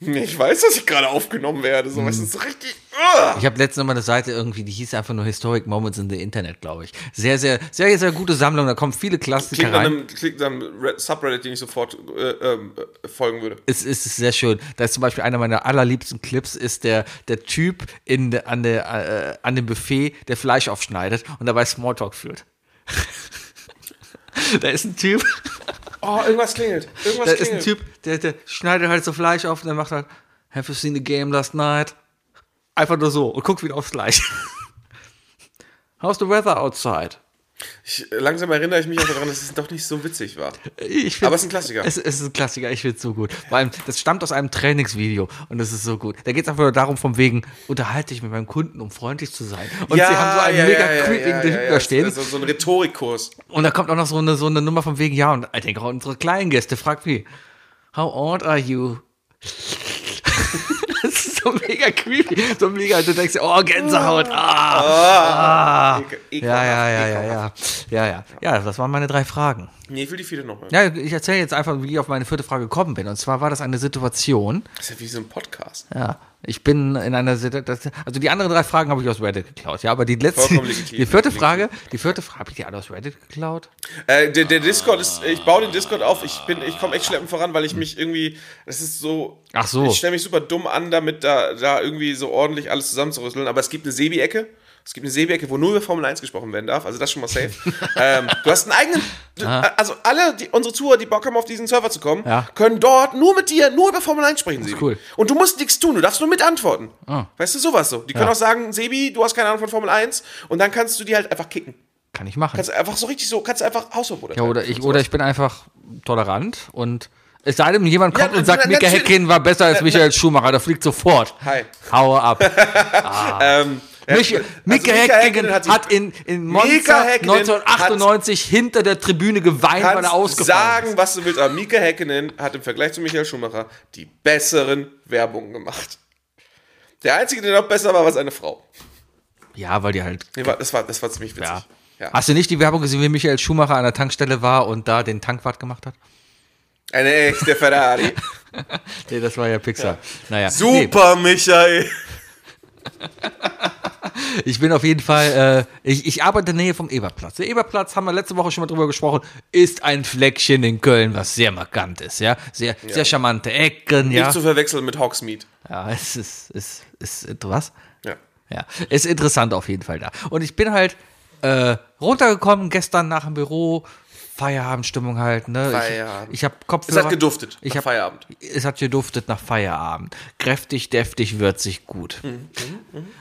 Speaker 4: Ich weiß, dass ich gerade aufgenommen werde. So, weißt du, so richtig. Ugh.
Speaker 3: Ich habe letztens mal eine Seite irgendwie, die hieß einfach nur Historic Moments in the Internet, glaube ich. Sehr, sehr, sehr, sehr gute Sammlung. Da kommen viele Klassiker
Speaker 4: Klingt nach
Speaker 3: rein.
Speaker 4: einem, klingt nach einem Re- Subreddit, den ich sofort äh, ähm, äh, folgen würde.
Speaker 3: Es ist sehr schön. Da ist zum Beispiel einer meiner allerliebsten Clips, ist der, der Typ in, der- an, der, äh, an dem Buffet, der Fleisch aufschneidet und dabei Smalltalk führt. da ist ein Typ,
Speaker 4: Oh, irgendwas klingelt. Irgendwas
Speaker 3: da ist ein
Speaker 4: klingelt.
Speaker 3: Typ, der, der schneidet halt so Fleisch auf und dann macht halt, have you seen the game last night? Einfach nur so und guckt wieder aufs Fleisch. How's the weather outside?
Speaker 4: ich, langsam erinnere ich mich auch daran, dass es doch nicht so witzig war.
Speaker 3: Ich
Speaker 4: Aber
Speaker 3: find's-
Speaker 4: es ist ein Klassiker.
Speaker 3: Es, es ist ein Klassiker, ich finde es so gut. Vor allem, das stammt aus einem Trainingsvideo und das ist so gut. Da geht es einfach nur darum, von wegen, unterhalte ich mit meinem Kunden, um freundlich zu sein. Und sie haben so einen mega creepigen dahinter stehen.
Speaker 4: So, so ein Rhetorikkurs.
Speaker 3: Und da kommt auch noch so eine, so eine Nummer von wegen, ja, und ich denke auch unsere kleinen Gäste, fragt wie, how old are you? das ist so mega creepy. So mega, du denkst, dir, oh, Gänsehaut, ah.
Speaker 4: Ekel-
Speaker 3: Ja,
Speaker 4: ekelhaft,
Speaker 3: ja, ja, ja,
Speaker 4: ekelhaft.
Speaker 3: ja. Ja, ja. Ja, das waren meine drei Fragen.
Speaker 4: Nee, ich will die viele noch hören.
Speaker 3: Ja, ich erzähle jetzt einfach, wie ich auf meine vierte Frage gekommen bin. Und zwar war das eine Situation.
Speaker 4: Das ist ja wie so ein Podcast.
Speaker 3: Ja, ich bin in einer Situation. Also die anderen drei Fragen habe ich aus Reddit geklaut, ja, aber die letzte,
Speaker 4: Vollkommen legitim,
Speaker 3: die vierte
Speaker 4: vollkommen
Speaker 3: Frage, die vierte Frage, habe ich die alle aus Reddit geklaut?
Speaker 4: Äh, der, der Discord ist, ich baue den Discord auf, ich bin, ich komme echt schleppend voran, weil ich mich irgendwie, das ist so,
Speaker 3: Hm. Ach so.
Speaker 4: ich stelle mich super dumm an, damit da, da irgendwie so ordentlich alles zusammenzurüsteln, aber es gibt eine Sebi-Ecke, es gibt eine Sebi-Ecke, wo nur über Formel 1 gesprochen werden darf, also das schon mal safe. ähm, du hast einen eigenen, du, also alle, die, unsere Zuhörer, die Bock haben, auf diesen Server zu kommen,
Speaker 3: Ja.
Speaker 4: können dort nur mit dir, nur über Formel 1 sprechen, Sebi.
Speaker 3: cool. Ah.
Speaker 4: Und du musst nichts tun, du darfst nur mitantworten. Weißt du, sowas so. Die können auch sagen, Sebi, du hast keine Ahnung von Formel 1 und dann kannst du die halt einfach kicken.
Speaker 3: Kann ich machen.
Speaker 4: Kannst einfach so richtig so, kannst einfach Hausverbot
Speaker 3: Ja,
Speaker 4: erteilen.
Speaker 3: oder ich, oder ich bin einfach tolerant und es sei denn, jemand kommt
Speaker 4: Ja,
Speaker 3: und sagt,
Speaker 4: na-
Speaker 3: Mika
Speaker 4: natürlich-
Speaker 3: Häkkinen war besser als Michael Schumacher, der fliegt sofort.
Speaker 4: Hi.
Speaker 3: Haue ab. Ah.
Speaker 4: Ähm, ja,
Speaker 3: Mich,
Speaker 4: also
Speaker 3: Mika Häkkinen hat,
Speaker 4: sich-
Speaker 3: in, in Monza
Speaker 4: Häkkinen
Speaker 3: 1998 hinter der Tribüne geweint, weil er
Speaker 4: kannst
Speaker 3: ausgefallen ist.
Speaker 4: sagen, was du willst, aber Mika Häkkinen hat im Vergleich zu Michael Schumacher die besseren Werbungen gemacht. Der einzige, der noch besser war, war seine Frau.
Speaker 3: Ja, weil die halt
Speaker 4: Nee, war, das, war, das war ziemlich witzig.
Speaker 3: Ja.
Speaker 4: Ja.
Speaker 3: Hast du nicht die Werbung gesehen, wie Michael Schumacher an der Tankstelle war und da den Tankwart gemacht hat?
Speaker 4: Eine echte Ferrari.
Speaker 3: Nee, das war ja Pixar. Naja.
Speaker 4: Super, Michael.
Speaker 3: Nee, ich bin auf jeden Fall, äh, ich, ich arbeite in der Nähe vom Eberplatz. Der Eberplatz, haben wir letzte Woche schon mal drüber gesprochen, ist ein Fleckchen in Köln, was sehr markant ist, ja. Sehr, sehr charmante Ecken, ja.
Speaker 4: Nicht zu verwechseln mit Hogsmeade.
Speaker 3: ja, es ist, es ist, was?
Speaker 4: Ja.
Speaker 3: Ja, ist interessant auf jeden Fall da. Und ich bin halt äh, runtergekommen gestern nach dem Büro, Feierabendstimmung halt, ne?
Speaker 4: Feierabend.
Speaker 3: Ich, ich habe Kopfhörer.
Speaker 4: Es hat geduftet
Speaker 3: Ich
Speaker 4: nach
Speaker 3: hab,
Speaker 4: Feierabend.
Speaker 3: Es hat geduftet nach Feierabend. Kräftig, deftig, würzig, gut.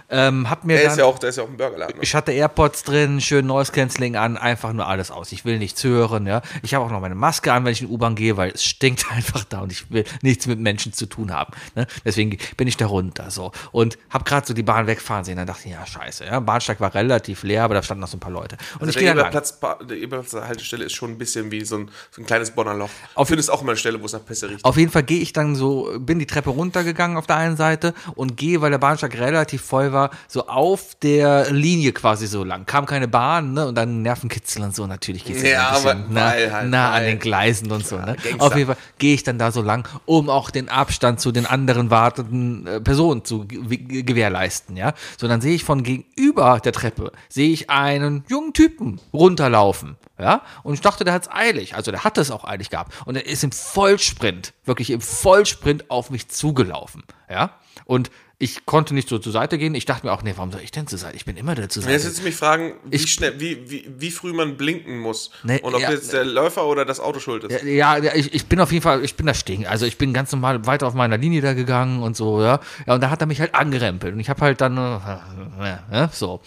Speaker 3: Ähm, hab mir
Speaker 4: Der
Speaker 3: dann,
Speaker 4: ist ja auch, der ist ja auch ein Burgerladen.
Speaker 3: ich hatte AirPods drin, schön Noise Cancelling an, einfach nur alles aus. Ich will nichts hören, ja. Ich habe auch noch meine Maske an, wenn ich in U-Bahn gehe, weil es stinkt einfach da und ich will nichts mit Menschen zu tun haben. Ne? Deswegen bin ich da runter so und habe gerade so die Bahn wegfahren sehen. Dann dachte ich, ja scheiße, ja. Bahnsteig war relativ leer, aber da standen noch so ein paar Leute. Und ich
Speaker 4: Also
Speaker 3: gehe
Speaker 4: der
Speaker 3: da lang.
Speaker 4: Eberplatz, der Eberplatzer Haltestelle ist schon ein bisschen wie so ein, so ein kleines Bonner Loch.
Speaker 3: Auf-
Speaker 4: Auf findest auch immer eine Stelle, wo es nach Pisse riecht.
Speaker 3: Auf jeden Fall gehe ich dann so, bin die Treppe runtergegangen auf der einen Seite und gehe, weil der Bahnsteig relativ voll war, so auf der Linie quasi so lang. Kam keine Bahn, ne? Und dann Nervenkitzel und so natürlich geht's
Speaker 4: Ja,
Speaker 3: jetzt ein
Speaker 4: aber
Speaker 3: bisschen nah,
Speaker 4: weil halt,
Speaker 3: nah an
Speaker 4: weil.
Speaker 3: den Gleisen und so, ne?
Speaker 4: Gangster.
Speaker 3: Auf jeden Fall gehe ich dann da so lang, um auch den Abstand zu den anderen wartenden äh, Personen zu ge- ge- gewährleisten, ja? So dann sehe ich von gegenüber der Treppe sehe ich einen jungen Typen runterlaufen. Ja, und ich dachte, der hat's eilig. Also der hatte es auch eilig gehabt. Und er ist im Vollsprint, wirklich im Vollsprint auf mich zugelaufen. Ja, und ich konnte nicht so zur Seite gehen. Ich dachte mir auch, nee, warum soll ich denn zur Seite? Ich bin immer der zur Seite.
Speaker 4: Jetzt willst du mich fragen, wie
Speaker 3: Ich-
Speaker 4: schnell, wie, wie, wie früh man blinken muss.
Speaker 3: Nee,
Speaker 4: und ob
Speaker 3: ja,
Speaker 4: jetzt der Läufer oder das Auto schuld ist.
Speaker 3: Ja, ja ich, ich bin auf jeden Fall, ich bin da stehen. Also ich bin ganz normal weiter auf meiner Linie da gegangen und so, ja. Ja, und da hat er mich halt angerempelt. Und ich habe halt dann, äh, äh, äh, so.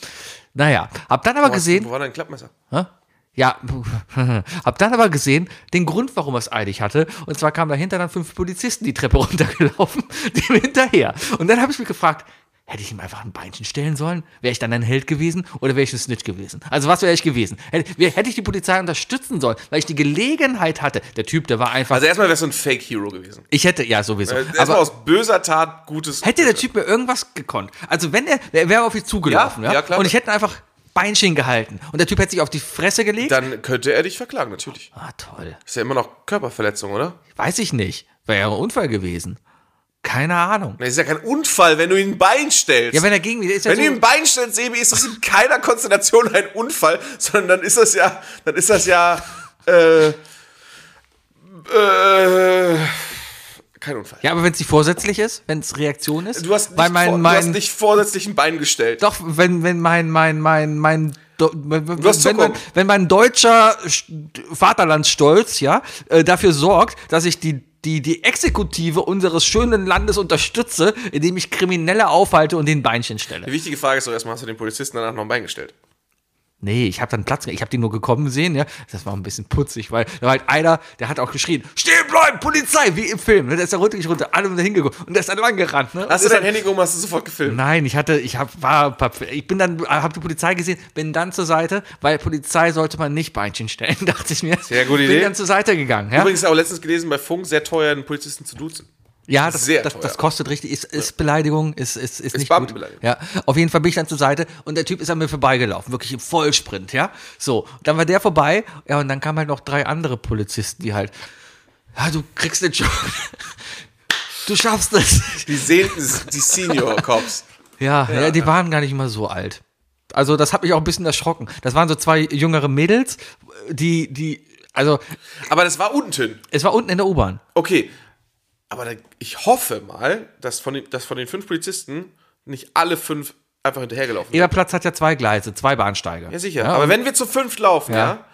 Speaker 3: Naja, hab dann
Speaker 4: Wo
Speaker 3: aber
Speaker 4: hast-
Speaker 3: gesehen,
Speaker 4: Wo war dein Klappmesser?
Speaker 3: hä? ja, hab dann aber gesehen, den Grund, warum er es eilig hatte. Und zwar kamen dahinter dann fünf Polizisten die Treppe runtergelaufen, dem hinterher. Und dann habe ich mich gefragt, hätte ich ihm einfach ein Beinchen stellen sollen? Wäre ich dann ein Held gewesen oder wäre ich ein Snitch gewesen? Also was wäre ich gewesen? Hätte, wer- hätte ich die Polizei unterstützen sollen, weil ich die Gelegenheit hatte. Der Typ, der war einfach
Speaker 4: Also erstmal wärst du ein Fake-Hero gewesen.
Speaker 3: ich hätte, ja, sowieso.
Speaker 4: Äh, Erstmal
Speaker 3: aber
Speaker 4: aus böser Tat Gutes.
Speaker 3: hätte der Typ mir irgendwas gekonnt? Also, wenn er, er wäre auf mich zugelaufen, ja?
Speaker 4: Ja, ja, klar.
Speaker 3: Und ich hätte einfach Beinchen gehalten. Und der Typ hätte sich auf die Fresse gelegt.
Speaker 4: Dann könnte er dich verklagen, natürlich.
Speaker 3: ah, toll.
Speaker 4: Ist ja immer noch Körperverletzung, oder?
Speaker 3: Weiß ich nicht. Wäre ja ein Unfall gewesen. Keine Ahnung.
Speaker 4: Das ist ja kein Unfall, wenn du ihm ein Bein stellst.
Speaker 3: Ja, wenn er gegen mich ist, ja
Speaker 4: Wenn du
Speaker 3: so,
Speaker 4: ihm ein Bein stellst, Sebi, ist das in keiner Konstellation ein Unfall, sondern dann ist das ja, dann ist das ja, äh, äh, kein Unfall.
Speaker 3: ja, aber wenn es nicht vorsätzlich ist, wenn es Reaktion ist,
Speaker 4: Du hast, nicht
Speaker 3: weil mein,
Speaker 4: vor,
Speaker 3: mein,
Speaker 4: du hast nicht vorsätzlich ein Bein gestellt.
Speaker 3: doch, wenn, wenn mein, mein, mein, mein, Do- wenn, wenn,
Speaker 4: hast
Speaker 3: wenn, mein,
Speaker 4: Zukunft.
Speaker 3: wenn mein deutscher St- Vaterlandsstolz, ja, äh, dafür sorgt, dass ich die, die, die Exekutive unseres schönen Landes unterstütze, indem ich Kriminelle aufhalte und den Beinchen stelle.
Speaker 4: Die wichtige Frage ist doch erstmal, hast du den Polizisten danach noch ein Bein gestellt?
Speaker 3: Nee, ich habe dann Platz, ge- ich habe den nur gekommen sehen, ja. Das war ein bisschen putzig, weil da war halt einer, der hat auch geschrien, stehen bleiben, Polizei, wie im Film. Ne? Der ist da runter, runter, alle sind da hingeguckt und der ist dann lang gerannt. Ne?
Speaker 4: Hast du
Speaker 3: Und
Speaker 4: dein Handy gehoben, hast du sofort gefilmt?
Speaker 3: Nein, ich hatte, ich hab, war, ich bin dann, hab die Polizei gesehen, bin dann zur Seite, weil Polizei sollte man nicht Beinchen stellen, dachte ich mir.
Speaker 4: Sehr gute Idee.
Speaker 3: Bin dann zur Seite gegangen, ja.
Speaker 4: Übrigens auch letztens gelesen, bei Funk sehr teuer, einen Polizisten zu duzen.
Speaker 3: ja, das,
Speaker 4: sehr
Speaker 3: das,
Speaker 4: teuer.
Speaker 3: das kostet richtig, ist, ist Beleidigung, ist, ist, ist nicht gut.
Speaker 4: Beamtenbeleidigung.
Speaker 3: Ja, auf jeden Fall bin ich dann zur Seite und der Typ ist an mir vorbeigelaufen, wirklich im Vollsprint, ja. So, dann war der vorbei, ja, und dann kamen halt noch drei andere Polizisten, die halt, ja, du kriegst den Job. Du schaffst es.
Speaker 4: Die sehen die Senior Cops.
Speaker 3: Ja, ja. die waren gar nicht mal so alt. Also das hat mich auch ein bisschen erschrocken. Das waren so zwei jüngere Mädels, die, die, also
Speaker 4: Aber das war unten.
Speaker 3: es war unten in der U-Bahn.
Speaker 4: Okay. Aber da, ich hoffe mal, dass von, den, dass von den fünf Polizisten nicht alle fünf einfach hinterhergelaufen sind.
Speaker 3: Jeder Platz hat ja zwei Gleise, zwei Bahnsteige.
Speaker 4: Ja, sicher. Aber wenn wir zu fünf laufen, ja,
Speaker 3: Ja.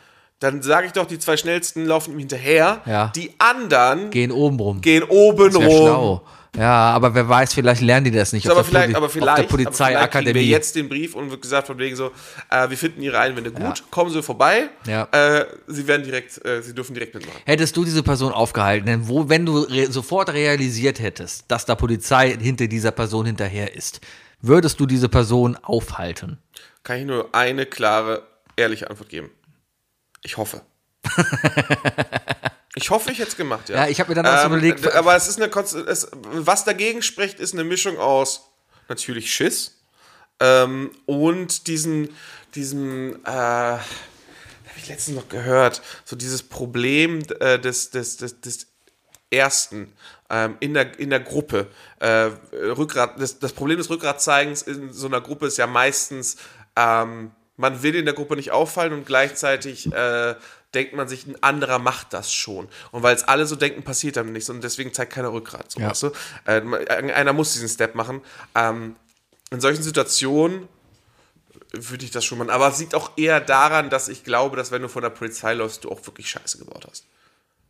Speaker 4: dann sage ich doch, die zwei schnellsten laufen ihm hinterher.
Speaker 3: Ja.
Speaker 4: Die anderen
Speaker 3: gehen oben rum.
Speaker 4: gehen oben
Speaker 3: Sehr
Speaker 4: rum.
Speaker 3: schlau. Ja, aber wer weiß, vielleicht lernen die das nicht
Speaker 4: Aber
Speaker 3: der
Speaker 4: vielleicht,
Speaker 3: Poli-
Speaker 4: aber
Speaker 3: auf
Speaker 4: vielleicht,
Speaker 3: der
Speaker 4: aber vielleicht kriegen
Speaker 3: Polizeiakademie.
Speaker 4: wir jetzt den Brief und wird gesagt von wegen so, äh, wir finden ihre Einwände gut, kommen sie vorbei,
Speaker 3: Ja.
Speaker 4: äh, sie werden direkt, äh, sie dürfen direkt mitmachen.
Speaker 3: Hättest du diese Person aufgehalten, denn wo, wenn du re sofort realisiert hättest, dass da Polizei hinter dieser Person hinterher ist, würdest du diese Person aufhalten?
Speaker 4: Kann ich nur eine klare, ehrliche Antwort geben. Ich hoffe. ich hoffe, ich hätte es gemacht, ja. Ähm,
Speaker 3: Ja, ich hab mir dann auch so überlegt,
Speaker 4: d- Aber es ist eine Konst es, was dagegen spricht, ist eine Mischung aus natürlich Schiss ähm, und diesen, diesen, äh, habe ich letztens noch gehört, so dieses Problem äh, des, des, des, des ersten ähm, in, der, in der Gruppe. Äh, Rückgrat, das, das Problem des Rückgratzeigens in so einer Gruppe ist ja meistens, ähm, man will in der Gruppe nicht auffallen und gleichzeitig äh, denkt man sich, ein anderer macht das schon. Und weil es alle so denken, passiert dann nichts und deswegen zeigt keiner Rückgrat. So,
Speaker 3: Ja.
Speaker 4: weißt du? äh, man- einer muss diesen Step machen. Ähm, in solchen Situationen würde ich das schon machen. Aber es liegt auch eher daran, dass ich glaube, dass wenn du von der Polizei läufst, du auch wirklich Scheiße gebaut hast.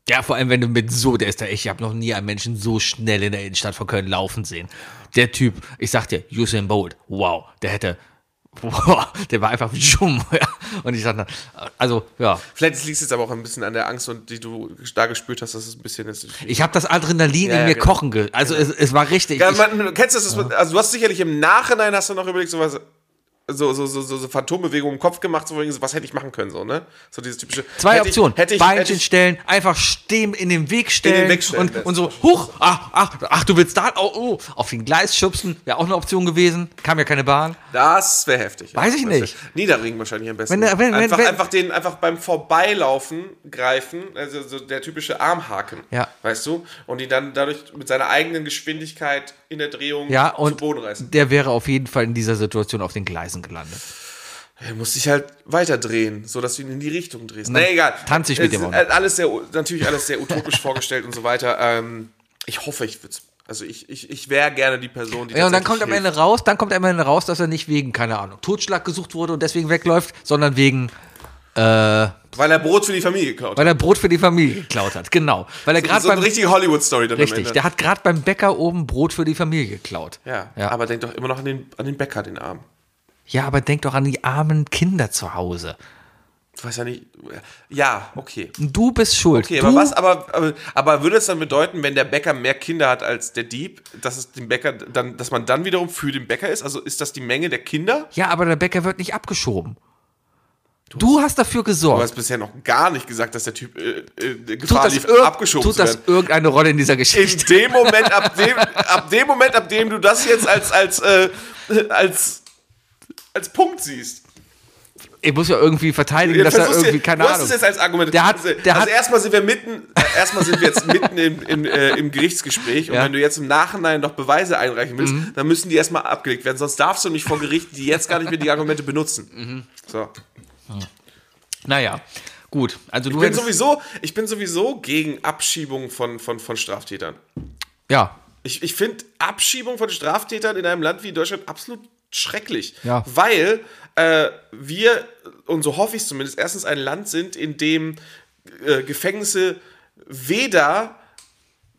Speaker 3: Ja, vor allem, wenn du mit so, der ist da echt, ich habe noch nie einen Menschen so schnell in der Innenstadt von Köln laufen sehen. Der Typ, ich sag dir, Usain Bolt, wow, der hätte, wow, der war einfach schumm. Ja. Und ich sag dann, also, ja,
Speaker 4: Vielleicht liegt es jetzt aber auch ein bisschen an der Angst, und die du da gespürt hast, dass es ein bisschen ist.
Speaker 3: ich habe das Adrenalin
Speaker 4: ja,
Speaker 3: in mir
Speaker 4: genau.
Speaker 3: kochen, ge also es, es war richtig.
Speaker 4: Ja,
Speaker 3: ich,
Speaker 4: man, kennst du das? dass man- Also du hast sicherlich im Nachhinein hast du noch überlegt, sowas, so, so, so, so, so Phantombewegungen im Kopf gemacht, so, wegen so, was hätte ich machen können, so, ne? So dieses typische.
Speaker 3: Zwei
Speaker 4: hätte
Speaker 3: Optionen,
Speaker 4: Ich, hätte ich, hätte
Speaker 3: Beinchen
Speaker 4: ich,
Speaker 3: stellen, einfach stehen, in den Weg stellen,
Speaker 4: Weg stellen,
Speaker 3: und, und so, huch, ach, ach, ach, du willst da, oh, oh, auf den Gleis schubsen, wäre auch eine Option gewesen, kam ja keine Bahn.
Speaker 4: das wäre heftig. ja.
Speaker 3: Weiß ich
Speaker 4: Das wär-
Speaker 3: nicht.
Speaker 4: Niederringen wahrscheinlich am besten.
Speaker 3: Wenn der- wenn- wenn-
Speaker 4: einfach,
Speaker 3: wenn-
Speaker 4: einfach den, einfach beim Vorbeilaufen greifen, also so der typische Armhaken.
Speaker 3: Ja.
Speaker 4: Weißt du? Und die dann dadurch mit seiner eigenen Geschwindigkeit in der Drehung
Speaker 3: Ja, und
Speaker 4: zu Boden reißen.
Speaker 3: der wäre auf jeden Fall in dieser Situation auf den Gleisen gelandet.
Speaker 4: Er muss sich halt weiterdrehen, sodass du ihn in die Richtung drehst. Na egal.
Speaker 3: tanze ich mit
Speaker 4: Es
Speaker 3: dem
Speaker 4: ist halt Alles sehr, natürlich alles sehr utopisch vorgestellt und so weiter. Ähm, ich hoffe, ich würde Also ich, ich, ich wäre gerne die Person, die
Speaker 3: Ja, und dann
Speaker 4: tatsächlich
Speaker 3: kommt am
Speaker 4: hilft.
Speaker 3: Ende raus, dann kommt am Ende raus, dass er nicht wegen, keine Ahnung, Totschlag gesucht wurde und deswegen wegläuft, sondern wegen,
Speaker 4: Weil er Brot für die Familie geklaut hat.
Speaker 3: weil er Brot für die Familie geklaut hat. Genau. Weil er gerade
Speaker 4: So eine
Speaker 3: beim,
Speaker 4: richtige Hollywood-Story dann am
Speaker 3: richtig,
Speaker 4: Ende.
Speaker 3: der hat gerade beim Bäcker oben Brot für die Familie geklaut.
Speaker 4: ne? ja,
Speaker 3: Ja.
Speaker 4: aber denk doch immer noch an den, an den Bäcker, den Arm.
Speaker 3: Ja, aber denk doch an die armen Kinder zu Hause.
Speaker 4: Du weißt ja nicht. Ja, okay.
Speaker 3: Du bist schuld.
Speaker 4: Okay,
Speaker 3: du,
Speaker 4: aber was, aber, aber, aber würde es dann bedeuten, wenn der Bäcker mehr Kinder hat als der Dieb, dass es den Bäcker dann, dass man dann wiederum für den Bäcker ist? Also ist das die Menge der Kinder?
Speaker 3: Ja, aber der Bäcker wird nicht abgeschoben. Du, hast dafür gesorgt.
Speaker 4: Du hast bisher noch gar nicht gesagt, dass der Typ äh, äh, Gefahr
Speaker 3: tut das,
Speaker 4: lief,
Speaker 3: irg
Speaker 4: abgeschoben
Speaker 3: tut
Speaker 4: zu
Speaker 3: das
Speaker 4: werden.
Speaker 3: irgendeine Rolle in dieser Geschichte?
Speaker 4: In dem Moment, ab dem, ab dem Moment, ab dem du das jetzt als als äh, als als Punkt siehst.
Speaker 3: ich muss ja irgendwie verteidigen,
Speaker 4: Ja,
Speaker 3: dass er
Speaker 4: versuch's
Speaker 3: irgendwie,
Speaker 4: dir-
Speaker 3: keine
Speaker 4: du hast
Speaker 3: Ahnung.
Speaker 4: es jetzt als Argument.
Speaker 3: Der hat-
Speaker 4: also
Speaker 3: der
Speaker 4: also
Speaker 3: hat-
Speaker 4: erstmal sind wir mitten, äh, erstmal sind wir jetzt mitten im, im, äh, im Gerichtsgespräch und
Speaker 3: Ja. Mhm.
Speaker 4: wenn du jetzt im Nachhinein noch Beweise einreichen willst, dann müssen die erstmal abgelegt werden, sonst darfst du nicht vor Gericht die jetzt gar nicht mehr die Argumente benutzen.
Speaker 3: Mhm.
Speaker 4: So.
Speaker 3: Naja, gut. Also du
Speaker 4: Ich bin
Speaker 3: hättest,
Speaker 4: sowieso, ich bin sowieso gegen Abschiebung von, von, von Straftätern.
Speaker 3: ja,
Speaker 4: Ich, ich finde Abschiebung von Straftätern in einem Land wie Deutschland absolut schrecklich.
Speaker 3: Ja.
Speaker 4: Weil äh, wir, und so hoffe ich es zumindest, erstens ein Land sind, in dem äh, Gefängnisse weder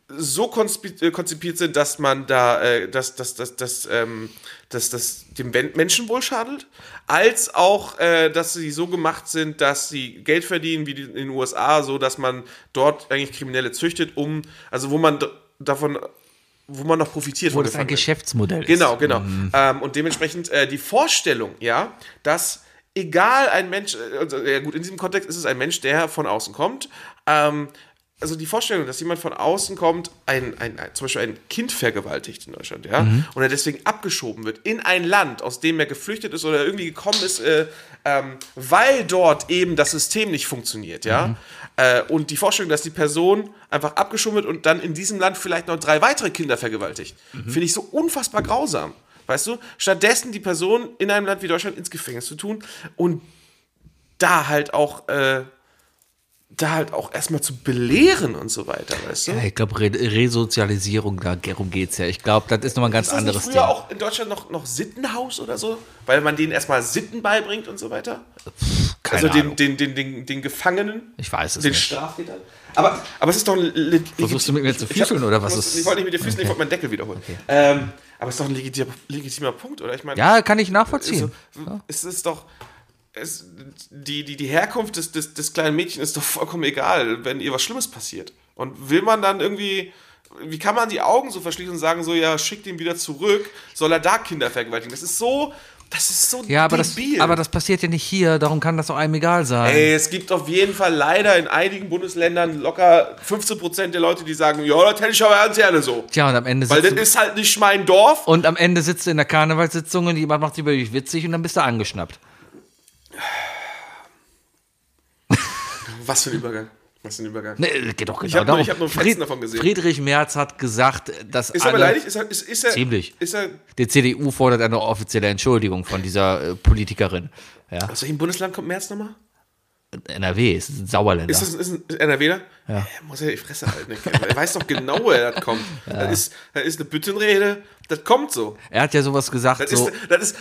Speaker 4: so konspi- äh, konzipiert sind, dass man da, äh, dass, dass, dass, dass, ähm, dass das dem Men- Menschenwohl schadet, als auch, äh, dass sie so gemacht sind, dass sie Geld verdienen, wie die- in den USA, so dass man dort eigentlich Kriminelle züchtet, um, also wo man d- davon, wo man noch profitiert
Speaker 3: wo
Speaker 4: von
Speaker 3: das Mhm. ein
Speaker 4: Gefangenen.
Speaker 3: Geschäftsmodell ist.
Speaker 4: Genau, genau. Ähm, und dementsprechend äh, die Vorstellung, ja, dass egal ein Mensch, äh, also, ja gut, in diesem Kontext ist es ein Mensch, der von außen kommt. Ähm, also die Vorstellung, dass jemand von außen kommt, ein, ein, ein, zum Beispiel ein Kind vergewaltigt in Deutschland, ja, und er deswegen abgeschoben wird in ein Land, aus dem er geflüchtet ist oder irgendwie gekommen ist, äh, ähm, weil dort eben das System nicht funktioniert, ja. Äh, und die Vorstellung, dass die Person einfach abgeschoben wird und dann in diesem Land vielleicht noch drei weitere Kinder vergewaltigt, finde ich so unfassbar grausam. Weißt du? Stattdessen die Person in einem Land wie Deutschland ins Gefängnis zu tun und da halt auch, äh, da halt auch erstmal zu belehren und so weiter, weißt du?
Speaker 3: Ja, Ich glaube, Re Resozialisierung, da- darum geht es ja. Ich glaube, das ist nochmal ein ganz
Speaker 4: Ist das nicht
Speaker 3: anderes
Speaker 4: früher
Speaker 3: Thema.
Speaker 4: auch in Deutschland noch, noch Sittenhaus oder so? Weil man denen erstmal Sitten beibringt und so weiter?
Speaker 3: Keine
Speaker 4: also den,
Speaker 3: Ahnung.
Speaker 4: den, den, den, den Gefangenen?
Speaker 3: ich weiß es
Speaker 4: den
Speaker 3: nicht.
Speaker 4: Straftätern. Aber, aber es ist doch ein le-
Speaker 3: Versuchst du mit mir zu
Speaker 4: Ich hab-
Speaker 3: füßeln oder was
Speaker 4: Ich, muss-
Speaker 3: ist-
Speaker 4: ich wollte nicht mit dir füßeln, ich wollte meinen Deckel wiederholen. Ähm, aber es ist doch ein legitimer, legitimer Punkt, oder? Ich meine,
Speaker 3: Ja, kann ich
Speaker 4: ist so,
Speaker 3: nachvollziehen.
Speaker 4: es ist doch. Es, die, die, die Herkunft des, des, des kleinen Mädchens ist doch vollkommen egal, wenn ihr was Schlimmes passiert. Und will man dann irgendwie. Wie kann man die Augen so verschließen und sagen, so, ja, schickt ihn wieder zurück, soll er da Kinder vergewaltigen? Das ist so. Das ist so
Speaker 3: Ja, aber das,
Speaker 4: debil.
Speaker 3: aber das passiert ja nicht hier, darum kann das auch einem egal sein.
Speaker 4: Ey, es gibt auf jeden Fall leider in einigen Bundesländern locker 15% der Leute, die sagen, ja, das hätte ich aber ganz gerne so.
Speaker 3: Tja, und am Ende
Speaker 4: Weil
Speaker 3: sitzt
Speaker 4: das
Speaker 3: du-
Speaker 4: ist halt nicht mein Dorf.
Speaker 3: Und am Ende sitzt du in der Karnevalssitzung und jemand macht sich über dich witzig und dann bist du angeschnappt.
Speaker 4: Was für ein Übergang. Was für ein Übergang.
Speaker 3: Nee, geht doch genau
Speaker 4: hab nur-
Speaker 3: darum.
Speaker 4: ich hab nur Fetzen davon gesehen.
Speaker 3: Friedrich Merz hat gesagt, dass
Speaker 4: Ist er
Speaker 3: alle-
Speaker 4: beleidigt? Ist er, ist, ist er,
Speaker 3: Ziemlich.
Speaker 4: Ist er,
Speaker 3: die CDU fordert eine offizielle Entschuldigung von dieser äh, Politikerin. Ja,
Speaker 4: aus welchem Bundesland kommt Merz nochmal?
Speaker 3: NRW ist Sauerländer.
Speaker 4: Ist das ist ein ist ein NRWler? Ja. muss ja die Fresse halten. der Kerl. Er weiß doch genau, woher das kommt. Das, ist, das ist eine Büttenrede. Das kommt so.
Speaker 3: er hat ja sowas gesagt,
Speaker 4: Das,
Speaker 3: so,
Speaker 4: ist, das ist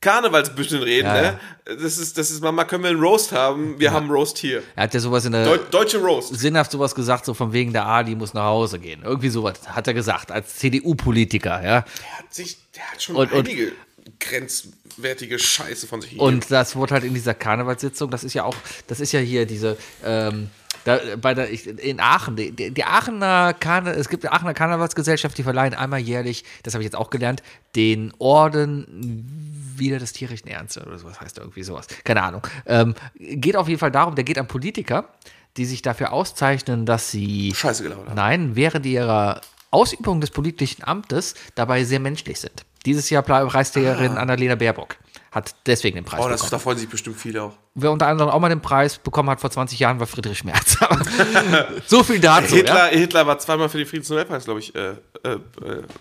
Speaker 4: Karnevalsbüttenreden.
Speaker 3: Ja,
Speaker 4: ne? Das, ist, das ist, Mama, können wir einen Roast haben? Wir haben einen Roast hier.
Speaker 3: er hat ja sowas in der
Speaker 4: Deu Deutsche Roast.
Speaker 3: sinnhaft sowas gesagt, so von wegen der A, die muss nach Hause gehen. Irgendwie sowas hat er gesagt, als CDU-Politiker, ja.
Speaker 4: hat sich, der hat schon
Speaker 3: Und- und-
Speaker 4: einige grenzwertige Scheiße von sich gegeben.
Speaker 3: Und das wurde halt in dieser Karnevalssitzung, das ist ja auch, das ist ja hier diese, ähm, da, bei der, ich, in Aachen, die, die die Aachener Karne, es gibt die Aachener Karnevalsgesellschaft, die verleihen einmal jährlich, das habe ich jetzt auch gelernt, den Orden wieder des tierischen Ernstes oder sowas heißt irgendwie sowas. Keine Ahnung. Ähm, geht auf jeden Fall darum, der geht an Politiker, die sich dafür auszeichnen, dass sie
Speaker 4: Scheiße gelaufen haben.
Speaker 3: Nein, während ihrer Ausübung des politischen Amtes dabei sehr menschlich sind. Dieses Jahr Preisträgerin Annalena Baerbock hat deswegen den Preis
Speaker 4: Ah. Oh, das,
Speaker 3: bekommen.
Speaker 4: da freuen sich bestimmt viele auch.
Speaker 3: Wer unter anderem auch mal den Preis bekommen hat vor 20 Jahren, war Friedrich Merz. so viel dazu. Ja?
Speaker 4: Hitler, Hitler war zweimal für den Friedensnobelpreis, glaube ich. Äh, äh, äh,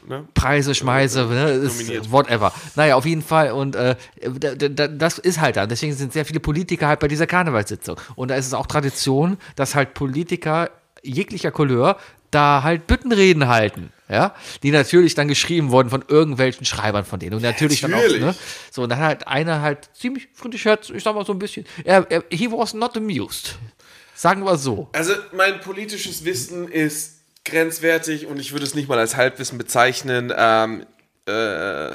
Speaker 4: ne?
Speaker 3: Preise, Schmeiße, ne,
Speaker 4: Nominiert.
Speaker 3: ist whatever. Naja, auf jeden Fall. Und äh, da, da, da- das ist halt da. Deswegen sind sehr viele Politiker halt bei dieser Karnevalssitzung. Und da ist es auch Tradition, dass halt Politiker jeglicher Couleur da halt Büttenreden halten. Ja, die natürlich dann geschrieben wurden von irgendwelchen Schreibern von denen. Und natürlich,
Speaker 4: Natürlich.
Speaker 3: dann auch, ne? So, und dann halt einer halt ziemlich friedlich Herz, ich sag mal so ein bisschen, er, er, he was not amused. Sagen wir so.
Speaker 4: Also, mein politisches Wissen ist grenzwertig und ich würde es nicht mal als Halbwissen bezeichnen. Ähm, äh,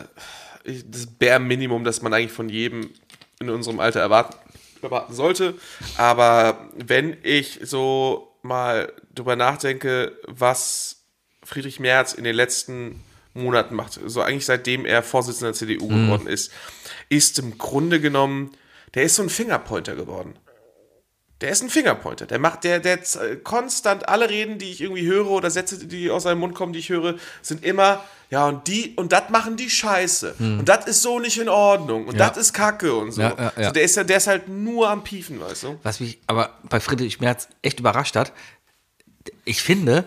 Speaker 4: ich- das Bare Minimum, das man eigentlich von jedem in unserem Alter erwarten, erwarten sollte. Aber wenn ich so mal drüber nachdenke, was Friedrich Merz in den letzten Monaten macht, so eigentlich seitdem er Vorsitzender der CDU
Speaker 3: Mhm.
Speaker 4: geworden ist, ist im Grunde genommen, der ist so ein Fingerpointer geworden. Der ist ein Fingerpointer. Der macht, der, der z- konstant alle Reden, die ich irgendwie höre oder Sätze, die aus seinem Mund kommen, die ich höre, sind immer, ja, und die, und das machen die scheiße. Und das ist so nicht in Ordnung. Und
Speaker 3: Mhm. Ja.
Speaker 4: das ist Kacke und so.
Speaker 3: Ja, ja, ja.
Speaker 4: so der, ist ja, der ist halt nur am Piefen, weißt du?
Speaker 3: Was mich aber bei Friedrich Merz echt überrascht hat, ich finde,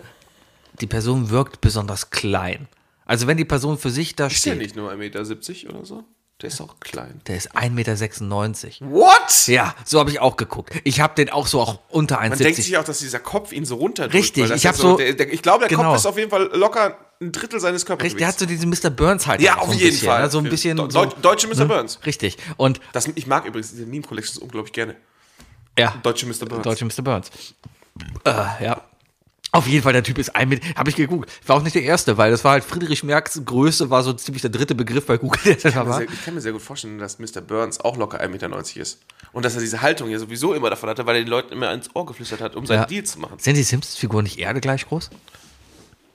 Speaker 3: die Person wirkt besonders klein. Also wenn die Person für sich da
Speaker 4: Ist ja
Speaker 3: steht,
Speaker 4: nicht nur 1,70 Meter oder so. Der ist auch klein.
Speaker 3: der ist 1,96 Meter.
Speaker 4: What?
Speaker 3: Ja, so habe ich auch geguckt. Ich habe den auch so auch unter 1,70
Speaker 4: Man denkt sich auch, dass dieser Kopf ihn so runterdrückt.
Speaker 3: Richtig,
Speaker 4: weil das
Speaker 3: ich
Speaker 4: ja
Speaker 3: hab so-
Speaker 4: der, der, ich glaube, der
Speaker 3: genau.
Speaker 4: Kopf ist auf jeden Fall locker ein Drittel seines Körpers.
Speaker 3: Richtig, der hat so diesen Mr. Burns halt.
Speaker 4: Ja,
Speaker 3: auch so
Speaker 4: auf
Speaker 3: ein
Speaker 4: jeden
Speaker 3: bisschen,
Speaker 4: Fall.
Speaker 3: Ne? So ein bisschen.
Speaker 4: Deu-
Speaker 3: so, ne?
Speaker 4: Deu- deutsche Mr. Burns.
Speaker 3: Richtig. Und
Speaker 4: Das, ich mag übrigens diese Meme-Collections unglaublich gerne.
Speaker 3: ja.
Speaker 4: Deutsche Mr. Burns.
Speaker 3: Deutsche Mr. Burns. Äh, ja. Auf jeden Fall, der Typ ist ein mit, habe ich gegoogelt. War auch nicht der erste, weil das war halt Friedrich Merz Größe, war so ziemlich der dritte Begriff bei Google, der da
Speaker 4: Ich kann
Speaker 3: war.
Speaker 4: mir sehr- Ich kann mir sehr gut vorstellen, dass Mr. Burns auch locker 1,90 Meter ist. Und dass er diese Haltung ja sowieso immer davon hatte, weil er den Leuten immer ins Ohr geflüstert hat, um seinen
Speaker 3: Ja.
Speaker 4: Deal zu machen.
Speaker 3: Sind die Simpsons-Figuren nicht Erde gleich groß?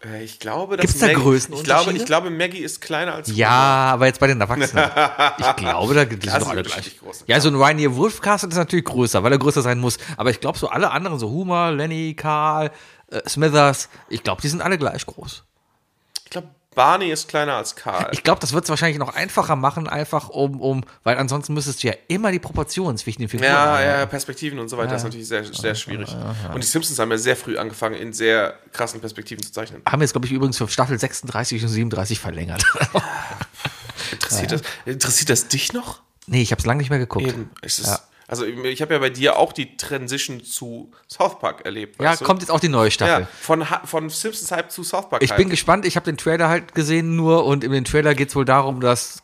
Speaker 4: Äh, Ich glaube, dass
Speaker 3: Gibt's da
Speaker 4: ich glaube,
Speaker 3: Größenunterschiede?
Speaker 4: ich glaube, Maggie ist kleiner als
Speaker 3: Ja, Also, aber jetzt bei den Erwachsenen. Ich glaube, da die
Speaker 4: Das
Speaker 3: sind
Speaker 4: sind
Speaker 3: doch alle
Speaker 4: richtig
Speaker 3: gleich.
Speaker 4: große.
Speaker 3: Ja, so ein Rainier Wolfcastle ist natürlich größer, weil er größer sein muss. Aber ich glaube, so alle anderen, so Homer, Lenny, Carl, äh, Smithers, ich glaube, die sind alle gleich groß.
Speaker 4: Ich glaube, Barney ist kleiner als Karl.
Speaker 3: Ich glaube, das wird es wahrscheinlich noch einfacher machen, einfach um, um, weil ansonsten müsstest du ja immer die Proportionen zwischen den Figuren
Speaker 4: Ja,
Speaker 3: haben.
Speaker 4: ja, Perspektiven und so weiter ist natürlich sehr, sehr schwierig. Und die Simpsons haben ja sehr früh angefangen, in sehr krassen Perspektiven zu zeichnen.
Speaker 3: Haben jetzt, glaube ich, übrigens für Staffel 36 und 37 verlängert.
Speaker 4: Interessiert, das, interessiert das dich noch?
Speaker 3: nee, ich habe es lange nicht mehr geguckt.
Speaker 4: Eben. Es ist, Also ich habe ja bei dir auch die Transition zu South Park erlebt.
Speaker 3: Ja,
Speaker 4: weißt du?
Speaker 3: kommt jetzt auch die neue Staffel.
Speaker 4: Ja, von, Ha- von Simpsons Hype zu South Park
Speaker 3: Ich
Speaker 4: Hype.
Speaker 3: bin gespannt, ich habe den Trailer halt gesehen nur und in dem Trailer geht es wohl darum, dass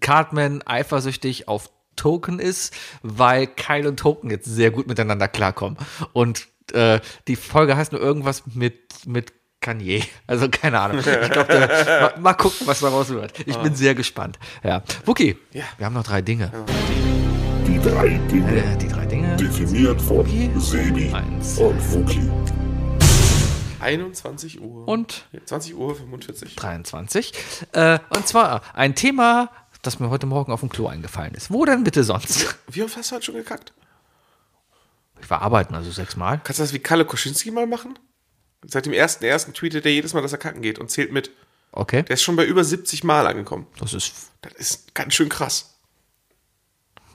Speaker 3: Cartman eifersüchtig auf Token ist, weil Kyle und Token jetzt sehr gut miteinander klarkommen. Und äh, die Folge heißt nur irgendwas mit, mit Kanye. Also keine Ahnung. Ich glaube, mal, mal gucken, was daraus wird. Ich bin sehr gespannt. Ja. Wookie,
Speaker 4: Ah. Ja.
Speaker 3: wir haben noch drei Dinge.
Speaker 2: Die drei Dinge,
Speaker 3: Äh, die drei Dinge.
Speaker 2: definiert von Sebi
Speaker 3: Eins.
Speaker 2: und Wookie.
Speaker 4: 21 Uhr.
Speaker 3: Und
Speaker 4: 20 Uhr 45.
Speaker 3: 23. Äh, und zwar ein Thema, das mir heute Morgen auf dem Klo eingefallen ist. Wo denn bitte sonst?
Speaker 4: Wie oft hast du heute schon gekackt?
Speaker 3: Ich war arbeiten, also sechsmal.
Speaker 4: Kannst du das wie Kalle Koschinski mal machen? Seit dem ersten, ersten tweetet er jedes Mal, dass er kacken geht und zählt mit.
Speaker 3: Okay.
Speaker 4: Der ist schon bei über 70 Mal angekommen.
Speaker 3: Das ist,
Speaker 4: Das ist ganz schön krass.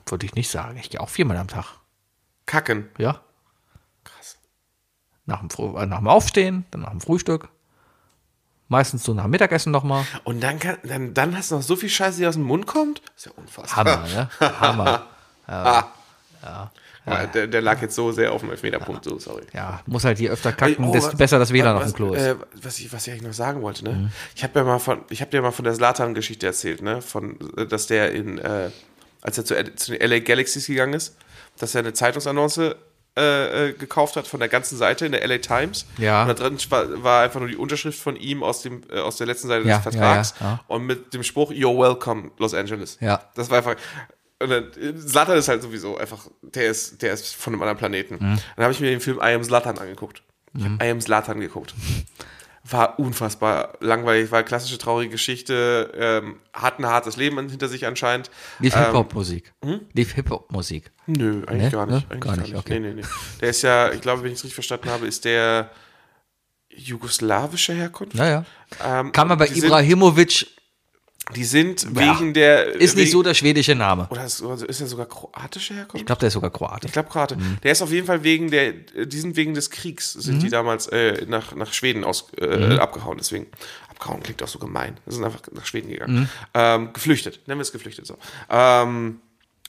Speaker 3: würde ich nicht sagen. Ich gehe auch viermal am Tag.
Speaker 4: Kacken.
Speaker 3: Ja.
Speaker 4: Krass.
Speaker 3: Nach dem, Fr- äh, nach dem Aufstehen, dann nach dem Frühstück. Meistens so nach dem Mittagessen nochmal.
Speaker 4: Und dann, kann, dann, dann hast du noch so viel Scheiße, die aus dem Mund kommt. ist ja unfassbar.
Speaker 3: Hammer, ne? Hammer.
Speaker 4: Ja, der, der lag jetzt so sehr auf dem Elfmeterpunkt. So, sorry.
Speaker 3: Ja, muss halt je öfter kacken,
Speaker 4: Oh,
Speaker 3: desto
Speaker 4: was-
Speaker 3: besser das WLAN auf
Speaker 4: was-
Speaker 3: dem Klo ist. Mhm.
Speaker 4: Äh, was, ich, was ich eigentlich noch sagen wollte, ne? Ich habe ja mal von, ich habe dir mal von der Slatan-Geschichte erzählt, ne? Von, äh, dass der in, äh, als er zu, L- zu den LA Galaxies gegangen ist, dass er eine Zeitungsannonce äh, äh, gekauft hat von der ganzen Seite in der LA Times.
Speaker 3: Ja.
Speaker 4: Und da drin war, war einfach nur die Unterschrift von ihm aus dem äh, aus der letzten Seite
Speaker 3: Ja,
Speaker 4: des
Speaker 3: ja,
Speaker 4: Vertrags
Speaker 3: ja, ja.
Speaker 4: und mit dem Spruch You're welcome Los Angeles.
Speaker 3: Ja.
Speaker 4: Das war einfach. Und dann, Zlatan ist halt sowieso einfach, der ist, der ist von einem anderen Planeten.
Speaker 3: Mhm.
Speaker 4: Dann habe ich mir den Film I Am Zlatan angeguckt. Ich habe I Am Zlatan geguckt. War unfassbar langweilig, war klassische traurige Geschichte, ähm, hat ein hartes Leben hinter sich anscheinend. Ähm,
Speaker 3: Lief Hip-Hop-Musik.
Speaker 4: hm?
Speaker 3: Lief Hip-Hop-Musik.
Speaker 4: Nö, eigentlich
Speaker 3: Ne?
Speaker 4: gar nicht.
Speaker 3: Ne?
Speaker 4: Eigentlich
Speaker 3: Gar nicht, okay.
Speaker 4: Nee, nee, nee. Der ist ja, ich glaube, wenn ich es richtig verstanden habe, ist der jugoslawische Herkunft.
Speaker 3: Naja.
Speaker 4: Ähm,
Speaker 3: Ne? Kann man bei
Speaker 4: die
Speaker 3: Ibrahimovic,
Speaker 4: Sind, die sind
Speaker 3: Ja.
Speaker 4: wegen der.
Speaker 3: ist
Speaker 4: wegen,
Speaker 3: nicht so der schwedische Name.
Speaker 4: Oder ist, oder ist er sogar kroatische Herkunft?
Speaker 3: Ich glaube, der ist sogar Kroate.
Speaker 4: Ich glaube Kroate. Der ist auf jeden Fall wegen der, die sind wegen des Kriegs, sind die damals äh, nach, nach Schweden aus, äh, abgehauen, deswegen. Abgehauen klingt auch so gemein. Die sind einfach nach Schweden gegangen. Ähm, geflüchtet, nennen wir es geflüchtet so. Ähm,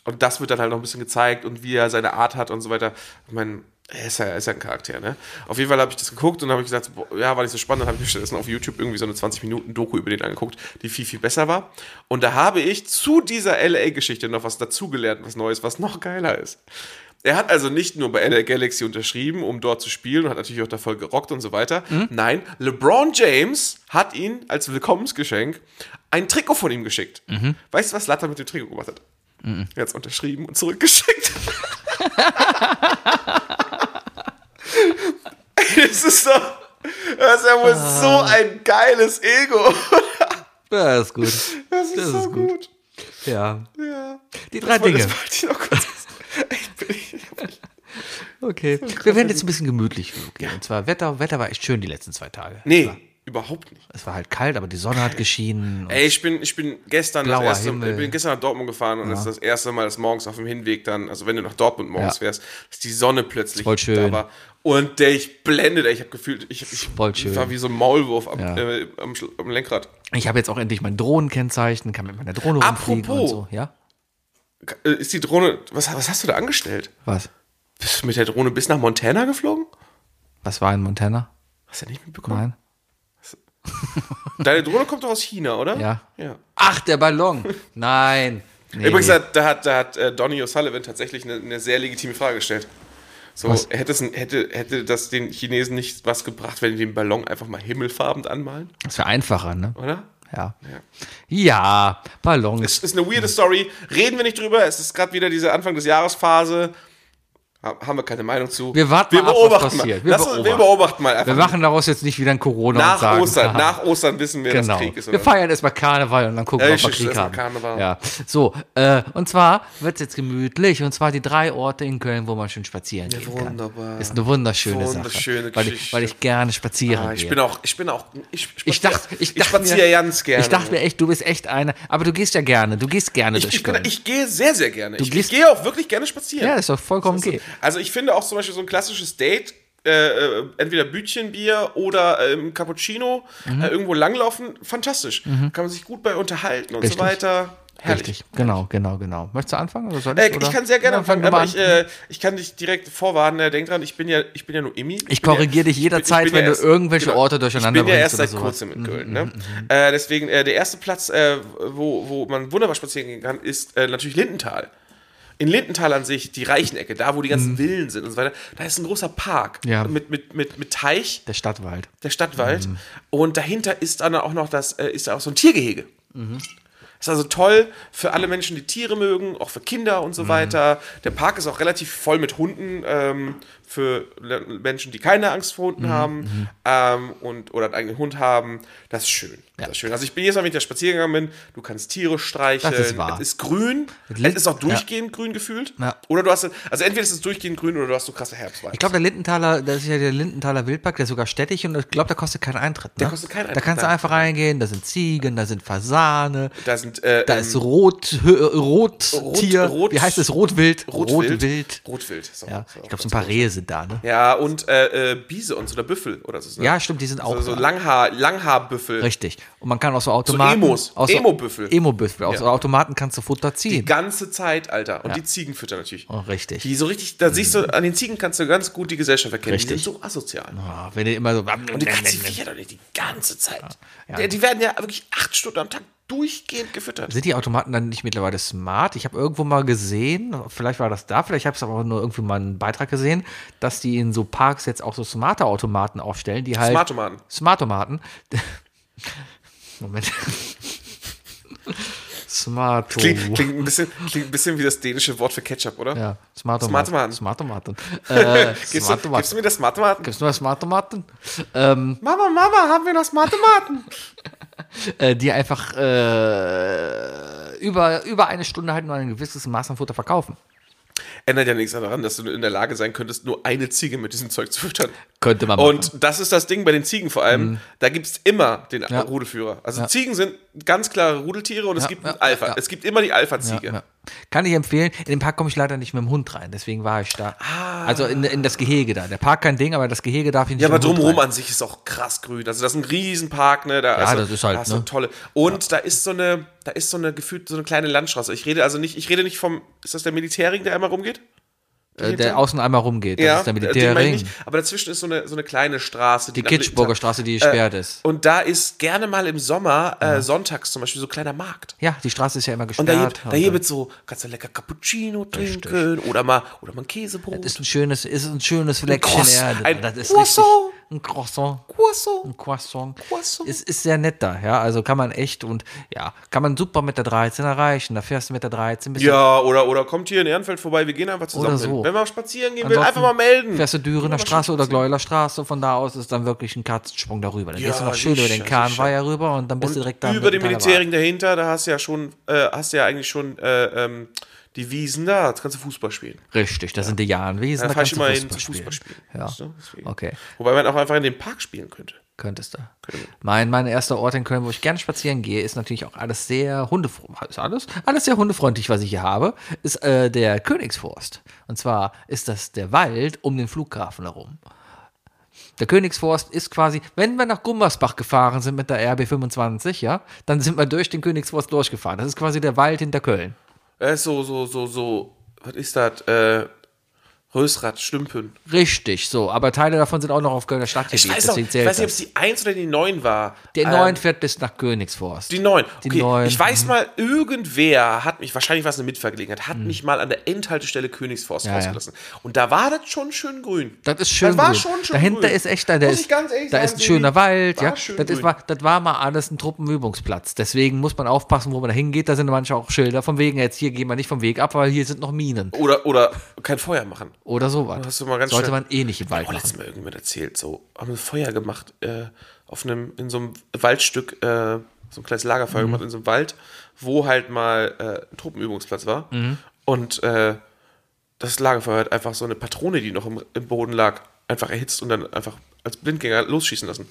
Speaker 4: und das wird dann halt noch ein bisschen gezeigt und wie er seine Art hat und so weiter. Ich meine, er ist ja, er ist ja ein Charakter, ne? Auf jeden Fall habe ich das geguckt und habe ich gesagt, boah, ja, war nicht so spannend. Dann habe ich mir stattdessen auf YouTube irgendwie so eine 20-Minuten-Doku über den angeguckt, die viel, viel besser war. Und da habe ich zu dieser LA-Geschichte noch was dazugelernt, was Neues, was noch geiler ist. Er hat also nicht nur bei LA Galaxy unterschrieben, um dort zu spielen und hat natürlich auch da voll gerockt und so weiter. Nein, LeBron James hat ihn als Willkommensgeschenk ein Trikot von ihm geschickt. Weißt du, was Latta mit dem Trikot gemacht hat? Er hat es unterschrieben und zurückgeschickt. das ist doch. Das ist ja wohl so
Speaker 3: Ah.
Speaker 4: ein geiles Ego.
Speaker 3: Ja, ist gut.
Speaker 4: Das ist,
Speaker 3: Das
Speaker 4: so
Speaker 3: ist gut.
Speaker 4: gut.
Speaker 3: Ja.
Speaker 4: Ja.
Speaker 3: Die drei
Speaker 4: Das wollte-
Speaker 3: Dinge.
Speaker 4: Das wollte ich noch kurz. Ich bin- ich hab mich-
Speaker 3: Okay. Wir werden jetzt ein bisschen gemütlich. Okay. Und zwar Wetter, Wetter war echt schön die letzten zwei Tage.
Speaker 4: Nee, überhaupt nicht.
Speaker 3: Es war halt kalt, aber die Sonne hat geschienen. Und
Speaker 4: Ey, ich bin, ich bin gestern das
Speaker 3: Blauer
Speaker 4: erste,
Speaker 3: Himmel.
Speaker 4: ich bin gestern nach Dortmund gefahren und das ist das erste Mal, dass morgens auf dem Hinweg dann, also wenn du nach Dortmund morgens
Speaker 3: Ja.
Speaker 4: fährst, dass die Sonne plötzlich
Speaker 3: Voll schön.
Speaker 4: da war. Und der ich blendet, ey, ich habe gefühlt, ich, ich
Speaker 3: Voll schön.
Speaker 4: war wie so ein Maulwurf am,
Speaker 3: Ja.
Speaker 4: äh, am, Schl- am Lenkrad.
Speaker 3: ich habe jetzt auch endlich mein Drohnenkennzeichen, kann mit meiner Drohne rumfliegen und
Speaker 4: Apropos.
Speaker 3: so. Ja?
Speaker 4: K- äh, Ist die Drohne, was, was hast du da angestellt?
Speaker 3: Was?
Speaker 4: Bist du mit der Drohne bis nach Montana geflogen?
Speaker 3: Was war in Montana?
Speaker 4: Hast du ja nicht mitbekommen?
Speaker 3: Nein?
Speaker 4: Deine Drohne kommt doch aus China, oder?
Speaker 3: Ja.
Speaker 4: ja.
Speaker 3: Ach, der Ballon. Nein. Nee.
Speaker 4: Übrigens, da, da hat, da hat äh, Donny O'Sullivan tatsächlich eine, eine sehr legitime Frage gestellt. So,
Speaker 3: Was?
Speaker 4: hätte, es, ein- hätte, hätte das den Chinesen nicht was gebracht, wenn die den Ballon einfach mal himmelfarbend anmalen,
Speaker 3: Das wäre einfacher, ne?
Speaker 4: oder?
Speaker 3: Ja. Ja, Ballons.
Speaker 4: Es ist eine weirde Story. Reden wir nicht drüber. Es ist gerade wieder diese Anfang des Jahresphase. Ha- Haben wir keine Meinung zu.
Speaker 3: Wir warten
Speaker 4: wir
Speaker 3: mal ab, was
Speaker 4: beobachten
Speaker 3: passiert.
Speaker 4: Mal.
Speaker 3: Wir
Speaker 4: Lass uns- wir
Speaker 3: beobachten.
Speaker 4: beobachten mal einfach.
Speaker 3: Wir machen daraus jetzt nicht wieder ein Corona
Speaker 4: nach
Speaker 3: und sagen,
Speaker 4: Ostern.
Speaker 3: haha.
Speaker 4: Nach Ostern wissen wir,
Speaker 3: Genau.
Speaker 4: dass Krieg ist.
Speaker 3: wir feiern erstmal Karneval und dann gucken
Speaker 4: Ja,
Speaker 3: wir, ob wir
Speaker 4: ich-
Speaker 3: Krieg
Speaker 4: erstmal
Speaker 3: haben.
Speaker 4: Karneval.
Speaker 3: Ja. So, äh, und zwar wird es jetzt gemütlich. Und zwar die drei Orte in Köln, wo man schön spazieren gehen kann.
Speaker 4: wunderbar.
Speaker 3: Ist eine wunderschöne,
Speaker 4: Wunderschöne
Speaker 3: Sache. Weil ich,
Speaker 4: Geschichte.
Speaker 3: weil ich gerne spazieren
Speaker 4: Ah,
Speaker 3: gehe.
Speaker 4: ich bin auch, ich bin auch, ich, spazier-
Speaker 3: ich dachte, ich dachte
Speaker 4: spaziere
Speaker 3: mir,
Speaker 4: ganz gerne.
Speaker 3: Ich dachte mir echt, du bist echt einer. Aber du gehst ja gerne. Du gehst gerne
Speaker 4: ich,
Speaker 3: durch
Speaker 4: ich, bin,
Speaker 3: Köln.
Speaker 4: ich gehe sehr, sehr gerne. Ich, ich
Speaker 3: gehst-
Speaker 4: gehe auch wirklich gerne spazieren.
Speaker 3: ja, ist doch vollkommen
Speaker 4: Also-
Speaker 3: okay.
Speaker 4: Also ich finde auch zum Beispiel so ein klassisches Date, äh, äh, entweder Bütchenbier oder ähm, Cappuccino,
Speaker 3: Mhm.
Speaker 4: äh, irgendwo langlaufen, fantastisch. Kann man sich gut bei unterhalten und
Speaker 3: Richtig.
Speaker 4: so weiter. Herrlich.
Speaker 3: Richtig, genau, genau, genau. Möchtest du anfangen oder soll ich?
Speaker 4: Äh,
Speaker 3: oder?
Speaker 4: ich kann sehr gerne
Speaker 3: Ja,
Speaker 4: anfangen,
Speaker 3: fang du
Speaker 4: aber
Speaker 3: mal
Speaker 4: ich, äh,
Speaker 3: an.
Speaker 4: ich kann dich direkt vorwarnen. Äh, denk dran, ich bin ja, ich bin ja nur Immi.
Speaker 3: Ich
Speaker 4: bin ja-
Speaker 3: korrigiere dich
Speaker 4: ich bin- ich
Speaker 3: jederzeit,
Speaker 4: bin
Speaker 3: wenn du irgendwelche Orte
Speaker 4: Ich
Speaker 3: durcheinander
Speaker 4: bin ja
Speaker 3: bringst
Speaker 4: erst
Speaker 3: oder
Speaker 4: seit
Speaker 3: sowas.
Speaker 4: kurzem
Speaker 3: Mhm,
Speaker 4: in Köln. Ne? Äh, deswegen äh, der erste Platz, äh, wo, wo man wunderbar spazieren gehen kann, ist äh, natürlich Lindenthal. In Lindenthal an sich, die Reichenecke, da wo die ganzen Villen sind und so weiter, da ist ein großer Park
Speaker 3: Mhm. Ja.
Speaker 4: mit, mit, mit, mit Teich,
Speaker 3: Der Stadtwald.
Speaker 4: der Stadtwald.
Speaker 3: Mhm.
Speaker 4: Und dahinter ist dann auch noch das, äh, ist da auch so ein Tiergehege.
Speaker 3: Mhm.
Speaker 4: Ist also toll für alle Menschen, die Tiere mögen, auch für Kinder
Speaker 3: Mhm.
Speaker 4: und so weiter. Der Park ist auch relativ voll mit Hunden ähm, für le- Menschen, die keine Angst vor
Speaker 3: Mhm.
Speaker 4: Hunden haben ähm, und, oder einen eigenen Hund haben. Das ist schön. Das ist schön. Also ich bin jetzt mal, wenn ich da spazieren gegangen bin, du kannst Tiere streicheln.
Speaker 3: Das ist wahr.
Speaker 4: Es ist grün.
Speaker 3: Lin-
Speaker 4: Es ist auch
Speaker 3: Ja.
Speaker 4: durchgehend grün gefühlt.
Speaker 3: Ja.
Speaker 4: Oder du hast, also entweder ist es durchgehend grün oder du hast so krasse Herbstwein.
Speaker 3: Ich glaube, der Lindenthaler, das ist ja der Lindenthaler Wildpark, der ist sogar städtisch und ich glaube, der kostet keinen Eintritt. Ne? Der
Speaker 4: kostet keinen
Speaker 3: Da
Speaker 4: Eintritt,
Speaker 3: kannst du
Speaker 4: nein.
Speaker 3: einfach reingehen, da sind Ziegen, da sind Fasane,
Speaker 4: da sind, äh,
Speaker 3: da
Speaker 4: ähm,
Speaker 3: ist Rot, Hö- äh, Rottier,
Speaker 4: Rot- Rot-
Speaker 3: wie heißt es, Rotwild?
Speaker 4: Rotwild.
Speaker 3: Rotwild.
Speaker 4: Rotwild. So,
Speaker 3: Ja,
Speaker 4: so.
Speaker 3: ich glaube, so ein paar Rehe sind da, ne?
Speaker 4: Ja, und äh, äh, Bisons oder Büffel oder so. ne?
Speaker 3: Ja, stimmt, die sind auch
Speaker 4: So, so
Speaker 3: da.
Speaker 4: Langhaar, Langhaarbüffel.
Speaker 3: Richtig. Und man kann auch so Automaten.
Speaker 4: Emos.
Speaker 3: aus so-
Speaker 4: Emo-Büffel.
Speaker 3: Emo-Büffel. Aus
Speaker 4: Ja.
Speaker 3: so Automaten kannst du Futter
Speaker 4: Die
Speaker 3: ziehen.
Speaker 4: ganze Zeit, Alter. Und die Ziegenfütter natürlich.
Speaker 3: Oh, richtig.
Speaker 4: Die so richtig, da siehst du, an den Ziegen kannst du ganz gut die Gesellschaft erkennen.
Speaker 3: Mhm. Richtig.
Speaker 4: Die sind so asozial.
Speaker 3: Ah, wenn ihr immer so.
Speaker 4: Und die kannst die Viecher doch nicht die ganze Zeit.
Speaker 3: Ja.
Speaker 4: Die, die werden ja wirklich acht Stunden am Tag durchgehend gefüttert.
Speaker 3: Sind die Automaten dann nicht mittlerweile smart? Ich habe irgendwo mal gesehen, vielleicht war das da, vielleicht habe ich es aber auch nur irgendwie mal einen Beitrag gesehen, dass die in so Parks jetzt auch so smarte Automaten aufstellen, die halt.
Speaker 4: Smartomaten.
Speaker 3: Smartomaten. Moment. Smarto.
Speaker 4: Klingt, klingt, ein bisschen, klingt ein bisschen wie das dänische Wort für Ketchup, oder?
Speaker 3: Ja, Smartomaten.
Speaker 4: Smartomaten.
Speaker 3: Smartomaten. Äh,
Speaker 4: Gibst, du, gibst du
Speaker 3: Smartomaten.
Speaker 4: mir das Smartomaten?
Speaker 3: Gibst du mal Smartomaten? Ähm,
Speaker 4: Mama, Mama, haben wir noch Smartomaten?
Speaker 3: äh, die einfach äh, über, über eine Stunde halt nur ein gewisses Maß an Futter verkaufen.
Speaker 4: Ändert ja nichts daran, dass du in der Lage sein könntest, nur eine Ziege mit diesem Zeug zu füttern.
Speaker 3: Könnte man machen. Mhm.
Speaker 4: Und das ist das Ding bei den Ziegen vor allem. Da gibt es immer den
Speaker 3: Ja.
Speaker 4: Rudelführer. Also Ziegen sind ganz klare Rudeltiere und es gibt
Speaker 3: ja,
Speaker 4: einen Alpha.
Speaker 3: ja.
Speaker 4: Es gibt immer die Alpha-Ziege.
Speaker 3: Ja. Kann ich empfehlen. In den Park komme ich leider nicht mit dem Hund rein, deswegen war ich da. Also in, in das Gehege da. Der Park kein Ding, aber das Gehege darf ich nicht.
Speaker 4: Ah. Ja, aber
Speaker 3: mit dem Hund
Speaker 4: drumherum
Speaker 3: rein.
Speaker 4: an sich ist auch krass grün. Also das ist ein Riesenpark, ne? Da ja,
Speaker 3: das ist halt,
Speaker 4: Da hast du
Speaker 3: ne?
Speaker 4: tolle. Und da ist so eine, da ist so eine gefühlt so eine kleine Landstraße. Ich rede also nicht, ich rede nicht vom, ist das der Militärring, der einmal rumgeht?
Speaker 3: Äh, der außen einmal rumgeht. Das ist der
Speaker 4: äh, den meine ich
Speaker 3: Militärring.
Speaker 4: nicht. Aber dazwischen ist so eine, so eine kleine Straße.
Speaker 3: Die Kitschburger Straße,
Speaker 4: Äh.
Speaker 3: die gesperrt ist.
Speaker 4: Und da ist gerne mal im Sommer, äh, sonntags zum Beispiel, so ein kleiner Markt.
Speaker 3: Ja, die Straße ist ja immer gesperrt.
Speaker 4: Und da gibt, da
Speaker 3: Und dann-
Speaker 4: gibt es so, kannst du lecker Cappuccino trinken oder mal, oder mal ein Käsebrot.
Speaker 3: ist ein schönes, ist ein schönes Fleckchen
Speaker 4: Croissant.
Speaker 3: Erde.
Speaker 4: Ein
Speaker 3: das ist
Speaker 4: Croissant.
Speaker 3: richtig ein Croissant.
Speaker 4: Croissant.
Speaker 3: Ein Croissant.
Speaker 4: Croissant.
Speaker 3: Es ist sehr nett da, ja. Also kann man echt und ja, kann man super mit der 13 erreichen. Da fährst du mit der 13 bis
Speaker 4: Ja, oder, oder kommt hier in Ehrenfeld vorbei, wir gehen einfach zusammen
Speaker 3: Oder so.
Speaker 4: hin. Wenn man spazieren gehen will, einfach
Speaker 3: Ansonsten
Speaker 4: mal melden.
Speaker 3: Fährst du Dürener Straße oder Gleuler Straße, von da aus ist dann wirklich ein Katzensprung darüber. Dann gehst du noch schön über den
Speaker 4: sicher,
Speaker 3: Kahnweiher rüber und dann bist du direkt da.
Speaker 4: Über
Speaker 3: mit
Speaker 4: den
Speaker 3: dem Karneval.
Speaker 4: Militärring dahinter, da hast du ja schon, äh, hast du ja eigentlich schon äh, ähm, die Wiesen da, jetzt kannst du Fußball spielen.
Speaker 3: Richtig, das sind die Jahrenwesen.
Speaker 4: Da fahr ich
Speaker 3: kannst du
Speaker 4: immer hin zum Fußball spielen. Weißt du,
Speaker 3: Ja.
Speaker 4: deswegen.
Speaker 3: Okay,
Speaker 4: Wobei man auch einfach in dem Park spielen könnte.
Speaker 3: könntest du. Mein, mein erster Ort in Köln, wo ich gerne spazieren gehe, ist natürlich auch alles sehr hundefreundlich. Ist alles? Alles sehr hundefreundlich, was ich hier habe, ist äh, der Königsforst. Und zwar ist das der Wald um den Flughafen herum. Der Königsforst ist quasi, wenn wir nach Gummersbach gefahren sind mit der RB25, ja, dann sind wir durch den Königsforst durchgefahren. Das ist quasi der Wald hinter Köln.
Speaker 4: Äh, so, so, so, so, was ist das? Äh, Rösrad, Stümpen.
Speaker 3: Richtig, so. Aber Teile davon sind auch noch auf Kölner Stadtgebiet.
Speaker 4: Ich weiß, noch, ich
Speaker 3: deswegen zählt
Speaker 4: weiß nicht, ob
Speaker 3: das.
Speaker 4: es die 1 oder die 9 war.
Speaker 3: der
Speaker 4: Ähm,
Speaker 3: neuen fährt bis nach Königsforst.
Speaker 4: Die 9.
Speaker 3: Die
Speaker 4: Okay,
Speaker 3: Neun, Mhm.
Speaker 4: ich weiß mal, irgendwer hat mich, wahrscheinlich war es eine Mitvergelegenheit, hat mich mal an der Endhaltestelle Königsforst
Speaker 3: Ja, ja.
Speaker 4: rausgelassen. Und da war das schon schön grün.
Speaker 3: Das ist schön.
Speaker 4: Das war
Speaker 3: grün.
Speaker 4: schon schön
Speaker 3: Dahinter
Speaker 4: grün.
Speaker 3: ist echt, da, da
Speaker 4: Muss
Speaker 3: ist,
Speaker 4: ich ganz ehrlich
Speaker 3: da
Speaker 4: sagen,
Speaker 3: ist ein
Speaker 4: Sebi,
Speaker 3: schöner Wald.
Speaker 4: war
Speaker 3: Ja,
Speaker 4: schön
Speaker 3: das, ist,
Speaker 4: grün.
Speaker 3: war, das war mal alles ein Truppenübungsplatz. Deswegen muss man aufpassen, wo man da hingeht. Da sind manche auch Schilder vom Wegen. Jetzt hier gehen wir nicht vom Weg ab, weil hier sind noch Minen
Speaker 4: Oder, oder kein Feuer machen.
Speaker 3: oder sowas.
Speaker 4: Hast du mal ganz
Speaker 3: Sollte
Speaker 4: schnell-
Speaker 3: man eh nicht im Wald
Speaker 4: Oh,
Speaker 3: machen.
Speaker 4: letztes Mal irgendwann erzählt, so haben wir Feuer gemacht äh, auf einem, in so einem Waldstück, äh, so ein kleines
Speaker 3: Mhm.
Speaker 4: Lagerfeuer gemacht in so einem Wald, wo halt mal äh, ein Truppenübungsplatz war.
Speaker 3: Mhm.
Speaker 4: Und äh, das Lagerfeuer hat einfach so eine Patrone, die noch im, im Boden lag, einfach erhitzt und dann einfach als Blindgänger losschießen lassen.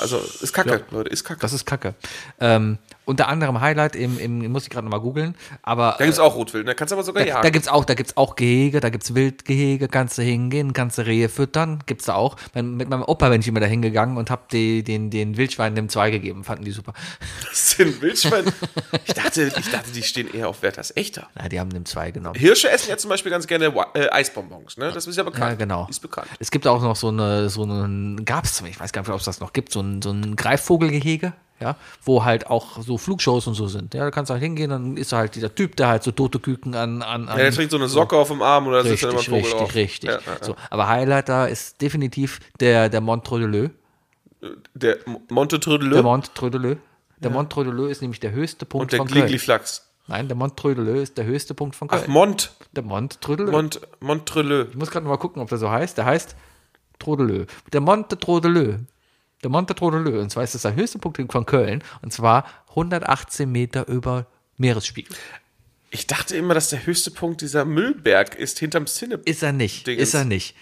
Speaker 4: also ist kacke, Leute, ist kacke.
Speaker 3: Das ist Kacke. Ähm, unter anderem Highlight im, im muss ich gerade nochmal googeln, aber
Speaker 4: da gibt es auch Rotwild, da kannst du aber sogar
Speaker 3: Da,
Speaker 4: jagen.
Speaker 3: da gibt's auch, da gibt's auch Gehege, da gibt's Wildgehege, kannst du hingehen, kannst du Rehe füttern, gibt's da auch. Mein, mit meinem Opa bin ich immer da hingegangen und hab die, den, den Wildschweinen dem zwei gegeben, fanden die super.
Speaker 4: das sind Wildschweine. ich, dachte, ich dachte, die stehen eher auf Wert als echter.
Speaker 3: Na, die haben dem zwei genommen.
Speaker 4: Hirsche essen ja zum Beispiel ganz gerne Wa- äh, Eisbonbons, ne? Das ist ja bekannt.
Speaker 3: Ja, genau.
Speaker 4: Ist bekannt.
Speaker 3: Es gibt auch noch so eine, so einen, gab's, ich weiß gar nicht, ob es das noch gibt, so ein, so ein Greifvogelgehege, ja, wo halt auch so Flugshows und so sind. Ja, da kannst du halt hingehen, dann ist da halt dieser Typ, der halt so tote Küken an, an, an
Speaker 4: Ja, der trägt so eine Socke auf dem Arm oder sitzt dann immer ein
Speaker 3: Mhm. richtig,
Speaker 4: Vogel
Speaker 3: richtig,
Speaker 4: auf.
Speaker 3: richtig.
Speaker 4: Ja, ja, ja.
Speaker 3: So, aber Highlight da ist definitiv der, der Montreux-de-Leu.
Speaker 4: Der M- Monte
Speaker 3: Der
Speaker 4: Trödelö
Speaker 3: Mont Trödelö. Der Mont Trödelö ist nämlich der höchste Punkt
Speaker 4: und der
Speaker 3: von Köln.
Speaker 4: Gligliflachs.
Speaker 3: Nein, der Mont Trödelö ist der höchste Punkt von Köln.
Speaker 4: Ach, Mont.
Speaker 3: der Mont Trödelö.
Speaker 4: Mont, Mont Trödelö.
Speaker 3: ich muss gerade mal gucken, ob der so heißt. Der heißt Trödelö. Der Monte Trödelö. Der Monte Trödelö. Und zwar ist das der höchste Punkt von Köln. Und zwar 118 Meter über Meeresspiegel.
Speaker 4: Ich dachte immer, dass der höchste Punkt dieser Müllberg ist hinterm Cinep.
Speaker 3: Ist er nicht.
Speaker 4: Dingens.
Speaker 3: Ist er nicht.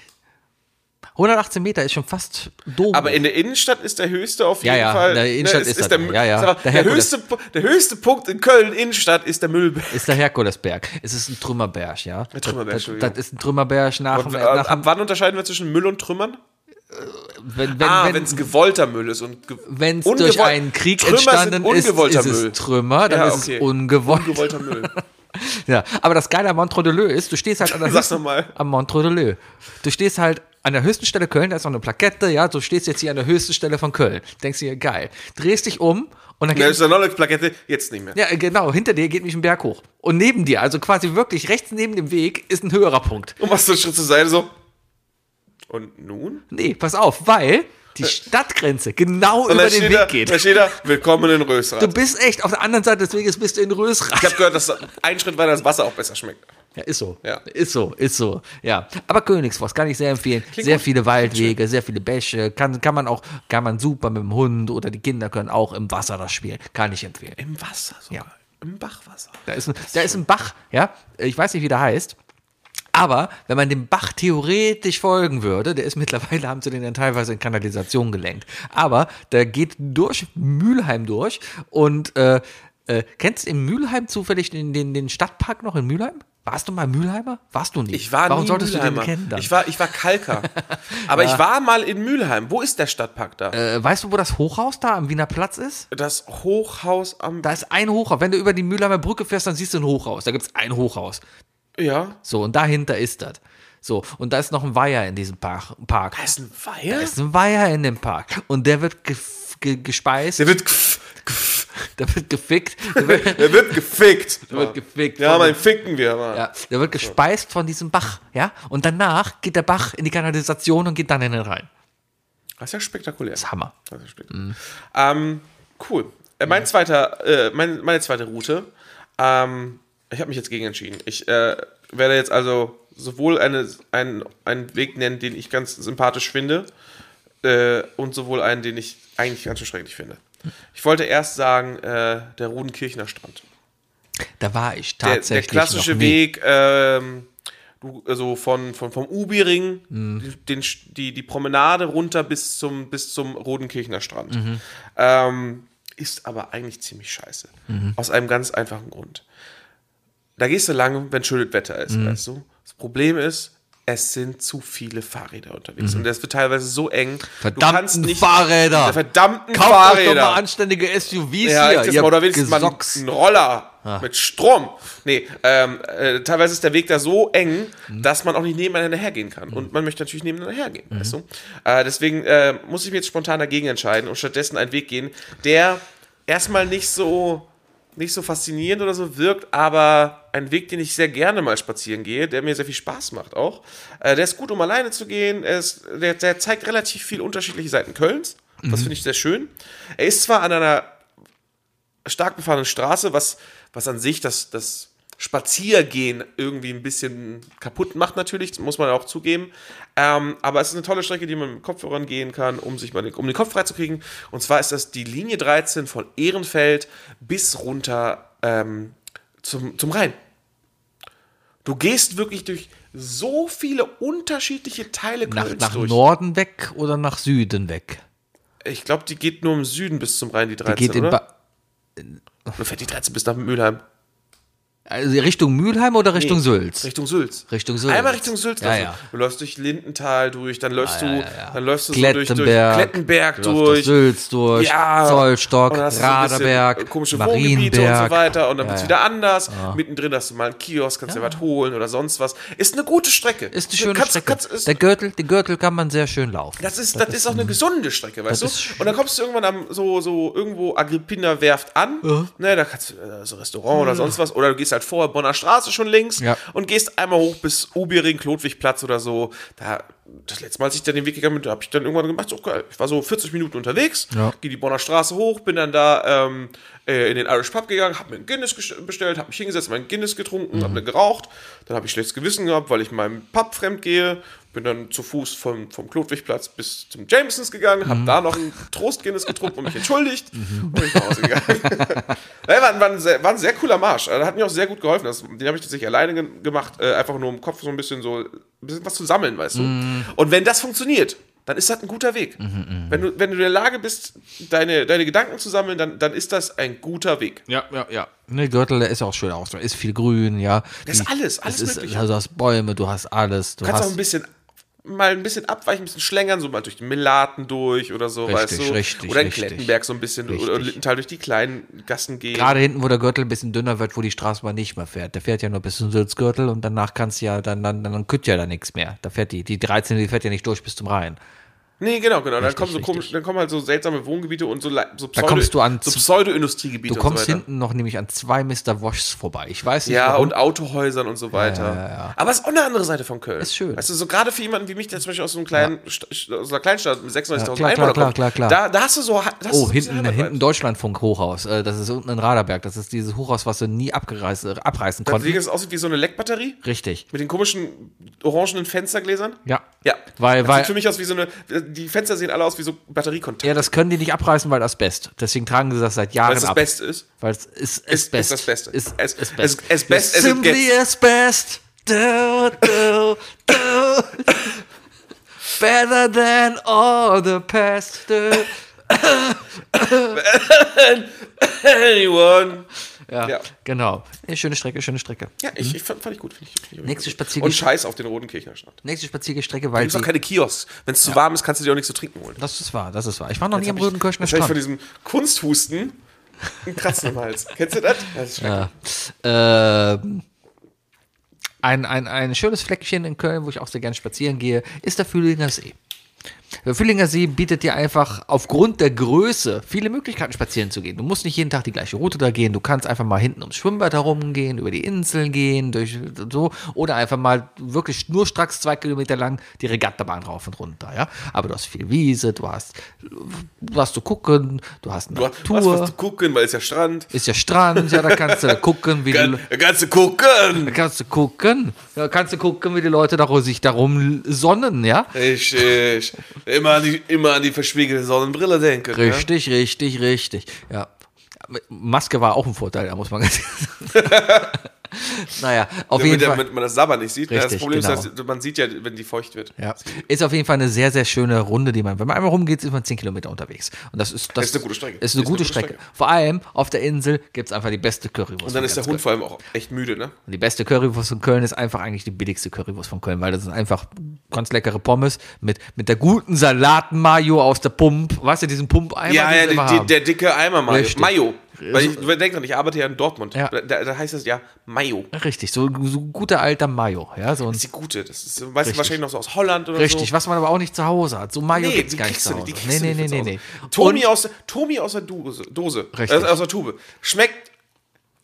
Speaker 3: 118 Meter ist schon fast doof.
Speaker 4: Aber in der Innenstadt ist der höchste auf
Speaker 3: Ja,
Speaker 4: jeden
Speaker 3: ja,
Speaker 4: Fall. Ne,
Speaker 3: in der Innenstadt
Speaker 4: es
Speaker 3: ist er da. Ja, ja.
Speaker 4: ist aber
Speaker 3: Der
Speaker 4: Der,
Speaker 3: Herkules.
Speaker 4: höchste, Pu- der höchste Punkt in Köln Innenstadt ist der Müllberg.
Speaker 3: ist der Herkulesberg. Es ist ein Trümmerberg, ja. Ein
Speaker 4: Trümmerberg,
Speaker 3: das,
Speaker 4: Entschuldigung.
Speaker 3: das ist ein Trümmerberg nach,
Speaker 4: Und, äh,
Speaker 3: nach
Speaker 4: ab wann unterscheiden wir zwischen Müll und Trümmern?
Speaker 3: wenn, wenn,
Speaker 4: Ah,
Speaker 3: wenn-
Speaker 4: wenn es gewollter Müll ist und ge-
Speaker 3: wenn es
Speaker 4: ungewollt-
Speaker 3: durch einen Krieg
Speaker 4: Trümmer sind
Speaker 3: entstanden ist,
Speaker 4: ungewollter
Speaker 3: ist
Speaker 4: Müll.
Speaker 3: es Trümmer, dann
Speaker 4: Ja,
Speaker 3: ist
Speaker 4: okay.
Speaker 3: es ungewollt.
Speaker 4: Ungewollter Müll.
Speaker 3: Ja. Aber das Geile am Montreux-de-Leu ist, du stehst halt an der
Speaker 4: Sag's
Speaker 3: höchsten-
Speaker 4: noch mal.
Speaker 3: am Montreux-de-Leu. Du stehst halt an der höchsten Stelle Köln, da ist noch eine Plakette, ja, du stehst jetzt hier an der höchsten Stelle von Köln. Denkst dir, geil. Drehst dich um und dann
Speaker 4: Da
Speaker 3: geht,
Speaker 4: ist eine Plakette, jetzt nicht mehr.
Speaker 3: ja, genau, hinter dir geht mich ein Berg hoch. Und neben dir, also quasi wirklich rechts neben dem Weg, ist ein höherer Punkt.
Speaker 4: Und machst du einen Schritt zur Seite so. Und nun?
Speaker 3: Nee, pass auf, weil die Stadtgrenze genau
Speaker 4: Äh. Und
Speaker 3: über
Speaker 4: da
Speaker 3: den
Speaker 4: steht,
Speaker 3: Weg
Speaker 4: da, da
Speaker 3: geht.
Speaker 4: steht da, willkommen in
Speaker 3: Du
Speaker 4: Rösrad.
Speaker 3: bist echt auf der anderen Seite des Weges, bist du in
Speaker 4: Ich
Speaker 3: Rösrad.
Speaker 4: habe gehört, dass ein Schritt weiter das Wasser auch besser schmeckt.
Speaker 3: Ja, ist so.
Speaker 4: Ja.
Speaker 3: Ist so, ist so. Ja. Aber Königsforst kann ich sehr empfehlen. sehr viele Waldwege, sehr viele Bäche. Kann, kann man auch, kann man super mit dem Hund oder die Kinder können auch im Wasser das spielen. Kann ich empfehlen.
Speaker 4: Im Wasser sogar.
Speaker 3: Ja.
Speaker 4: Im Bachwasser.
Speaker 3: Da ist ein, da ist ein Bach, ja. Ich weiß nicht, wie der heißt. Aber wenn man dem Bach theoretisch folgen würde, der ist mittlerweile, haben sie den dann teilweise in Kanalisation gelenkt. Aber der geht durch Mülheim durch und äh, äh, kennst du in Mülheim zufällig den, den, den Stadtpark noch in Mülheim? Warst du mal Mülheimer? Warst du nicht?
Speaker 4: Ich war
Speaker 3: Warum
Speaker 4: nie
Speaker 3: solltest
Speaker 4: Mülheimer.
Speaker 3: du den kennen dann?
Speaker 4: Ich war, ich war Kalker. Aber ich war mal in Mülheim. Wo ist der Stadtpark da?
Speaker 3: äh, weißt du, wo das Hochhaus da am Wiener Platz ist?
Speaker 4: Das Hochhaus am.
Speaker 3: Da ist ein Hochhaus. Wenn du über die Mülheimer Brücke fährst, dann siehst du ein Hochhaus. Da gibt es ein Hochhaus.
Speaker 4: ja.
Speaker 3: So, und dahinter ist das. So, und da ist noch ein Weiher in diesem Park. Park.
Speaker 4: Da ist ein Weiher?
Speaker 3: ist ein Weiher in dem Park und der wird gef- ge gespeist,
Speaker 4: Der wird, gef- gef-
Speaker 3: der wird gefickt, der wird,
Speaker 4: der wird gefickt.
Speaker 3: der wird gefickt.
Speaker 4: Ja,
Speaker 3: von
Speaker 4: mein
Speaker 3: dem-
Speaker 4: ficken wir mal.
Speaker 3: ja, der wird gespeist von diesem Bach, ja? Und danach geht der Bach in die Kanalisation und geht dann in den Rhein.
Speaker 4: Das ist ja spektakulär.
Speaker 3: Das ist Hammer.
Speaker 4: Das ist später. Ähm, cool. Äh, mein zweiter, äh, mein, meine zweite Route. Ähm, ich habe mich jetzt gegen entschieden. Ich äh, werde jetzt also sowohl eine, einen, einen Weg nennen, den ich ganz sympathisch finde, äh, und sowohl einen, den ich eigentlich ganz schrecklich finde. Ich wollte erst sagen, äh, der Rudenkirchner Strand.
Speaker 3: Da war ich
Speaker 4: der,
Speaker 3: tatsächlich.
Speaker 4: der klassische
Speaker 3: noch nie.
Speaker 4: Weg, ähm, du, also von, von, vom Ubiring,
Speaker 3: Mhm.
Speaker 4: den, die, die Promenade runter bis zum, bis zum Rodenkirchner Strand.
Speaker 3: Mhm.
Speaker 4: Ähm, ist aber eigentlich ziemlich scheiße.
Speaker 3: Mhm.
Speaker 4: Aus einem ganz einfachen Grund. Da gehst du lang, wenn schönes Wetter ist,
Speaker 3: Mhm.
Speaker 4: weißt du? Das Problem ist, es sind zu viele Fahrräder unterwegs. Und das wird teilweise so eng.
Speaker 3: Mhm. Verdammten Fahrräder.
Speaker 4: Der verdammten
Speaker 3: Kauft euch doch
Speaker 4: Fahrräder.
Speaker 3: mal anständige SUVs
Speaker 4: Ja,
Speaker 3: hier.
Speaker 4: jetzt
Speaker 3: ihr
Speaker 4: mal, oder wenigstens mal einen,
Speaker 3: Gesocks. Ah.
Speaker 4: einen Roller mit Strom. Nee, ähm, äh, teilweise ist der Weg da so eng,
Speaker 3: Mhm.
Speaker 4: dass man auch nicht nebeneinander hergehen kann. Und man möchte natürlich nebeneinander hergehen, weißt du? Äh, deswegen äh, muss ich mich jetzt spontan dagegen entscheiden und stattdessen einen Weg gehen, der erstmal nicht so nicht so faszinierend oder so wirkt, aber ein Weg, den ich sehr gerne mal spazieren gehe, der mir sehr viel Spaß macht auch. Äh, der ist gut, um alleine zu gehen. Er ist, der, der zeigt relativ viel unterschiedliche Seiten Kölns.
Speaker 3: Mhm.
Speaker 4: Das finde ich sehr schön. Er ist zwar an einer stark befahrenen Straße, was, was an sich das, das Spaziergehen irgendwie ein bisschen kaputt macht, natürlich, muss man auch zugeben. Ähm, aber es ist eine tolle Strecke, die man mit dem Kopfhörern gehen kann, um sich mal den, um den Kopf freizukriegen. Und zwar ist das die Linie 13 von Ehrenfeld bis runter ähm, zum, zum Rhein. Du gehst wirklich durch so viele unterschiedliche Teile
Speaker 3: Nach,
Speaker 4: Kölns
Speaker 3: nach
Speaker 4: durch.
Speaker 3: Norden weg oder nach Süden weg?
Speaker 4: ich glaube, die geht nur im Süden bis zum Rhein, die 13,
Speaker 3: Geht in
Speaker 4: oder?
Speaker 3: ba
Speaker 4: Oder fährt die 13 bis nach Mülheim?
Speaker 3: also Richtung Mülheim oder Richtung
Speaker 4: Nee,
Speaker 3: Sülz?
Speaker 4: Richtung Sülz.
Speaker 3: Richtung Sülz.
Speaker 4: Einmal Richtung Sülz.
Speaker 3: Ja,
Speaker 4: laufen.
Speaker 3: ja.
Speaker 4: Du läufst durch Lindenthal durch, dann läufst
Speaker 3: Ja,
Speaker 4: du,
Speaker 3: ja, ja.
Speaker 4: dann läufst du so durch, durch
Speaker 3: Klettenberg,
Speaker 4: Klettenberg
Speaker 3: du läufst
Speaker 4: durch.
Speaker 3: Sülz durch, Zollstock,
Speaker 4: und dann hast du so ein bisschen äh,
Speaker 3: Radeberg,
Speaker 4: komische Wohngebiete und so
Speaker 3: Marienberg.
Speaker 4: weiter und dann wird's
Speaker 3: ja.
Speaker 4: wieder anders. Mittendrin hast du mal einen Kiosk, kannst dir was holen oder sonst was. Ist eine gute Strecke.
Speaker 3: Ist eine schöne
Speaker 4: kannst,
Speaker 3: Strecke.
Speaker 4: Kannst, ist,
Speaker 3: der Gürtel, den Gürtel kann man sehr schön laufen.
Speaker 4: das ist, das, ist auch eine gesunde Strecke, weißt du?
Speaker 3: ist schön.
Speaker 4: Und dann kommst du irgendwann am, so, so irgendwo Agrippina Werft an, ne, da kannst du äh, so Restaurant oder sonst was, oder du gehst halt vorher Bonner Straße schon links
Speaker 3: Ja.
Speaker 4: und gehst einmal hoch bis Ubiring, Klotwigplatz oder so. Da, das letzte Mal, als ich dann den Weg gegangen bin, habe ich dann irgendwann gemacht, so geil, ich war so 40 Minuten unterwegs,
Speaker 3: Ja.
Speaker 4: gehe die Bonner Straße hoch, bin dann da ähm, äh, in den Irish Pub gegangen, habe mir ein Guinness gest- bestellt, habe mich hingesetzt, meinen Guinness getrunken, habe dann geraucht, dann habe ich schlechtes Gewissen gehabt, weil ich meinem Pub fremd gehe, bin dann zu Fuß vom, vom Klotwigplatz bis zum Jamesons gegangen, habe da noch einen Trost-Guinness getrunken und mich entschuldigt und bin ich nach Hause gegangen. Nein, war, ein- war, ein sehr, war ein sehr cooler Marsch. Also, hat mir auch sehr gut geholfen. Das, den habe ich tatsächlich alleine ge gemacht, äh, einfach nur im Kopf so ein bisschen so ein bisschen was zu sammeln, weißt du.
Speaker 3: Mhm.
Speaker 4: Und wenn das funktioniert, dann ist das ein guter Weg. wenn, du, wenn du in der Lage bist, deine, deine Gedanken zu sammeln, dann, dann ist das ein guter Weg.
Speaker 3: Ja, ja, ja. Ne, Gürtel, der ist auch schön aus. Da ist viel Grün, ja.
Speaker 4: Das ist
Speaker 3: Die-
Speaker 4: alles, alles
Speaker 3: es ist,
Speaker 4: Mögliche.
Speaker 3: also Du hast Bäume, du hast alles. Du
Speaker 4: Du kannst
Speaker 3: hast
Speaker 4: auch ein bisschen mal ein bisschen abweichen, ein bisschen schlängern, so mal durch den Melaten durch oder so, weißt
Speaker 3: Richtig,
Speaker 4: du.
Speaker 3: richtig,
Speaker 4: oder in
Speaker 3: richtig.
Speaker 4: Klettenberg so ein bisschen oder
Speaker 3: Richtig.
Speaker 4: Littental durch die kleinen Gassen gehen.
Speaker 3: gerade hinten, wo der Gürtel ein bisschen dünner wird, wo die Straßenbahn nicht mehr fährt. Der fährt ja nur bis zum Sülzgürtel und danach kannst du ja, dann, dann, dann kütt ja da nichts mehr. Da fährt die, die 13, die fährt ja nicht durch bis zum Rhein.
Speaker 4: Nee, genau, genau. dann
Speaker 3: Richtig,
Speaker 4: kommen so
Speaker 3: richtig.
Speaker 4: komisch, dann kommen halt so seltsame Wohngebiete und so, le- so Pseudo,
Speaker 3: kommst du an
Speaker 4: so
Speaker 3: zu-
Speaker 4: Pseudo-Industriegebiete
Speaker 3: Du kommst
Speaker 4: und so weiter.
Speaker 3: hinten noch nämlich an zwei Mr. Woschs vorbei. Ich weiß nicht,
Speaker 4: Ja,
Speaker 3: warum.
Speaker 4: und Autohäusern und so weiter. Aber es ist auch eine andere Seite von Köln.
Speaker 3: Ist schön.
Speaker 4: Weißt du, so gerade für jemanden wie mich, der zum Beispiel aus so, einem kleinen, Sta- aus einer Kleinstadt mit 96.000
Speaker 3: Ja, klar,
Speaker 4: Einwohnern
Speaker 3: klar,
Speaker 4: kommt,
Speaker 3: klar, klar, klar.
Speaker 4: Da, da hast du so. da Hast du
Speaker 3: Oh,
Speaker 4: so diesen
Speaker 3: hinten,
Speaker 4: Heimatvibe.
Speaker 3: hinten Deutschlandfunk-Hochhaus. Äh, Das ist unten in Raderberg. Das ist dieses Hochhaus, was sie nie abgereiß, äh, abreißen
Speaker 4: Das Ding
Speaker 3: konnten.
Speaker 4: ist aussieht wie so eine Leckbatterie.
Speaker 3: Richtig.
Speaker 4: Mit den komischen orangenen Fenstergläsern.
Speaker 3: Ja.
Speaker 4: Ja.
Speaker 3: Weil-
Speaker 4: das
Speaker 3: weil-
Speaker 4: sieht für mich aus wie so eine. Die Fenster sehen alle aus wie so Batteriekontakte.
Speaker 3: Ja, das können die nicht abreißen, weil Asbest. Deswegen tragen sie das seit Jahren
Speaker 4: weil es das
Speaker 3: ab.
Speaker 4: Beste ist.
Speaker 3: Weil es ist
Speaker 4: Ist-
Speaker 3: Asbest.
Speaker 4: ist das Beste.
Speaker 3: Ist
Speaker 4: Es-
Speaker 3: Asbest.
Speaker 4: es- as best as it
Speaker 3: Simply Asbest. Do, do, do. Better than all the past. Do.
Speaker 4: Anyone.
Speaker 3: Ja,
Speaker 4: Ja.
Speaker 3: genau. Nee, schöne Strecke, schöne Strecke.
Speaker 4: Ja, ich, ich fand, fand ich gut. Fand ich, fand ich
Speaker 3: Nächste
Speaker 4: gut.
Speaker 3: Spaziergang-
Speaker 4: Und Scheiß auf den roten Kirchnerstrand.
Speaker 3: Nächste Spaziergestrecke, weil
Speaker 4: Gibt's auch
Speaker 3: sie,
Speaker 4: keine Kiosks. Wenn es zu warm ist, kannst du dir auch nichts zu trinken holen.
Speaker 3: das ist wahr, das ist wahr. Ich war noch nie am
Speaker 4: Jetzt hab
Speaker 3: Rödenkirchner
Speaker 4: ich- jetzt hab ich von
Speaker 3: Strand.
Speaker 4: diesem Kunsthusten einen Kratzen im Hals. Kennst du das? Das ist schrecklich.
Speaker 3: Ähm, ein, ein, ein schönes Fleckchen in Köln, wo ich auch sehr gerne spazieren gehe, ist der Fühlinger See. Der Fühlinger See bietet dir einfach aufgrund der Größe viele Möglichkeiten, spazieren zu gehen. Du musst nicht jeden Tag die gleiche Route da gehen. Du kannst einfach mal hinten ums Schwimmbad herumgehen, über die Inseln gehen, durch so oder einfach mal wirklich nur stracks zwei Kilometer lang die Regattabahn rauf und runter. Ja, aber du hast viel Wiese, du hast was zu gucken, du hast
Speaker 4: Du
Speaker 3: Natur,
Speaker 4: hast was zu gucken, weil es ja Strand.
Speaker 3: ist ja Strand, ja da kannst du gucken, wie die,
Speaker 4: Kann, kannst du gucken.
Speaker 3: Kannst du gucken? Ja, kannst du gucken, wie die Leute da, sich darum sonnen, ja?
Speaker 4: Richtig. Immer an die, immer an die verspiegelte Sonnenbrille denken. ne?
Speaker 3: Richtig, richtig, richtig. Ja. Maske war auch ein Vorteil, da muss man ganz Naja, auf jeden
Speaker 4: damit,
Speaker 3: Fall.
Speaker 4: damit man das Sabber nicht sieht. ne? das
Speaker 3: Richtig,
Speaker 4: Problem ist,
Speaker 3: genau.
Speaker 4: dass man sieht ja, wenn die feucht wird.
Speaker 3: Ja. Ist auf jeden Fall eine sehr, sehr schöne Runde, die man, wenn man einmal rumgeht, ist man 10 Kilometer unterwegs. Und das ist, das
Speaker 4: Ist eine gute Strecke.
Speaker 3: Ist eine gute Strecke. Vor allem auf der Insel gibt es einfach die beste Currywurst.
Speaker 4: Und dann ist der Hund vor allem auch echt müde, ne?
Speaker 3: Und die beste Currywurst von Köln ist einfach eigentlich die billigste Currywurst von Köln, weil das sind einfach ganz leckere Pommes mit, mit der guten Salat-Mayo aus der Pump. Weißt du, diesen Pump-Eimer?
Speaker 4: Ja,
Speaker 3: den
Speaker 4: ja,
Speaker 3: sie immer
Speaker 4: die, die,
Speaker 3: haben.
Speaker 4: der dicke Eimer Mayo.
Speaker 3: Richtig.
Speaker 4: Mayo. Weil ich denke dran, ich arbeite ja in Dortmund.
Speaker 3: Ja.
Speaker 4: Da, da heißt es ja Mayo.
Speaker 3: Richtig, so, so guter alter Mayo. Ja, so ein,
Speaker 4: Das ist die gute. Das ist meistens wahrscheinlich noch so aus Holland oder
Speaker 3: richtig,
Speaker 4: so.
Speaker 3: was man aber auch nicht zu Hause hat. So Mayo
Speaker 4: Nee,
Speaker 3: gibt's
Speaker 4: die
Speaker 3: gar nicht
Speaker 4: kriegst
Speaker 3: zu
Speaker 4: du
Speaker 3: Hause.
Speaker 4: nicht. Die
Speaker 3: nee,
Speaker 4: kriegst
Speaker 3: nee,
Speaker 4: du
Speaker 3: nee,
Speaker 4: nicht
Speaker 3: nee,
Speaker 4: von
Speaker 3: nee.
Speaker 4: zu Hause. Tomi aus, Tomi
Speaker 3: Und-
Speaker 4: aus der Dose. Dose
Speaker 3: Richtig.
Speaker 4: Äh, aus der Tube. Schmeckt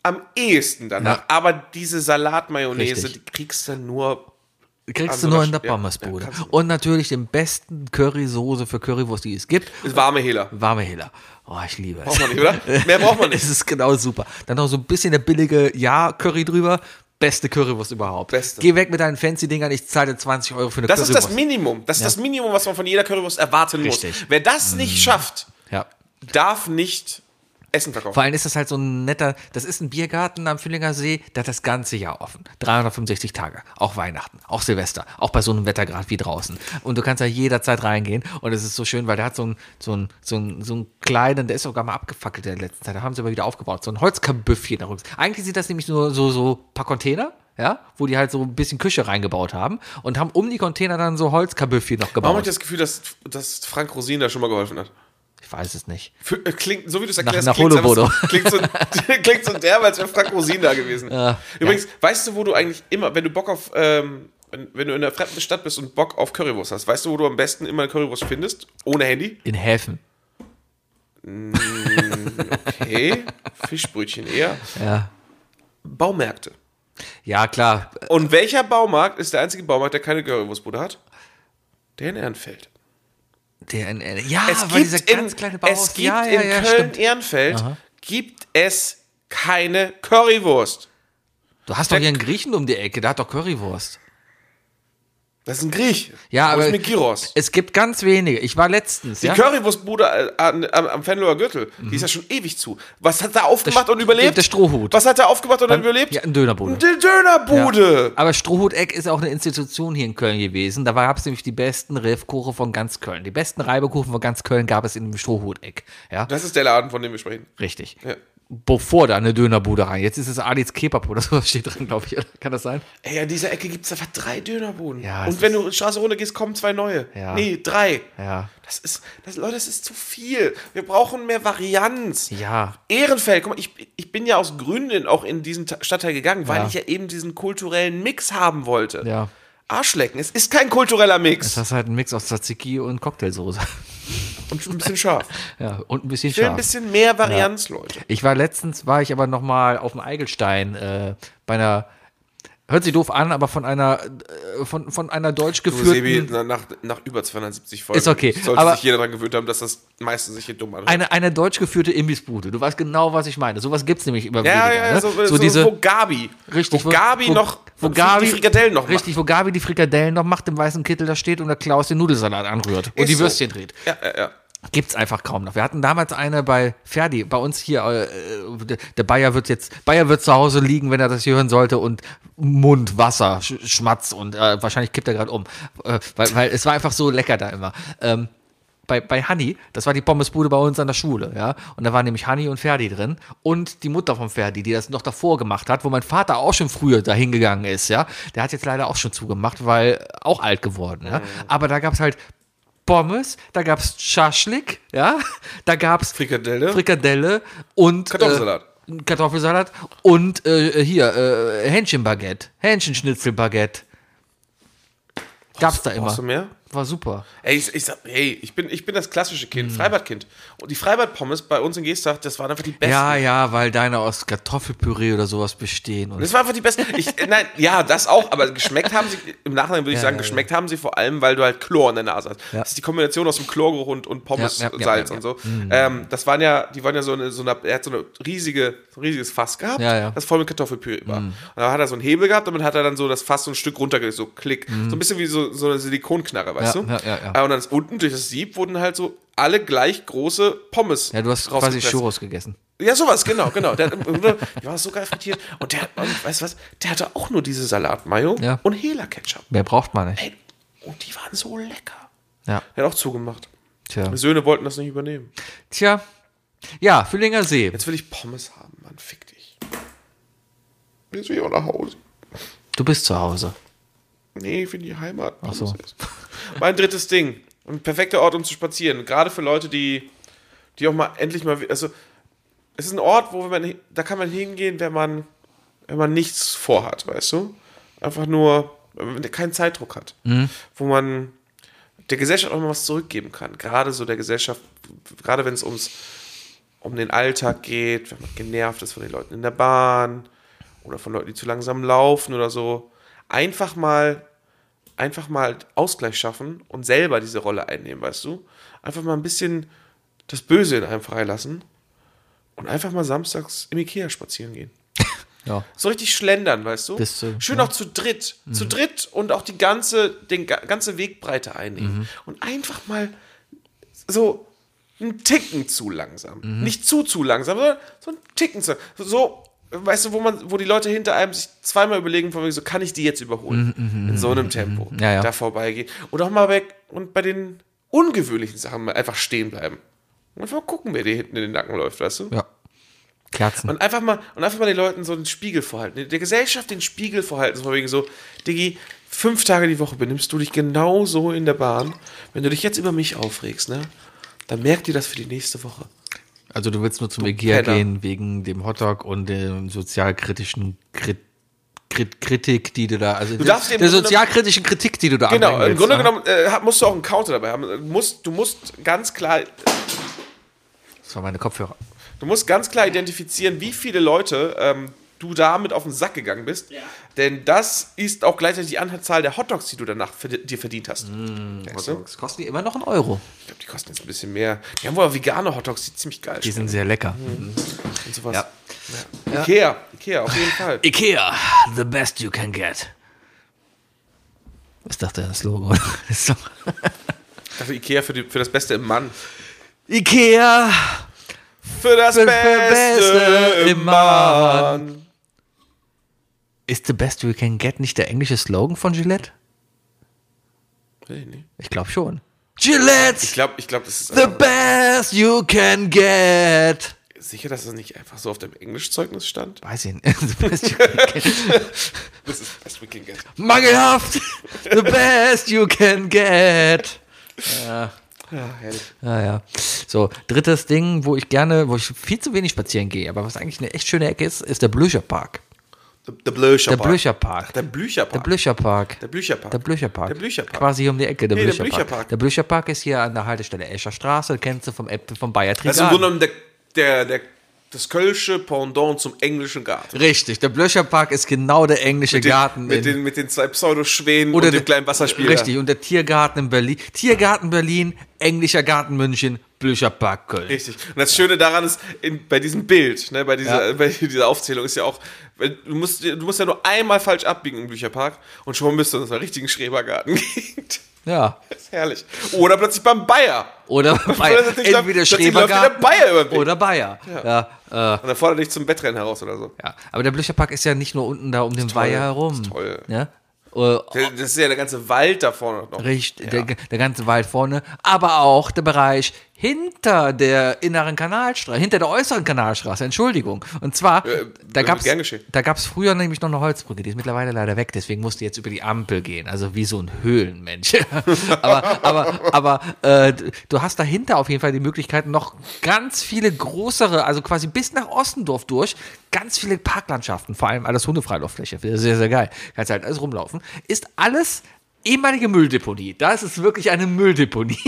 Speaker 4: am ehesten danach.
Speaker 3: Ja.
Speaker 4: Aber diese Salatmayonnaise,
Speaker 3: Richtig.
Speaker 4: die kriegst du nur
Speaker 3: Kriegst
Speaker 4: Also
Speaker 3: du nur
Speaker 4: das-
Speaker 3: in der
Speaker 4: ja,
Speaker 3: Pommesbude.
Speaker 4: ja, kannst du.
Speaker 3: und natürlich den besten Currysoße für Currywurst, die es gibt.
Speaker 4: ist warme Hehler.
Speaker 3: Warme Hela. Oh, ich liebe es.
Speaker 4: Braucht man nicht, oder? Mehr braucht man nicht.
Speaker 3: es ist genau super. Dann noch so ein bisschen der billige Ja-Curry drüber. Beste Currywurst überhaupt.
Speaker 4: Beste.
Speaker 3: Geh weg mit deinen fancy Dingern, ich zahle dir 20 Euro für eine
Speaker 4: Das ist
Speaker 3: Currywurst.
Speaker 4: das Minimum. Das ist das Minimum, was man von jeder Currywurst erwarten
Speaker 3: Richtig. Mhm.
Speaker 4: muss. Wer das nicht schafft,
Speaker 3: ja.
Speaker 4: darf nicht Essen verkaufen.
Speaker 3: Vor allem ist das halt so ein netter, das ist ein Biergarten am Füllinger See, der hat das ganze Jahr offen. 365 Tage. Auch Weihnachten, auch Silvester, auch bei so einem Wettergrad wie draußen. Und du kannst da jederzeit reingehen. Und es ist so schön, weil der hat so einen so einen- so einen- so einen kleinen, der ist sogar mal abgefackelt in der letzten Zeit. Da haben sie aber wieder aufgebaut. So ein Holzkabüffchen da rücks. Eigentlich sieht das nämlich nur so, so ein paar Container. Ja, wo die halt so ein bisschen Küche reingebaut haben und haben um die Container dann so Holzkabüffchen noch
Speaker 4: Warum habe ich
Speaker 3: gebaut.
Speaker 4: das Gefühl, dass, dass Frank Rosin da schon mal geholfen hat?
Speaker 3: Ich weiß es nicht.
Speaker 4: Für, äh, klingt, so wie du es erklärst,
Speaker 3: nach
Speaker 4: klingt
Speaker 3: Holobodo.
Speaker 4: so, klingt, so, klingt so derb, als wäre Frank Rosin da gewesen. Übrigens, weißt du, wo du eigentlich immer, wenn du Bock auf, ähm, wenn, wenn du in einer fremden Stadt bist und Bock auf Currywurst hast, weißt du, wo du am besten immer eine Currywurst findest? Ohne Handy?
Speaker 3: In Häfen.
Speaker 4: Okay. Fischbrötchen eher.
Speaker 3: Ja.
Speaker 4: Baumärkte.
Speaker 3: Ja, klar.
Speaker 4: Und welcher Baumarkt ist der einzige Baumarkt, der keine Currywurstbude hat? Der in Ehrenfeld.
Speaker 3: DNL. Ja,
Speaker 4: Es
Speaker 3: Ah, weil
Speaker 4: gibt,
Speaker 3: dieser
Speaker 4: in,
Speaker 3: ganz kleine Bauhaus.
Speaker 4: es gibt
Speaker 3: ja, ja,
Speaker 4: in
Speaker 3: ja, stimmt.
Speaker 4: Köln-Ehrenfeld gibt es keine Currywurst.
Speaker 3: Du hast doch hier einen Griechen um die Ecke, der hat doch Currywurst.
Speaker 4: Das ist ein Griech.
Speaker 3: Ja,
Speaker 4: Wo
Speaker 3: aber-
Speaker 4: ist mit Gyros.
Speaker 3: Es gibt ganz wenige. Ich war letztens.
Speaker 4: Die
Speaker 3: ja?
Speaker 4: Currywurstbude äh, an, am, am Fenloer Gürtel, die ist ja schon ewig zu. Was hat er aufgemacht
Speaker 3: Der Sch-
Speaker 4: und überlebt?
Speaker 3: der Strohhut.
Speaker 4: Was hat er aufgemacht und dann überlebt?
Speaker 3: Ja, ein Dönerbude.
Speaker 4: Eine Dönerbude.
Speaker 3: Aber Strohhuteck ist auch eine Institution hier in Köln gewesen. Da gab es nämlich die besten Riffkuchen von ganz Köln. Die besten Reibekuchen von ganz Köln gab es in dem Strohhuteck. Ja,
Speaker 4: Das ist der Laden, von dem wir sprechen.
Speaker 3: richtig.
Speaker 4: Ja.
Speaker 3: Bevor da eine Dönerbude rein. Jetzt ist es Adis Kebab oder so steht drin, glaube ich. Oder? Kann das sein?
Speaker 4: Ey, an dieser Ecke gibt es einfach drei Dönerbuden.
Speaker 3: Ja, es
Speaker 4: und wenn
Speaker 3: ist-
Speaker 4: du in die Straße runter gehst, kommen zwei neue.
Speaker 3: Ja.
Speaker 4: Nee, drei.
Speaker 3: Ja.
Speaker 4: Das ist, das, Leute, das ist zu viel. Wir brauchen mehr Varianz.
Speaker 3: Ja.
Speaker 4: Ehrenfeld, guck mal, ich, ich bin ja aus Gründen auch in diesen Ta- Stadtteil gegangen, weil
Speaker 3: Ja.
Speaker 4: ich ja eben diesen kulturellen Mix haben wollte.
Speaker 3: Ja.
Speaker 4: Arschlecken, es ist kein kultureller Mix.
Speaker 3: Das ist halt ein Mix aus Tzatziki und Cocktailsoße.
Speaker 4: Und ein bisschen scharf.
Speaker 3: Ja, und ein bisschen
Speaker 4: Ich will ein
Speaker 3: scharf.
Speaker 4: bisschen mehr Varianz, Leute.
Speaker 3: Ich war letztens, war ich aber nochmal auf dem Eigelstein äh, bei einer, hört sich doof an, aber von einer, äh, von, von einer deutsch
Speaker 4: Sebi,
Speaker 3: geführten,
Speaker 4: na- nach, nach über 270 Folgen
Speaker 3: Ist okay,
Speaker 4: sollte
Speaker 3: aber-
Speaker 4: sich jeder daran gewöhnt haben, dass das meistens sich hier dumm anhört.
Speaker 3: eine, eine deutsch geführte Imbissbude. Du weißt genau, was ich meine. Sowas gibt's nämlich immer
Speaker 4: ja,
Speaker 3: weniger.
Speaker 4: ja,
Speaker 3: ne?
Speaker 4: so, so, wo Gabi.
Speaker 3: Richtig,
Speaker 4: wo Gabi noch
Speaker 3: wo Gabi,
Speaker 4: die Frikadellen noch
Speaker 3: Richtig, wo Gabi die Frikadellen noch macht, im weißen Kittel da steht und der Klaus den Nudelsalat anrührt und
Speaker 4: Ist
Speaker 3: die
Speaker 4: so.
Speaker 3: Würstchen dreht.
Speaker 4: macht. Ja, ja, ja.
Speaker 3: Gibt's einfach kaum noch. Wir hatten damals eine bei Ferdi, bei uns hier, äh, der- der Bayer wird jetzt, Bayer wird zu Hause liegen, wenn er das hier hören sollte und Mund, Wasser, Sch Schmatz und äh, wahrscheinlich kippt er gerade um. Äh, weil, weil es war einfach so lecker da immer. Ähm, bei, bei Hanni, das war die Pommesbude bei uns an der Schule, ja. Und da waren nämlich Hanni und Ferdi drin und die Mutter von Ferdi, die das noch davor gemacht hat, wo mein Vater auch schon früher dahin gegangen ist, ja. Der hat jetzt leider auch schon zugemacht, weil auch alt geworden, ja. Aber da gab's halt Pommes, da gab's Schaschlik, ja. Da gab's
Speaker 4: Frikadelle.
Speaker 3: Frikadelle und
Speaker 4: Kartoffelsalat.
Speaker 3: Äh, Kartoffelsalat und äh, hier äh, Hähnchenbaguette, Hähnchenschnitzelbaguette. Gab's da immer.
Speaker 4: Brauchst du mehr?
Speaker 3: War super.
Speaker 4: Ey, ich, ich sag, hey, ich bin, ich bin das klassische
Speaker 3: Hm.
Speaker 4: Kind, Freibadkind. Und die Freibad-Pommes bei uns in Geestach, das waren einfach die besten.
Speaker 3: Ja, ja, weil deine aus Kartoffelpüree oder sowas bestehen. Und
Speaker 4: Das war einfach die besten. Ich, äh, nein, ja, das auch, aber geschmeckt haben sie, im Nachhinein würde ich sagen,
Speaker 3: ja,
Speaker 4: geschmeckt haben sie vor allem, weil du halt Chlor in der Nase hast. Das ist die Kombination aus dem Chlorgeruch und, und Pommes,
Speaker 3: Ja, ja, ja,
Speaker 4: Salz
Speaker 3: ja, Mhm.
Speaker 4: und so. Ähm, das waren ja, die waren ja so eine, so eine er hat so eine riesige, so ein riesiges Fass gehabt,
Speaker 3: Ja, Mhm. ja.
Speaker 4: das voll mit Kartoffelpüree war. Und da hat er so einen Hebel gehabt, damit hat er dann so das Fass so ein Stück runtergelegt, so klick. So ein bisschen wie so, so eine Silikonknarre, weißt
Speaker 3: Mhm. Ja,
Speaker 4: du?
Speaker 3: ja, ja, ja.
Speaker 4: Äh, Und dann ist unten durch das Sieb wurden halt so alle gleich große Pommes
Speaker 3: ja, du hast quasi
Speaker 4: rausgepresst.
Speaker 3: Churros gegessen.
Speaker 4: Ja, sowas, genau, genau. Der, die war so geil frittiert. Und der, und weißt du was, der hatte auch nur diese Salatmayo
Speaker 3: Ja.
Speaker 4: und Hela-Ketchup.
Speaker 3: Mehr braucht man nicht.
Speaker 4: Ey, Und die waren so lecker.
Speaker 3: Ja.
Speaker 4: Der hat auch zugemacht.
Speaker 3: Tja.
Speaker 4: Meine Söhne wollten das nicht übernehmen.
Speaker 3: Tja. Ja, Füllinger See.
Speaker 4: Jetzt will ich Pommes haben, Mann, fick dich. Jetzt will ich auch nach Hause.
Speaker 3: Du bist zu Hause.
Speaker 4: Nee, ich will die Heimat. Ach
Speaker 3: so.
Speaker 4: Mein drittes Ding. Ein perfekter Ort, um zu spazieren. Gerade für Leute, die, die auch mal endlich mal. Also, es ist ein Ort, wo man, hin- da kann man hingehen, wenn man, wenn man nichts vorhat, weißt du? Einfach nur, wenn man keinen Zeitdruck hat. Wo man der Gesellschaft auch mal was zurückgeben kann. Gerade so der Gesellschaft, gerade wenn es ums, um den Alltag geht, wenn man genervt ist von den Leuten in der Bahn oder von Leuten, die zu langsam laufen oder so. Einfach mal, einfach mal Ausgleich schaffen und selber diese Rolle einnehmen, weißt du? Einfach mal ein bisschen das Böse in einem freilassen und einfach mal samstags im Ikea spazieren gehen.
Speaker 3: Ja.
Speaker 4: So richtig schlendern, weißt du?
Speaker 3: Bist du, Mhm.
Speaker 4: Schön auch zu dritt. Zu dritt und auch die ganze, den, ga- ganze Wegbreite
Speaker 3: Mhm.
Speaker 4: einnehmen. Und einfach mal so einen Ticken zu langsam.
Speaker 3: Mhm.
Speaker 4: Nicht zu, zu langsam, sondern so einen Ticken zu So, weißt du, wo man, wo die Leute hinter einem sich zweimal überlegen, von wegen so, kann ich die jetzt überholen?
Speaker 3: Mhm,
Speaker 4: In so einem Tempo.
Speaker 3: Ja, ja.
Speaker 4: Da vorbeigehen. Und auch mal weg und bei den ungewöhnlichen Sachen mal einfach stehen bleiben. Und einfach mal gucken, wer dir hinten in den Nacken läuft, weißt du?
Speaker 3: Ja. Kerzen.
Speaker 4: Und einfach mal, und einfach mal den Leuten so den Spiegel vorhalten, der Gesellschaft den Spiegel vorhalten, so von wegen so, Diggi, fünf Tage die Woche benimmst du dich genauso in der Bahn. Wenn du dich jetzt über mich aufregst, ne, dann merkt ihr das für die nächste Woche.
Speaker 3: Also du willst nur zum Ikea
Speaker 4: Penner.
Speaker 3: gehen wegen dem Hotdog und der sozialkritischen Krit Krit Kritik, die du da, also du
Speaker 4: darfst eben-
Speaker 3: der sozialkritischen Kritik, die du da
Speaker 4: Genau,
Speaker 3: anbringen
Speaker 4: im
Speaker 3: willst,
Speaker 4: Grunde
Speaker 3: ne?
Speaker 4: genommen äh, hab- musst du auch einen Counter dabei haben. Du musst, du musst ganz klar,
Speaker 3: Das war meine Kopfhörer.
Speaker 4: du musst ganz klar identifizieren, wie viele Leute ähm, du damit auf den Sack gegangen bist. Denn das ist auch gleichzeitig die Anzahl der Hotdogs, die du danach verdi- dir verdient hast.
Speaker 3: Mm,
Speaker 4: Weißt du?
Speaker 3: Das kosten die immer noch einen Euro.
Speaker 4: Ich glaube, die kosten jetzt ein bisschen mehr. Die haben wohl vegane Hotdogs, die ziemlich geil
Speaker 3: Die sind sehr lecker.
Speaker 4: Hm. und sowas.
Speaker 3: Ja.
Speaker 4: Ja. Ikea, Ikea, auf jeden Fall.
Speaker 3: Ikea, the best you can get. Was dachte er, das Logo? Das ist doch-
Speaker 4: Dafür Ikea für, die, für das Beste im Mann.
Speaker 3: Ikea,
Speaker 4: Für das
Speaker 3: Für- für
Speaker 4: Beste,
Speaker 3: Beste
Speaker 4: im
Speaker 3: im
Speaker 4: Mann.
Speaker 3: is the best you can get nicht der englische Slogan von Gillette?
Speaker 4: Nee, nee.
Speaker 3: Ich glaube schon. Gillette,
Speaker 4: Ich glaube, ich glaub, das ist
Speaker 3: the
Speaker 4: einfach,
Speaker 3: best you can get.
Speaker 4: sicher, dass das nicht einfach so auf dem Englischzeugnis stand.
Speaker 3: Weiß ich nicht. The best you can get.
Speaker 4: Das ist best we can get.
Speaker 3: Mangelhaft, the best you can get.
Speaker 4: Ah, herrlich.
Speaker 3: Ja, ja. So, drittes Ding, wo ich gerne, wo ich viel zu wenig spazieren gehe, aber was eigentlich eine echt schöne Ecke ist, ist der Blücher Park.
Speaker 4: The, the Blöcher
Speaker 3: Der
Speaker 4: Park.
Speaker 3: Blücher Park.
Speaker 4: Ach, der Blücher
Speaker 3: Der
Speaker 4: Park.
Speaker 3: Blücher Park.
Speaker 4: Der Blücher Park.
Speaker 3: Der Blücher Park.
Speaker 4: Der Blücher Park.
Speaker 3: Quasi um die Ecke, der
Speaker 4: Nee, der
Speaker 3: Blücher
Speaker 4: Blücher
Speaker 3: Park.
Speaker 4: Park.
Speaker 3: Der Blücher Park ist hier an der Haltestelle Escher Straße, kennst du vom Äpfel vom Bayer
Speaker 4: Das ist im Grunde genommen
Speaker 3: Trigan.
Speaker 4: der, der, der, das kölsche Pendant zum englischen Garten.
Speaker 3: Richtig, der Blücher Park ist genau der englische
Speaker 4: Den-
Speaker 3: Garten.
Speaker 4: mit,
Speaker 3: in-
Speaker 4: den, mit den zwei Pseudoschwänen und dem
Speaker 3: der-
Speaker 4: kleinen Wasserspieler.
Speaker 3: Richtig, und der Tiergarten in Berlin. Tiergarten Berlin, englischer Garten München, Blücher Park Köln.
Speaker 4: Richtig. Und das Schöne daran ist, in, bei diesem Bild, ne, bei, dieser,
Speaker 3: Ja.
Speaker 4: bei dieser Aufzählung ist ja auch, weil du musst, du musst ja nur einmal falsch abbiegen im Bücherpark und schon bist du in unserer richtigen Schrebergarten. das
Speaker 3: Ja.
Speaker 4: ist herrlich. Oder plötzlich beim Bayer.
Speaker 3: Oder Bayer.
Speaker 4: Plötzlich läuft-
Speaker 3: Entweder
Speaker 4: plötzlich läuft
Speaker 3: Schrebergarten
Speaker 4: wieder Bayer über den Weg.
Speaker 3: oder Bayer. Ja. Ja, äh,
Speaker 4: Und dann fordert dich zum Wettrennen heraus oder so.
Speaker 3: ja. Aber der Blücher Park ist ja nicht nur unten da um den Weiher herum.
Speaker 4: ist toll.
Speaker 3: Ja? Äh,
Speaker 4: Das ist ja der ganze Wald da vorne noch.
Speaker 3: Richtig,
Speaker 4: Ja.
Speaker 3: der, der ganze Wald vorne, aber auch der Bereich hinter der inneren Kanalstraße, hinter der äußeren Kanalstraße, Entschuldigung. Und zwar, da
Speaker 4: äh,
Speaker 3: gab's
Speaker 4: gern geschehen.
Speaker 3: da gab's früher nämlich noch eine Holzbrücke, die ist mittlerweile leider weg, deswegen musste jetzt über die Ampel gehen, also wie so ein Höhlenmensch. aber aber, aber äh, du hast dahinter auf jeden Fall die Möglichkeit, noch ganz viele größere, also quasi bis nach Ostendorf durch, ganz viele Parklandschaften, vor allem alles Hundefreilauffläche, sehr, sehr geil. Kannst halt alles rumlaufen. Ist alles ehemalige Mülldeponie. Da ist es wirklich eine Mülldeponie.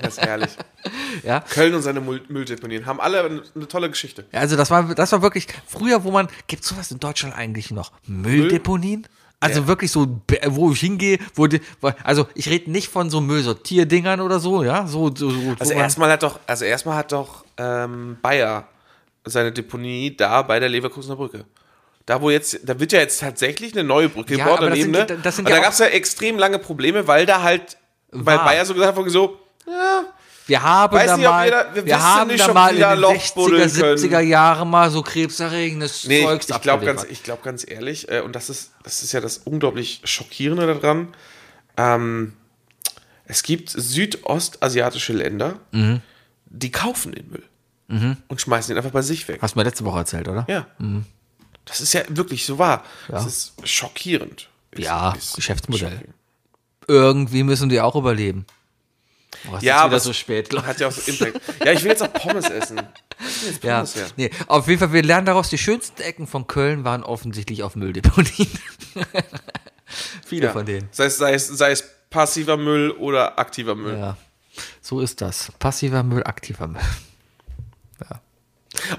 Speaker 4: Das ist herrlich.
Speaker 3: ja.
Speaker 4: Köln und seine Müll- Mülldeponien haben alle eine, eine tolle Geschichte.
Speaker 3: Ja, Also das war, das war wirklich früher, wo man, gibt sowas in Deutschland eigentlich noch? Mülldeponien? Also wirklich so, be- wo ich hingehe, wo, die- wo also ich rede nicht von so Müllsortierdingern oder so, ja, so, so, so
Speaker 4: Also
Speaker 3: wo man-
Speaker 4: erstmal hat doch, also erstmal hat doch ähm, Bayer seine Deponie da bei der Leverkusener Brücke. Da wo jetzt, da wird ja jetzt tatsächlich eine neue Brücke
Speaker 3: Ja,
Speaker 4: gebaut
Speaker 3: aber das
Speaker 4: daneben,
Speaker 3: sind-
Speaker 4: ne?
Speaker 3: das sind
Speaker 4: Und
Speaker 3: ja
Speaker 4: da gab es ja extrem lange Probleme, weil da halt, weil
Speaker 3: War.
Speaker 4: Bayer so gesagt hat, von so,
Speaker 3: Wir haben
Speaker 4: Weiß
Speaker 3: da
Speaker 4: nicht, ob
Speaker 3: mal,
Speaker 4: jeder- wir
Speaker 3: wir
Speaker 4: wissen
Speaker 3: haben
Speaker 4: nicht,
Speaker 3: da
Speaker 4: ob
Speaker 3: mal
Speaker 4: die
Speaker 3: in
Speaker 4: da
Speaker 3: den
Speaker 4: Loch
Speaker 3: 60er,
Speaker 4: buddeln können.
Speaker 3: 70er Jahren mal so krebserregendes
Speaker 4: Nee, ich,
Speaker 3: Zeugs
Speaker 4: ich glaube ganz,
Speaker 3: abgeliefert.
Speaker 4: ich glaub ganz ehrlich, äh, und das ist, das ist ja das unglaublich Schockierende daran. Ähm, es gibt südostasiatische Länder,
Speaker 3: Mhm.
Speaker 4: die kaufen den Müll und schmeißen ihn einfach bei sich weg.
Speaker 3: Hast du mir letzte Woche erzählt, oder?
Speaker 4: Ja.
Speaker 3: Mhm.
Speaker 4: Das ist ja wirklich so wahr. Das ist schockierend. Ist-
Speaker 3: Ja,
Speaker 4: ist
Speaker 3: Geschäftsmodell.
Speaker 4: schockierend.
Speaker 3: Irgendwie müssen die auch überleben. Oh, es
Speaker 4: Ja,
Speaker 3: ist
Speaker 4: aber
Speaker 3: wieder
Speaker 4: es
Speaker 3: so spät, glaub
Speaker 4: Hat ja auch so Impact. ja, ich will jetzt auch Pommes essen.
Speaker 3: Ja,
Speaker 4: Pommes, ja.
Speaker 3: nee, auf jeden Fall, wir lernen daraus, die schönsten Ecken von Köln waren offensichtlich auf Mülldeponien. Viele
Speaker 4: Ja.
Speaker 3: von denen.
Speaker 4: Sei es, sei, es, sei es passiver Müll oder aktiver Müll.
Speaker 3: Ja, so ist das. Passiver Müll, aktiver Müll.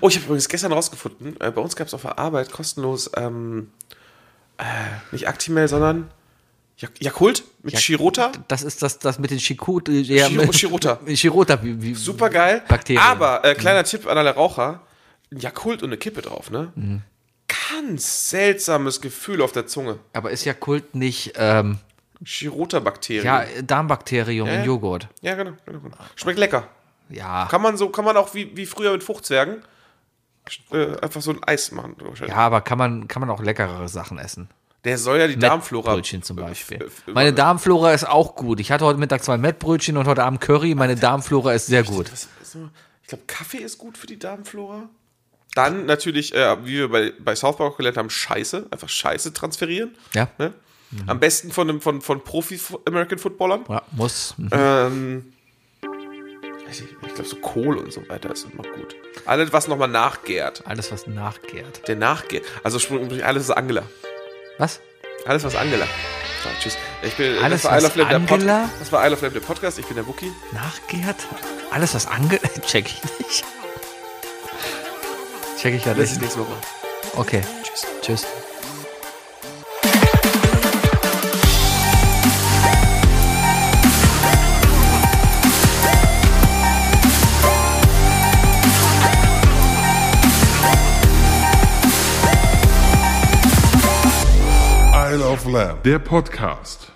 Speaker 4: Oh, ich habe übrigens gestern rausgefunden, äh, bei uns gab es auf der Arbeit kostenlos, ähm, äh, nicht Actimel, sondern Jak Jakult mit Shirota.
Speaker 3: Das ist das, das mit den Chikut, ja,
Speaker 4: Chiro- Chirota.
Speaker 3: mit Chirota, wie, wie,
Speaker 4: Super geil.
Speaker 3: Bakterien. Mhm.
Speaker 4: Aber, äh, kleiner Tipp an alle Raucher, ein Jakult und eine Kippe drauf, ne?
Speaker 3: Mhm.
Speaker 4: Ganz seltsames Gefühl auf der Zunge.
Speaker 3: Aber ist ja Kult nicht, ähm,
Speaker 4: Chirota-Bakterien.
Speaker 3: ja, Darmbakterium in Joghurt.
Speaker 4: ja genau, genau, genau. Schmeckt lecker.
Speaker 3: Ja.
Speaker 4: Kann man so, kann man auch wie, wie früher mit Fruchtzwergen äh, einfach so ein Eis machen. halt.
Speaker 3: Ja, aber kann man, kann man auch leckerere Sachen essen.
Speaker 4: Der soll ja die Darmflora.
Speaker 3: Mettbrötchen zum
Speaker 4: Äh,
Speaker 3: Beispiel.
Speaker 4: äh,
Speaker 3: Meine Darmflora ist auch gut. Ich hatte heute Mittag zwei Mettbrötchen und heute Abend Curry. Meine Darmflora ist sehr gut.
Speaker 4: Was, was, ich glaube, Kaffee ist gut für die Darmflora. Dann natürlich, äh, wie wir bei, bei South Park auch gelernt haben, Scheiße, einfach Scheiße transferieren.
Speaker 3: Ja.
Speaker 4: Ne? Am besten von, einem- von, von Profi-American-Footballern.
Speaker 3: Mhm. Ja, muss.
Speaker 4: Ähm, weiß ich ich glaube, so Kohl und so weiter ist immer gut. Alles, was nochmal nachgärt.
Speaker 3: Alles, was nachkehrt.
Speaker 4: Der nachgärt. Also sprich, alles ist Angela.
Speaker 3: Was?
Speaker 4: Alles, was Angela. So, tschüss. Ich bin,
Speaker 3: Alles,
Speaker 4: das war Isle
Speaker 3: was
Speaker 4: of Lamb, der Pod-
Speaker 3: Angela?
Speaker 4: Das war Isle of Lamb, der Podcast. Ich bin der Wookie.
Speaker 3: Nachgärt? Alles, was ange... Check ich nicht. Check ich ja
Speaker 4: Bis
Speaker 3: nicht.
Speaker 4: nächste Woche.
Speaker 3: Okay. Tschüss. Tschüss.
Speaker 2: Isle of Lamb, der Podcast.